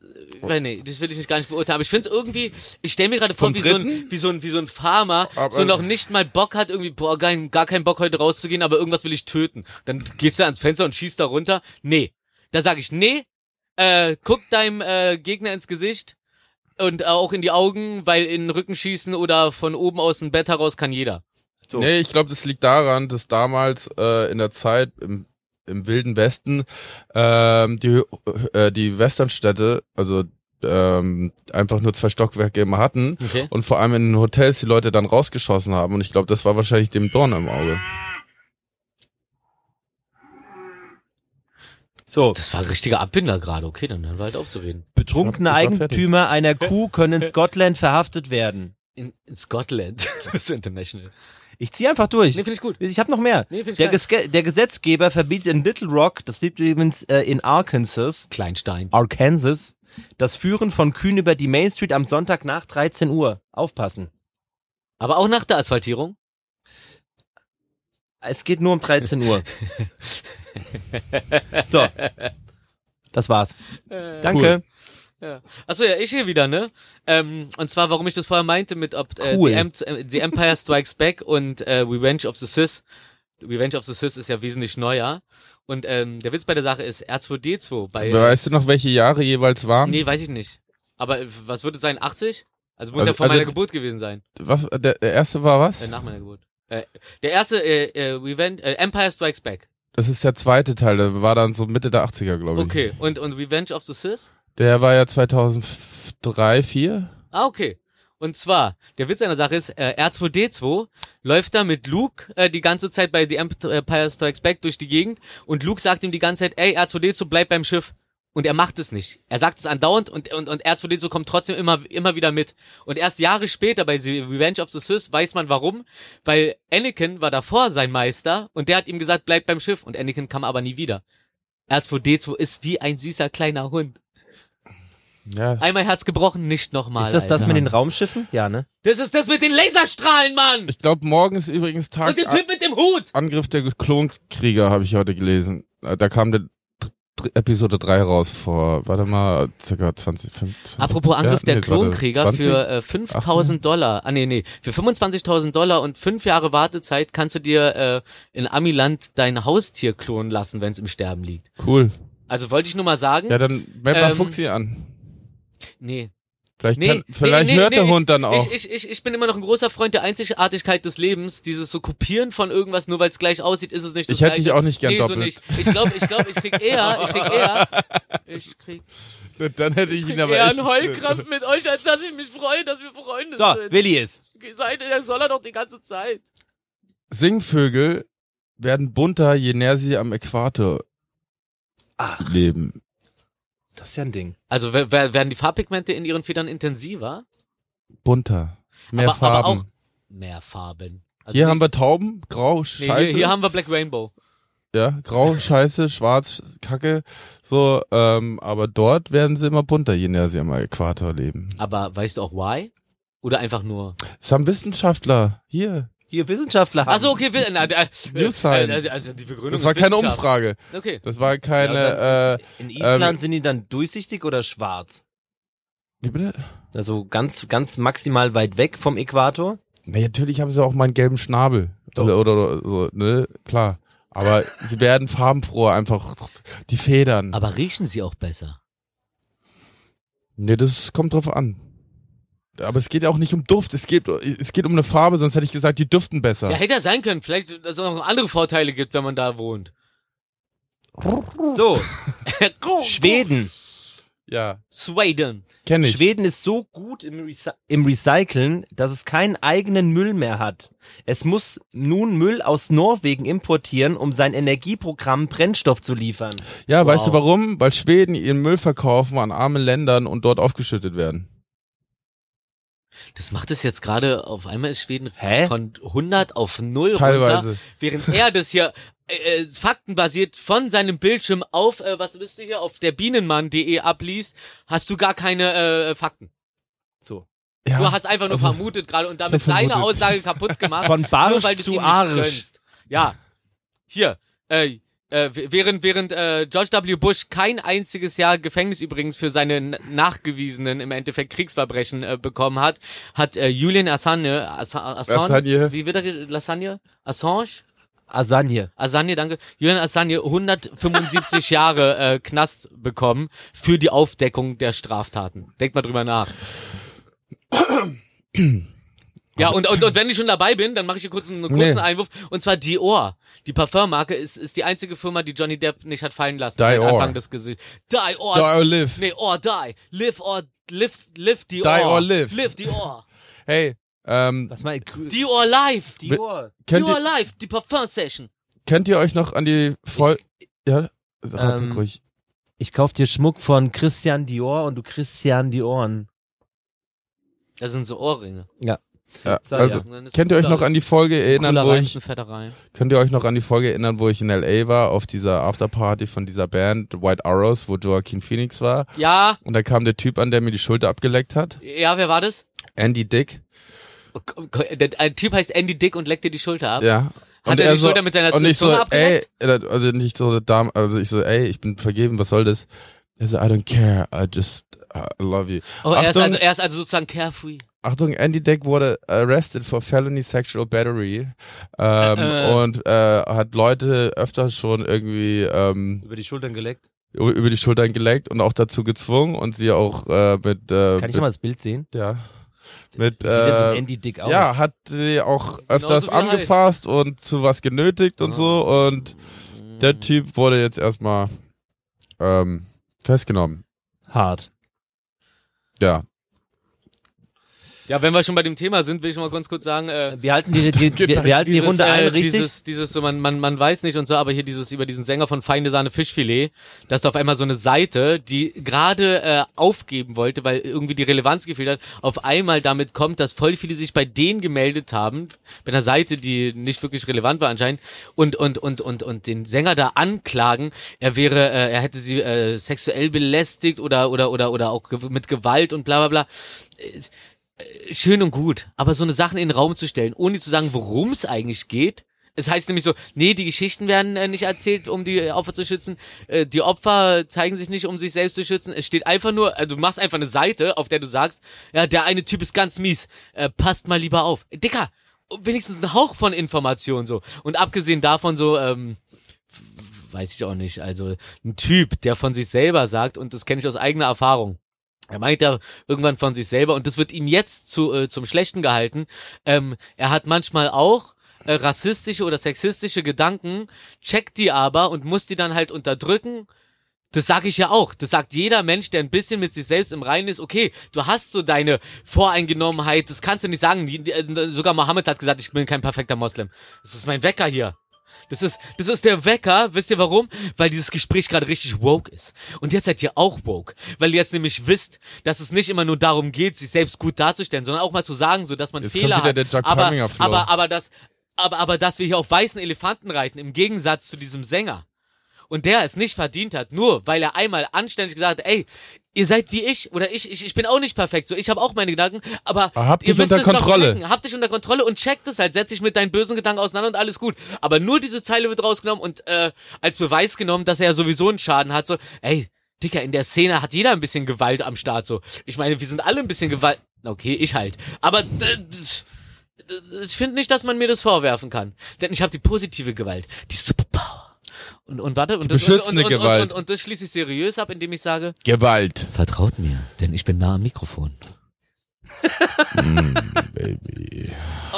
Speaker 4: Weil nee, das will ich nicht gar nicht beurteilen. Aber ich finde es irgendwie, ich stelle mir gerade vor,
Speaker 3: Vom
Speaker 4: wie so, ein,
Speaker 3: Dritten?
Speaker 4: wie so ein, wie so ein Farmer,
Speaker 3: Aber-
Speaker 4: so noch nicht mal Bock hat, irgendwie, boah, gar, gar keinen Bock heute rauszugehen, aber irgendwas will ich töten. Dann gehst du ans Fenster und schießt da runter. Nee. Da sage ich, nee, äh, guck deinem äh, Gegner ins Gesicht und äh, auch in die Augen, weil in den Rücken schießen oder von oben aus dem Bett heraus kann jeder.
Speaker 1: So.
Speaker 3: Nee, ich glaube, das liegt daran, dass damals äh, in der Zeit im, im Wilden Westen ähm, die, äh, die Westernstädte, also ähm, einfach nur zwei Stockwerke immer hatten
Speaker 4: Okay.
Speaker 3: und vor allem in den Hotels die Leute dann rausgeschossen haben und ich glaube, das war wahrscheinlich dem Dorn im Auge.
Speaker 1: so,
Speaker 4: Das war ein richtiger Abbinder gerade. Okay, dann hören wir halt auf zu reden.
Speaker 1: betrunkene
Speaker 3: Ich hab- ich war
Speaker 1: Eigentümer einer Kuh können in Scotland verhaftet werden.
Speaker 4: In, in Scotland. das ist international.
Speaker 1: Ich ziehe einfach durch.
Speaker 4: Nee, finde ich gut.
Speaker 1: Ich habe noch mehr.
Speaker 4: Nee, find ich
Speaker 1: der,
Speaker 4: geil.
Speaker 1: Geske der Gesetzgeber verbietet in Little Rock, das liegt übrigens äh, in Arkansas,
Speaker 4: Kleinstein.
Speaker 1: Arkansas, das Führen von Kühen über die Main Street am Sonntag nach 13 Uhr. Aufpassen.
Speaker 4: Aber auch nach der Asphaltierung.
Speaker 1: Es geht nur um 13 Uhr. so. Das war's.
Speaker 2: Äh.
Speaker 1: Danke.
Speaker 4: Ja. Achso, ja, ich hier wieder, ne? Ähm, und zwar, warum ich das vorher meinte mit ob, äh,
Speaker 1: Cool.
Speaker 4: The, Em- äh, The Empire Strikes Back und äh, Revenge of the Sith. Revenge of the Sith ist ja wesentlich neuer. Und ähm, der Witz bei der Sache ist R2D2. Bei,
Speaker 3: Weißt du noch, welche Jahre jeweils waren?
Speaker 4: Ah, nee, weiß ich nicht. Aber äh, was würde es sein? 80? Also muss
Speaker 3: Also-
Speaker 4: ja vor
Speaker 3: also
Speaker 4: meiner
Speaker 3: d-
Speaker 4: Geburt gewesen sein.
Speaker 3: Was, der, der erste war
Speaker 4: Äh,
Speaker 3: was?
Speaker 4: nach meiner Geburt. Äh, der erste äh, äh, Revenge, äh, Empire Strikes Back.
Speaker 3: Das ist der zweite Teil, der war dann so Mitte der 80er, glaube ich.
Speaker 4: Okay. Und, und Revenge of the Sith?
Speaker 3: Der war ja 2003, 4.
Speaker 4: Ah, okay. Und zwar, der Witz einer Sache ist, äh, R2D2 läuft da mit Luke äh, die ganze Zeit bei The äh, Empire Strikes Back durch die Gegend und Luke sagt ihm die ganze Zeit, ey, R2D2 bleib beim Schiff. Und er macht es nicht. Er sagt es andauernd und, und, und R2D2 kommt trotzdem immer, immer wieder mit. Und erst Jahre später bei The Revenge of the Sith weiß man warum, weil Anakin war davor sein Meister und der hat ihm gesagt, bleib beim Schiff und Anakin kam aber nie wieder. R2D2 ist wie ein süßer kleiner Hund.
Speaker 3: Ja.
Speaker 4: Einmal Herz gebrochen, nicht nochmal.
Speaker 1: Ist das das
Speaker 4: Alter.
Speaker 1: mit den Raumschiffen? Ja, ne?
Speaker 4: Das ist das mit den Laserstrahlen, Mann!
Speaker 3: Ich glaube, morgen ist übrigens Tag.
Speaker 4: Und dem Typ mit dem Hut!
Speaker 3: Angriff der Klonkrieger habe ich heute gelesen. Äh, Da kam der dr- dr- Episode 3 raus vor, warte mal, circa 20, 25.
Speaker 4: Apropos Angriff
Speaker 3: Ja,
Speaker 4: der
Speaker 3: nee, warte,
Speaker 4: Klonkrieger
Speaker 3: 20?
Speaker 4: für äh, 5000 Dollar, ah nee, nee, für 25.000 Dollar und fünf Jahre Wartezeit kannst du dir äh, in Amiland dein Haustier klonen lassen, wenn es im Sterben liegt.
Speaker 3: Cool.
Speaker 4: Also wollte ich nur mal sagen,
Speaker 3: Ja, dann meld mal
Speaker 4: Ähm,
Speaker 3: Fuchsi an.
Speaker 4: nee,
Speaker 3: Vielleicht,
Speaker 4: nee,
Speaker 3: kann,
Speaker 4: nee,
Speaker 3: vielleicht
Speaker 4: nee,
Speaker 3: hört
Speaker 4: nee,
Speaker 3: der
Speaker 4: ich-
Speaker 3: Hund dann auch.
Speaker 4: Ich, ich, ich, ich bin immer noch ein großer Freund der Einzigartigkeit des Lebens, dieses so Kopieren von irgendwas, nur weil es gleich aussieht, ist es nicht das
Speaker 3: Ich hätte dich
Speaker 4: Gleiche.
Speaker 3: auch nicht gern
Speaker 4: nee, So
Speaker 3: doppelt.
Speaker 4: nicht. Ich glaube, ich glaube, ich krieg eher, ich krieg eher, ich krieg
Speaker 3: dann hätte ich ihn
Speaker 4: Ich krieg
Speaker 3: aber
Speaker 4: eher
Speaker 3: echt-
Speaker 4: einen Heulkrampf mit euch, als dass ich mich freue, dass wir Freunde
Speaker 1: So,
Speaker 4: sind.
Speaker 1: Willi ist.
Speaker 4: Seid, der soll er doch die ganze Zeit.
Speaker 3: Singvögel werden bunter, je näher sie am Äquator
Speaker 1: Ach.
Speaker 3: leben.
Speaker 1: Das ist ja ein Ding.
Speaker 4: Also wer- wer- werden die Farbpigmente in ihren Federn intensiver?
Speaker 3: Bunter. Mehr
Speaker 4: aber,
Speaker 3: Farben.
Speaker 4: aber auch mehr Farben. Also
Speaker 3: hier
Speaker 4: nicht-
Speaker 3: haben wir Tauben, grau,
Speaker 4: nee,
Speaker 3: scheiße.
Speaker 4: Hier, hier haben wir Black Rainbow.
Speaker 3: Ja, grau, scheiße, schwarz, kacke, so, ähm, aber dort werden sie immer bunter, je näher sie am Äquator leben.
Speaker 4: Aber weißt du auch why? Oder einfach nur.
Speaker 3: Das haben Wissenschaftler, hier,
Speaker 1: Hier Wissenschaftler haben.
Speaker 4: Ach so, Also, okay, wir, na, da,
Speaker 3: New
Speaker 4: äh,
Speaker 3: Science.
Speaker 4: Also, also die Begründung
Speaker 3: das war
Speaker 4: ist
Speaker 3: keine
Speaker 4: Wissenschaft.
Speaker 3: Umfrage,
Speaker 4: Okay.
Speaker 3: das war keine,
Speaker 1: Ja,
Speaker 3: äh,
Speaker 1: In Island
Speaker 3: Ähm,
Speaker 1: sind die dann durchsichtig oder schwarz?
Speaker 3: wie bitte?
Speaker 1: Also ganz, ganz maximal weit weg vom Äquator.
Speaker 3: Na, natürlich haben sie auch mal einen gelben Schnabel,
Speaker 1: Doch.
Speaker 3: oder, oder, oder so, ne, klar. Aber sie werden farbenfroher, einfach die Federn.
Speaker 4: Aber riechen sie auch besser?
Speaker 3: Ne, das kommt drauf an. Aber es geht ja auch nicht um Duft, es geht, es geht um eine Farbe, sonst hätte ich gesagt, die duften
Speaker 4: Ja,
Speaker 3: besser.
Speaker 4: hätte ja sein können. Vielleicht, dass es auch noch andere Vorteile gibt, wenn man da wohnt.
Speaker 1: So, Schweden.
Speaker 3: Ja,
Speaker 4: Sweden.
Speaker 3: kenne ich.
Speaker 1: Schweden ist so gut im, Recy im Recyceln, dass es keinen eigenen Müll mehr hat. Es muss nun Müll aus Norwegen importieren, um sein Energieprogramm Brennstoff zu liefern.
Speaker 3: Ja,
Speaker 1: Wow.
Speaker 3: weißt du warum? Weil Schweden ihren Müll verkaufen an arme Ländern und dort aufgeschüttet werden.
Speaker 4: Das macht es jetzt gerade, auf einmal ist Schweden
Speaker 1: Hä?
Speaker 4: von 100 auf 0 runter,
Speaker 3: Teilweise.
Speaker 4: während er das hier äh, äh, faktenbasiert von seinem Bildschirm auf, äh, was bist du hier, auf der Bienenmann.de abliest, hast du gar keine äh, Fakten.
Speaker 1: So.
Speaker 3: Ja.
Speaker 4: du hast einfach nur
Speaker 3: also-
Speaker 4: vermutet gerade und damit
Speaker 3: Ich hab
Speaker 4: seine
Speaker 3: vermutet.
Speaker 4: Aussage kaputt gemacht,
Speaker 1: Von
Speaker 4: nur weil
Speaker 1: Barsch
Speaker 4: du
Speaker 1: zu Arisch.
Speaker 4: Ja, hier, äh, Äh, w- während während äh, George W. Bush kein einziges Jahr Gefängnis übrigens für seine n- nachgewiesenen im Endeffekt Kriegsverbrechen äh, bekommen hat, hat äh, Julian Assange, Assa- Assange,
Speaker 3: Lasagne.
Speaker 4: wie wird er, ge- Lasagne? Assange?
Speaker 1: Asagne.
Speaker 4: Assange, danke. Julian Assange 175 Jahre äh, Knast bekommen für die Aufdeckung der Straftaten. Denkt mal drüber nach. Ja, und, und, und wenn ich schon dabei bin, dann mache ich hier kurz einen kurzen
Speaker 3: Nee.
Speaker 4: Einwurf. Und zwar Dior. Die Parfummarke ist, ist die einzige Firma, die Johnny Depp nicht hat fallen lassen. seit
Speaker 3: Dior.
Speaker 4: Anfang des Gesichts. Dior.
Speaker 3: Die or live.
Speaker 4: Nee, or die. Live or, live, live Dior.
Speaker 3: Die or live.
Speaker 4: Live Dior.
Speaker 3: Hey, ähm,
Speaker 1: Was mein
Speaker 4: Dior live.
Speaker 1: Dior.
Speaker 3: könnt,
Speaker 4: Dior
Speaker 3: ihr,
Speaker 4: live. Die Parfum-Session.
Speaker 3: könnt ihr euch noch an die Folge... Ja, sag
Speaker 1: Ähm,
Speaker 3: ähm, ruhig.
Speaker 1: Ich kauf dir Schmuck von Christian Dior und du Christian Dioren.
Speaker 4: Das sind so Ohrringe.
Speaker 3: Ja,
Speaker 1: sag ja.
Speaker 3: also, Kennt ihr euch noch an die Folge erinnern, wo ich,
Speaker 4: Fetterei.
Speaker 3: könnt ihr euch noch an die Folge erinnern, wo ich in L.A. war, auf dieser Afterparty von dieser Band White Arrows, wo Joaquin Phoenix war?
Speaker 4: Ja,
Speaker 3: Und da kam der Typ an, der mir die Schulter abgeleckt hat.
Speaker 4: ja, wer war das?
Speaker 3: Andy Dick.
Speaker 4: Oh, Gott, oh Gott, der- Ein Typ heißt Andy Dick und leckt dir die Schulter ab.
Speaker 3: Ja.
Speaker 4: Hat er die Schulter mit seiner
Speaker 3: und ich so,
Speaker 4: Zunge abgeleckt?
Speaker 3: ey, äh, also nicht so, Dame, also ich so, ey, ich bin vergeben, was soll das? Er so, I don't care, I just I love you.
Speaker 4: Oh, er ist,
Speaker 3: Achtung.
Speaker 4: also, er ist also sozusagen carefree.
Speaker 3: Achtung, Andy Dick wurde arrested for felony sexual battery ähm,
Speaker 1: Äh.
Speaker 3: und äh, hat Leute öfter schon irgendwie ähm,
Speaker 1: Über die Schultern geleckt.
Speaker 3: über über die Schultern geleckt und auch dazu gezwungen und sie auch äh, mit äh,
Speaker 1: Kann ich
Speaker 3: mit,
Speaker 1: mal das Bild sehen?
Speaker 3: ja mit
Speaker 1: Sieht jetzt so
Speaker 3: äh,
Speaker 1: Andy Dick aus.
Speaker 3: ja hat sie auch öfters
Speaker 4: wie er
Speaker 3: angefasst und zu was genötigt und so und der Typ wurde jetzt erstmal ähm, festgenommen
Speaker 1: Hart.
Speaker 3: ja
Speaker 4: Ja, wenn wir schon bei dem Thema sind, will ich noch mal ganz kurz sagen, äh,
Speaker 1: Wir halten die, die, wir, wir halten die
Speaker 4: dieses,
Speaker 1: Runde ein,
Speaker 4: äh,
Speaker 1: richtig?
Speaker 4: Dieses, dieses so, man, man, man weiß nicht und so, aber hier dieses über diesen Sänger von Feinde Sahne Fischfilet, dass da auf einmal so eine Seite, die gerade äh, aufgeben wollte, weil irgendwie die Relevanz gefehlt hat, auf einmal damit kommt, dass voll viele sich bei denen gemeldet haben, bei einer Seite, die nicht wirklich relevant war anscheinend, und, und, und, und, und den Sänger da anklagen, er wäre, äh, er hätte sie äh, sexuell belästigt oder, oder, oder, oder auch ge mit Gewalt und bla, bla, bla schön und gut, aber so eine Sachen in den Raum zu stellen, ohne zu sagen, worum es eigentlich geht. Es heißt nämlich so, nee, die Geschichten werden äh, nicht erzählt, um die Opfer zu schützen. Äh, die Opfer zeigen sich nicht, um sich selbst zu schützen. Es steht einfach nur, äh, du machst einfach eine Seite, auf der du sagst, ja, der eine Typ ist ganz mies. Äh, passt mal lieber auf. Dicker, wenigstens ein Hauch von Information so. Und abgesehen davon so, ähm, weiß ich auch nicht. Also ein Typ, der von sich selber sagt, und das kenne ich aus eigener Erfahrung. Er meint ja irgendwann von sich selber, und das wird ihm jetzt zu, äh, zum Schlechten gehalten. Ähm, er hat manchmal auch äh, rassistische oder sexistische Gedanken, checkt die aber und muss die dann halt unterdrücken. Das sage ich ja auch. Das sagt jeder Mensch, der ein bisschen mit sich selbst im Reinen ist. Okay, du hast so deine Voreingenommenheit. Das kannst du nicht sagen. Die, die, äh, sogar Mohammed hat gesagt, ich bin kein perfekter Moslem. Das ist mein Wecker hier. Das ist, das ist der Wecker. Wisst ihr warum? Weil dieses Gespräch gerade richtig woke ist. Und jetzt seid ihr auch woke. Weil ihr jetzt nämlich wisst, dass es nicht immer nur darum geht, sich selbst gut darzustellen, sondern auch mal zu sagen, so, dass man
Speaker 3: Jetzt
Speaker 4: Fehler
Speaker 3: kommt wieder
Speaker 4: hat.
Speaker 3: der Jack
Speaker 4: aber,
Speaker 3: Palminger Flow.
Speaker 4: aber, aber das, aber, aber, dass wir hier auf weißen Elefanten reiten, im Gegensatz zu diesem Sänger. Und der es nicht verdient hat, nur weil er einmal anständig gesagt hat, ey, ihr seid wie ich oder ich, ich, ich bin auch nicht perfekt, so ich habe auch meine Gedanken, aber
Speaker 3: Aber habt
Speaker 4: ihr
Speaker 3: dich
Speaker 4: müsst
Speaker 3: unter
Speaker 4: es doch
Speaker 3: Kontrolle.
Speaker 4: checken. Habt dich unter Kontrolle und checkt es halt, setz dich mit deinen bösen Gedanken auseinander und alles gut. Aber nur diese Zeile wird rausgenommen und äh, als Beweis genommen, dass er ja sowieso einen Schaden hat, so, ey, Dicker, in der Szene hat jeder ein bisschen Gewalt am Start, so. Ich meine, wir sind alle ein bisschen Gewalt, okay, ich halt, aber... d- d- ich finde nicht, dass man mir das vorwerfen kann. Denn ich habe die positive Gewalt, die Superpower. Und, und warte, und, das, und, und,
Speaker 3: beschützende
Speaker 4: und,
Speaker 3: Gewalt.
Speaker 4: Und, und, und das schließe ich seriös ab, indem ich sage,
Speaker 3: Gewalt
Speaker 4: vertraut mir, denn ich bin nah am Mikrofon.
Speaker 3: Baby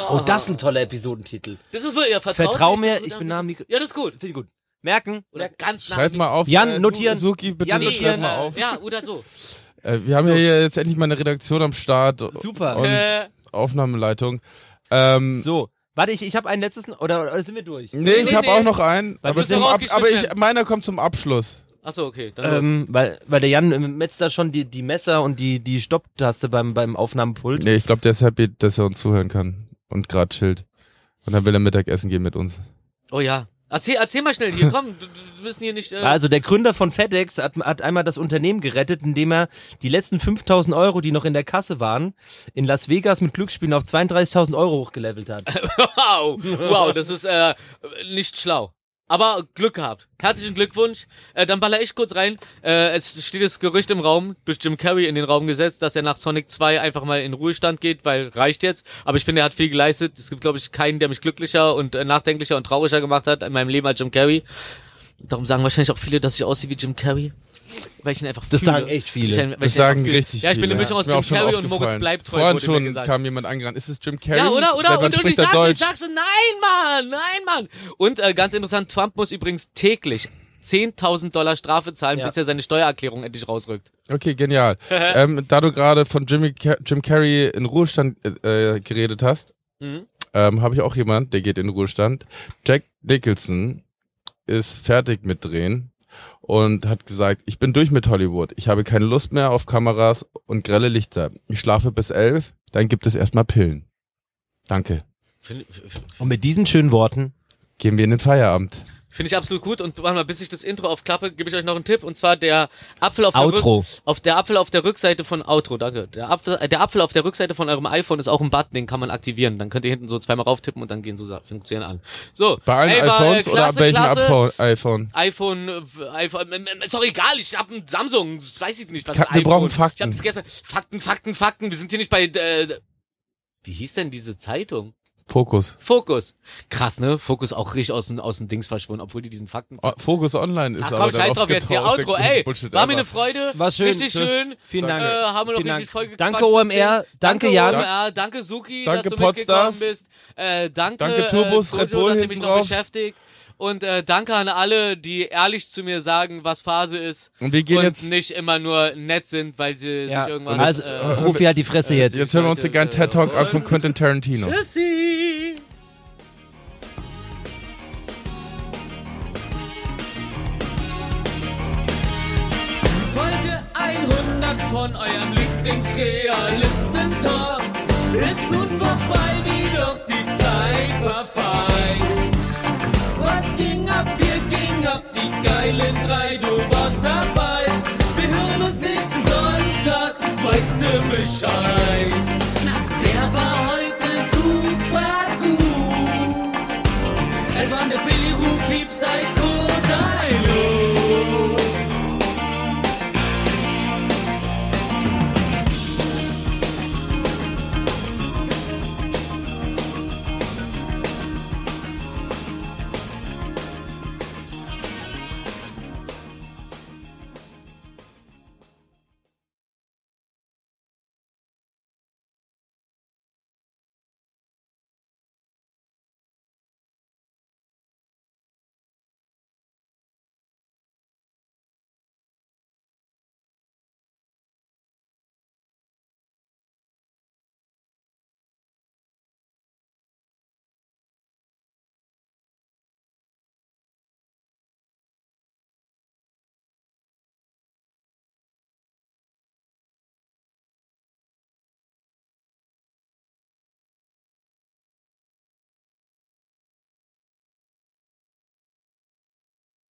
Speaker 1: Oh, das ist ein toller Episodentitel.
Speaker 4: Das ist wohl ihr Vertraut
Speaker 1: Vertrau
Speaker 4: mir,
Speaker 1: mir, ich bin nah am Mikro.
Speaker 4: Ja, das ist gut.
Speaker 1: Finde ich gut. Merken.
Speaker 4: Oder ganz nah
Speaker 3: schreib mal auf
Speaker 1: Jan,
Speaker 3: äh,
Speaker 1: notieren.
Speaker 3: Suki bitte
Speaker 1: Jan,
Speaker 3: schreib
Speaker 1: notieren.
Speaker 3: mal auf
Speaker 4: Ja, oder so.
Speaker 3: äh, wir haben ja hier jetzt endlich mal eine Redaktion am Start
Speaker 1: Super.
Speaker 3: und
Speaker 4: Äh,
Speaker 3: Aufnahmeleitung ähm,
Speaker 1: So. Warte, ich, ich habe einen letzten. Oder, oder sind wir durch?
Speaker 3: Nee, ich
Speaker 4: Nee,
Speaker 3: habe
Speaker 4: nee.
Speaker 3: auch noch einen,
Speaker 1: Weil
Speaker 3: aber,
Speaker 1: du bist
Speaker 3: zum
Speaker 4: doch
Speaker 3: Ab aber
Speaker 4: rausgeschmissen.
Speaker 3: ich, meiner kommt zum Abschluss.
Speaker 4: achso, okay, dann los.
Speaker 1: Ähm, weil, weil der Jan metzt da schon die, die Messer und die, die Stopptaste beim, beim Aufnahmepult.
Speaker 3: Nee, ich glaube, der ist happy, dass er uns zuhören kann und gerade chillt. Und dann will er Mittagessen gehen mit uns.
Speaker 4: Oh ja. Erzähl, erzähl mal schnell hier, komm, du, du- du bist hier nicht... Äh,
Speaker 1: Also der Gründer von FedEx hat, hat einmal das Unternehmen gerettet, indem er die letzten 5000 Euro, die noch in der Kasse waren, in Las Vegas mit Glücksspielen auf 32.000 Euro hochgelevelt hat.
Speaker 4: Wow, wow, das ist äh, nicht schlau. Aber Glück gehabt. Herzlichen Glückwunsch. Äh, dann baller ich kurz rein. Äh, es steht das Gerücht im Raum, durch Jim Carrey in den Raum gesetzt, dass er nach Sonic 2 einfach mal in Ruhestand geht, weil reicht jetzt. Aber ich finde, er hat viel geleistet. Es gibt, glaube ich, keinen, der mich glücklicher und äh, nachdenklicher und trauriger gemacht hat in meinem Leben als Jim Carrey. Darum sagen wahrscheinlich auch viele, dass ich aussehe wie Jim Carrey. Weil ich ihn einfach
Speaker 1: Das
Speaker 4: fühle.
Speaker 1: sagen echt viele.
Speaker 4: Weil ich ihn- weil
Speaker 3: Das
Speaker 4: ich ihn einfach
Speaker 3: sagen
Speaker 4: fühle.
Speaker 3: richtig
Speaker 4: Ja, ich bin
Speaker 3: viele.
Speaker 4: eine Mischung aus
Speaker 3: Ist mir
Speaker 4: Jim
Speaker 3: auch schon
Speaker 4: Carrey und Moritz
Speaker 3: aufgefallen.
Speaker 4: bleibt treu,
Speaker 3: Vorhin
Speaker 4: wurde mir
Speaker 3: schon
Speaker 4: gesagt.
Speaker 3: kam jemand angerannt. Ist es Jim Carrey?
Speaker 4: Ja, oder? Oder?
Speaker 3: Seit wann
Speaker 4: Und, und ich
Speaker 3: spricht er
Speaker 4: sag's, ich
Speaker 3: Deutsch?
Speaker 4: sag's, so, nein, Mann, nein, Mann. Und äh, ganz interessant, Trump muss übrigens täglich 10.000 Dollar Strafe zahlen,
Speaker 1: Ja.
Speaker 4: bis er seine Steuererklärung endlich rausrückt.
Speaker 3: Okay, genial. ähm, da du gerade von Jimmy Car Jim Carrey in Ruhestand äh, äh, geredet hast,
Speaker 4: Mhm.
Speaker 3: ähm, habe ich auch jemand, der geht in Ruhestand. Jack Nicholson ist fertig mit Drehen und hat gesagt, ich bin durch mit Hollywood. Ich habe keine Lust mehr auf Kameras und grelle Lichter. Ich schlafe bis elf, dann gibt es erstmal Pillen. Danke.
Speaker 4: Finde find
Speaker 1: Und mit diesen schönen Worten.
Speaker 3: Gehen wir in den Feierabend.
Speaker 4: ich absolut gut. Und warte mal, bis ich das Intro aufklappe, gebe ich euch noch einen Tipp. Und zwar der Apfel auf der
Speaker 1: Outro.
Speaker 4: Rück- auf der Apfel auf der Rückseite von Outro, danke. Der Apfel, äh, der Apfel auf der Rückseite von eurem iPhone ist auch ein Button, den kann man aktivieren. Dann könnt ihr hinten so zweimal rauftippen und dann gehen so Sa- Funktionen an. So.
Speaker 3: Bei allen
Speaker 4: ey, war, äh,
Speaker 3: iPhones oder
Speaker 4: klasse,
Speaker 3: ab welchem
Speaker 4: klasse.
Speaker 3: Abfo- iPhone?
Speaker 4: iPhone, äh, iPhone, äh, äh, ist doch egal, ich hab ein Samsung, weiß ich nicht, was
Speaker 3: Ka-
Speaker 4: ein
Speaker 3: wir
Speaker 4: iPhone.
Speaker 3: brauchen Fakten.
Speaker 4: Ich hab's gestern, Fakten, Fakten, Fakten, wir sind hier nicht bei, äh, wie hieß denn diese Zeitung?
Speaker 3: Fokus.
Speaker 4: Fokus. Krass, ne? Fokus auch richtig aus den, aus den Dings verschwunden, obwohl die diesen Fakten...
Speaker 3: O Fokus Ah, Online ist
Speaker 4: Ach
Speaker 3: aber
Speaker 4: komm,
Speaker 3: dann
Speaker 4: scheiß drauf jetzt hier,
Speaker 3: aufgetaucht.
Speaker 4: Outro,
Speaker 3: Der größte
Speaker 4: ey,
Speaker 3: Bullshit
Speaker 4: war mir
Speaker 3: ever.
Speaker 4: eine Freude,
Speaker 1: War schön.
Speaker 4: richtig
Speaker 1: tschüss.
Speaker 4: schön,
Speaker 1: Vielen
Speaker 4: äh,
Speaker 1: Dank.
Speaker 4: haben wir noch
Speaker 1: Vielen
Speaker 4: richtig
Speaker 1: Dank.
Speaker 4: voll gequatscht.
Speaker 1: Danke OMR. Danke, Jan.
Speaker 4: OMR, danke Suki,
Speaker 3: Danke,
Speaker 4: dass du
Speaker 3: Podstars.
Speaker 4: mitgekommen bist. Äh, danke
Speaker 3: Danke, Turbos,
Speaker 4: äh,
Speaker 3: Red
Speaker 4: Jojo,
Speaker 3: Bull
Speaker 4: dass ihr
Speaker 3: hinten
Speaker 4: mich noch
Speaker 3: drauf.
Speaker 4: beschäftigt. Und äh, danke an alle, die ehrlich zu mir sagen, was Phase ist.
Speaker 3: Und wir gehen
Speaker 4: und
Speaker 3: jetzt-
Speaker 4: nicht immer nur nett sind, weil sie
Speaker 1: Ja.
Speaker 4: sich irgendwas...
Speaker 1: Also,
Speaker 4: äh,
Speaker 1: Profi halt die Fresse jetzt.
Speaker 3: Jetzt hören wir uns den geilen TED Talk an von Quentin Tarantino.
Speaker 4: Tschüssi.
Speaker 9: Folge 100 von eurem Lieblingsrealistentalk ist nun vorbei, wie doch die Zeit verfallen. Was ging ab? Wir gingen ab, die geilen drei, du warst dabei. Wir hören uns nächsten Sonntag, weißt du Bescheid. Na, wer war heute super gut? Es waren der Billy Ruh, Piep, Psycho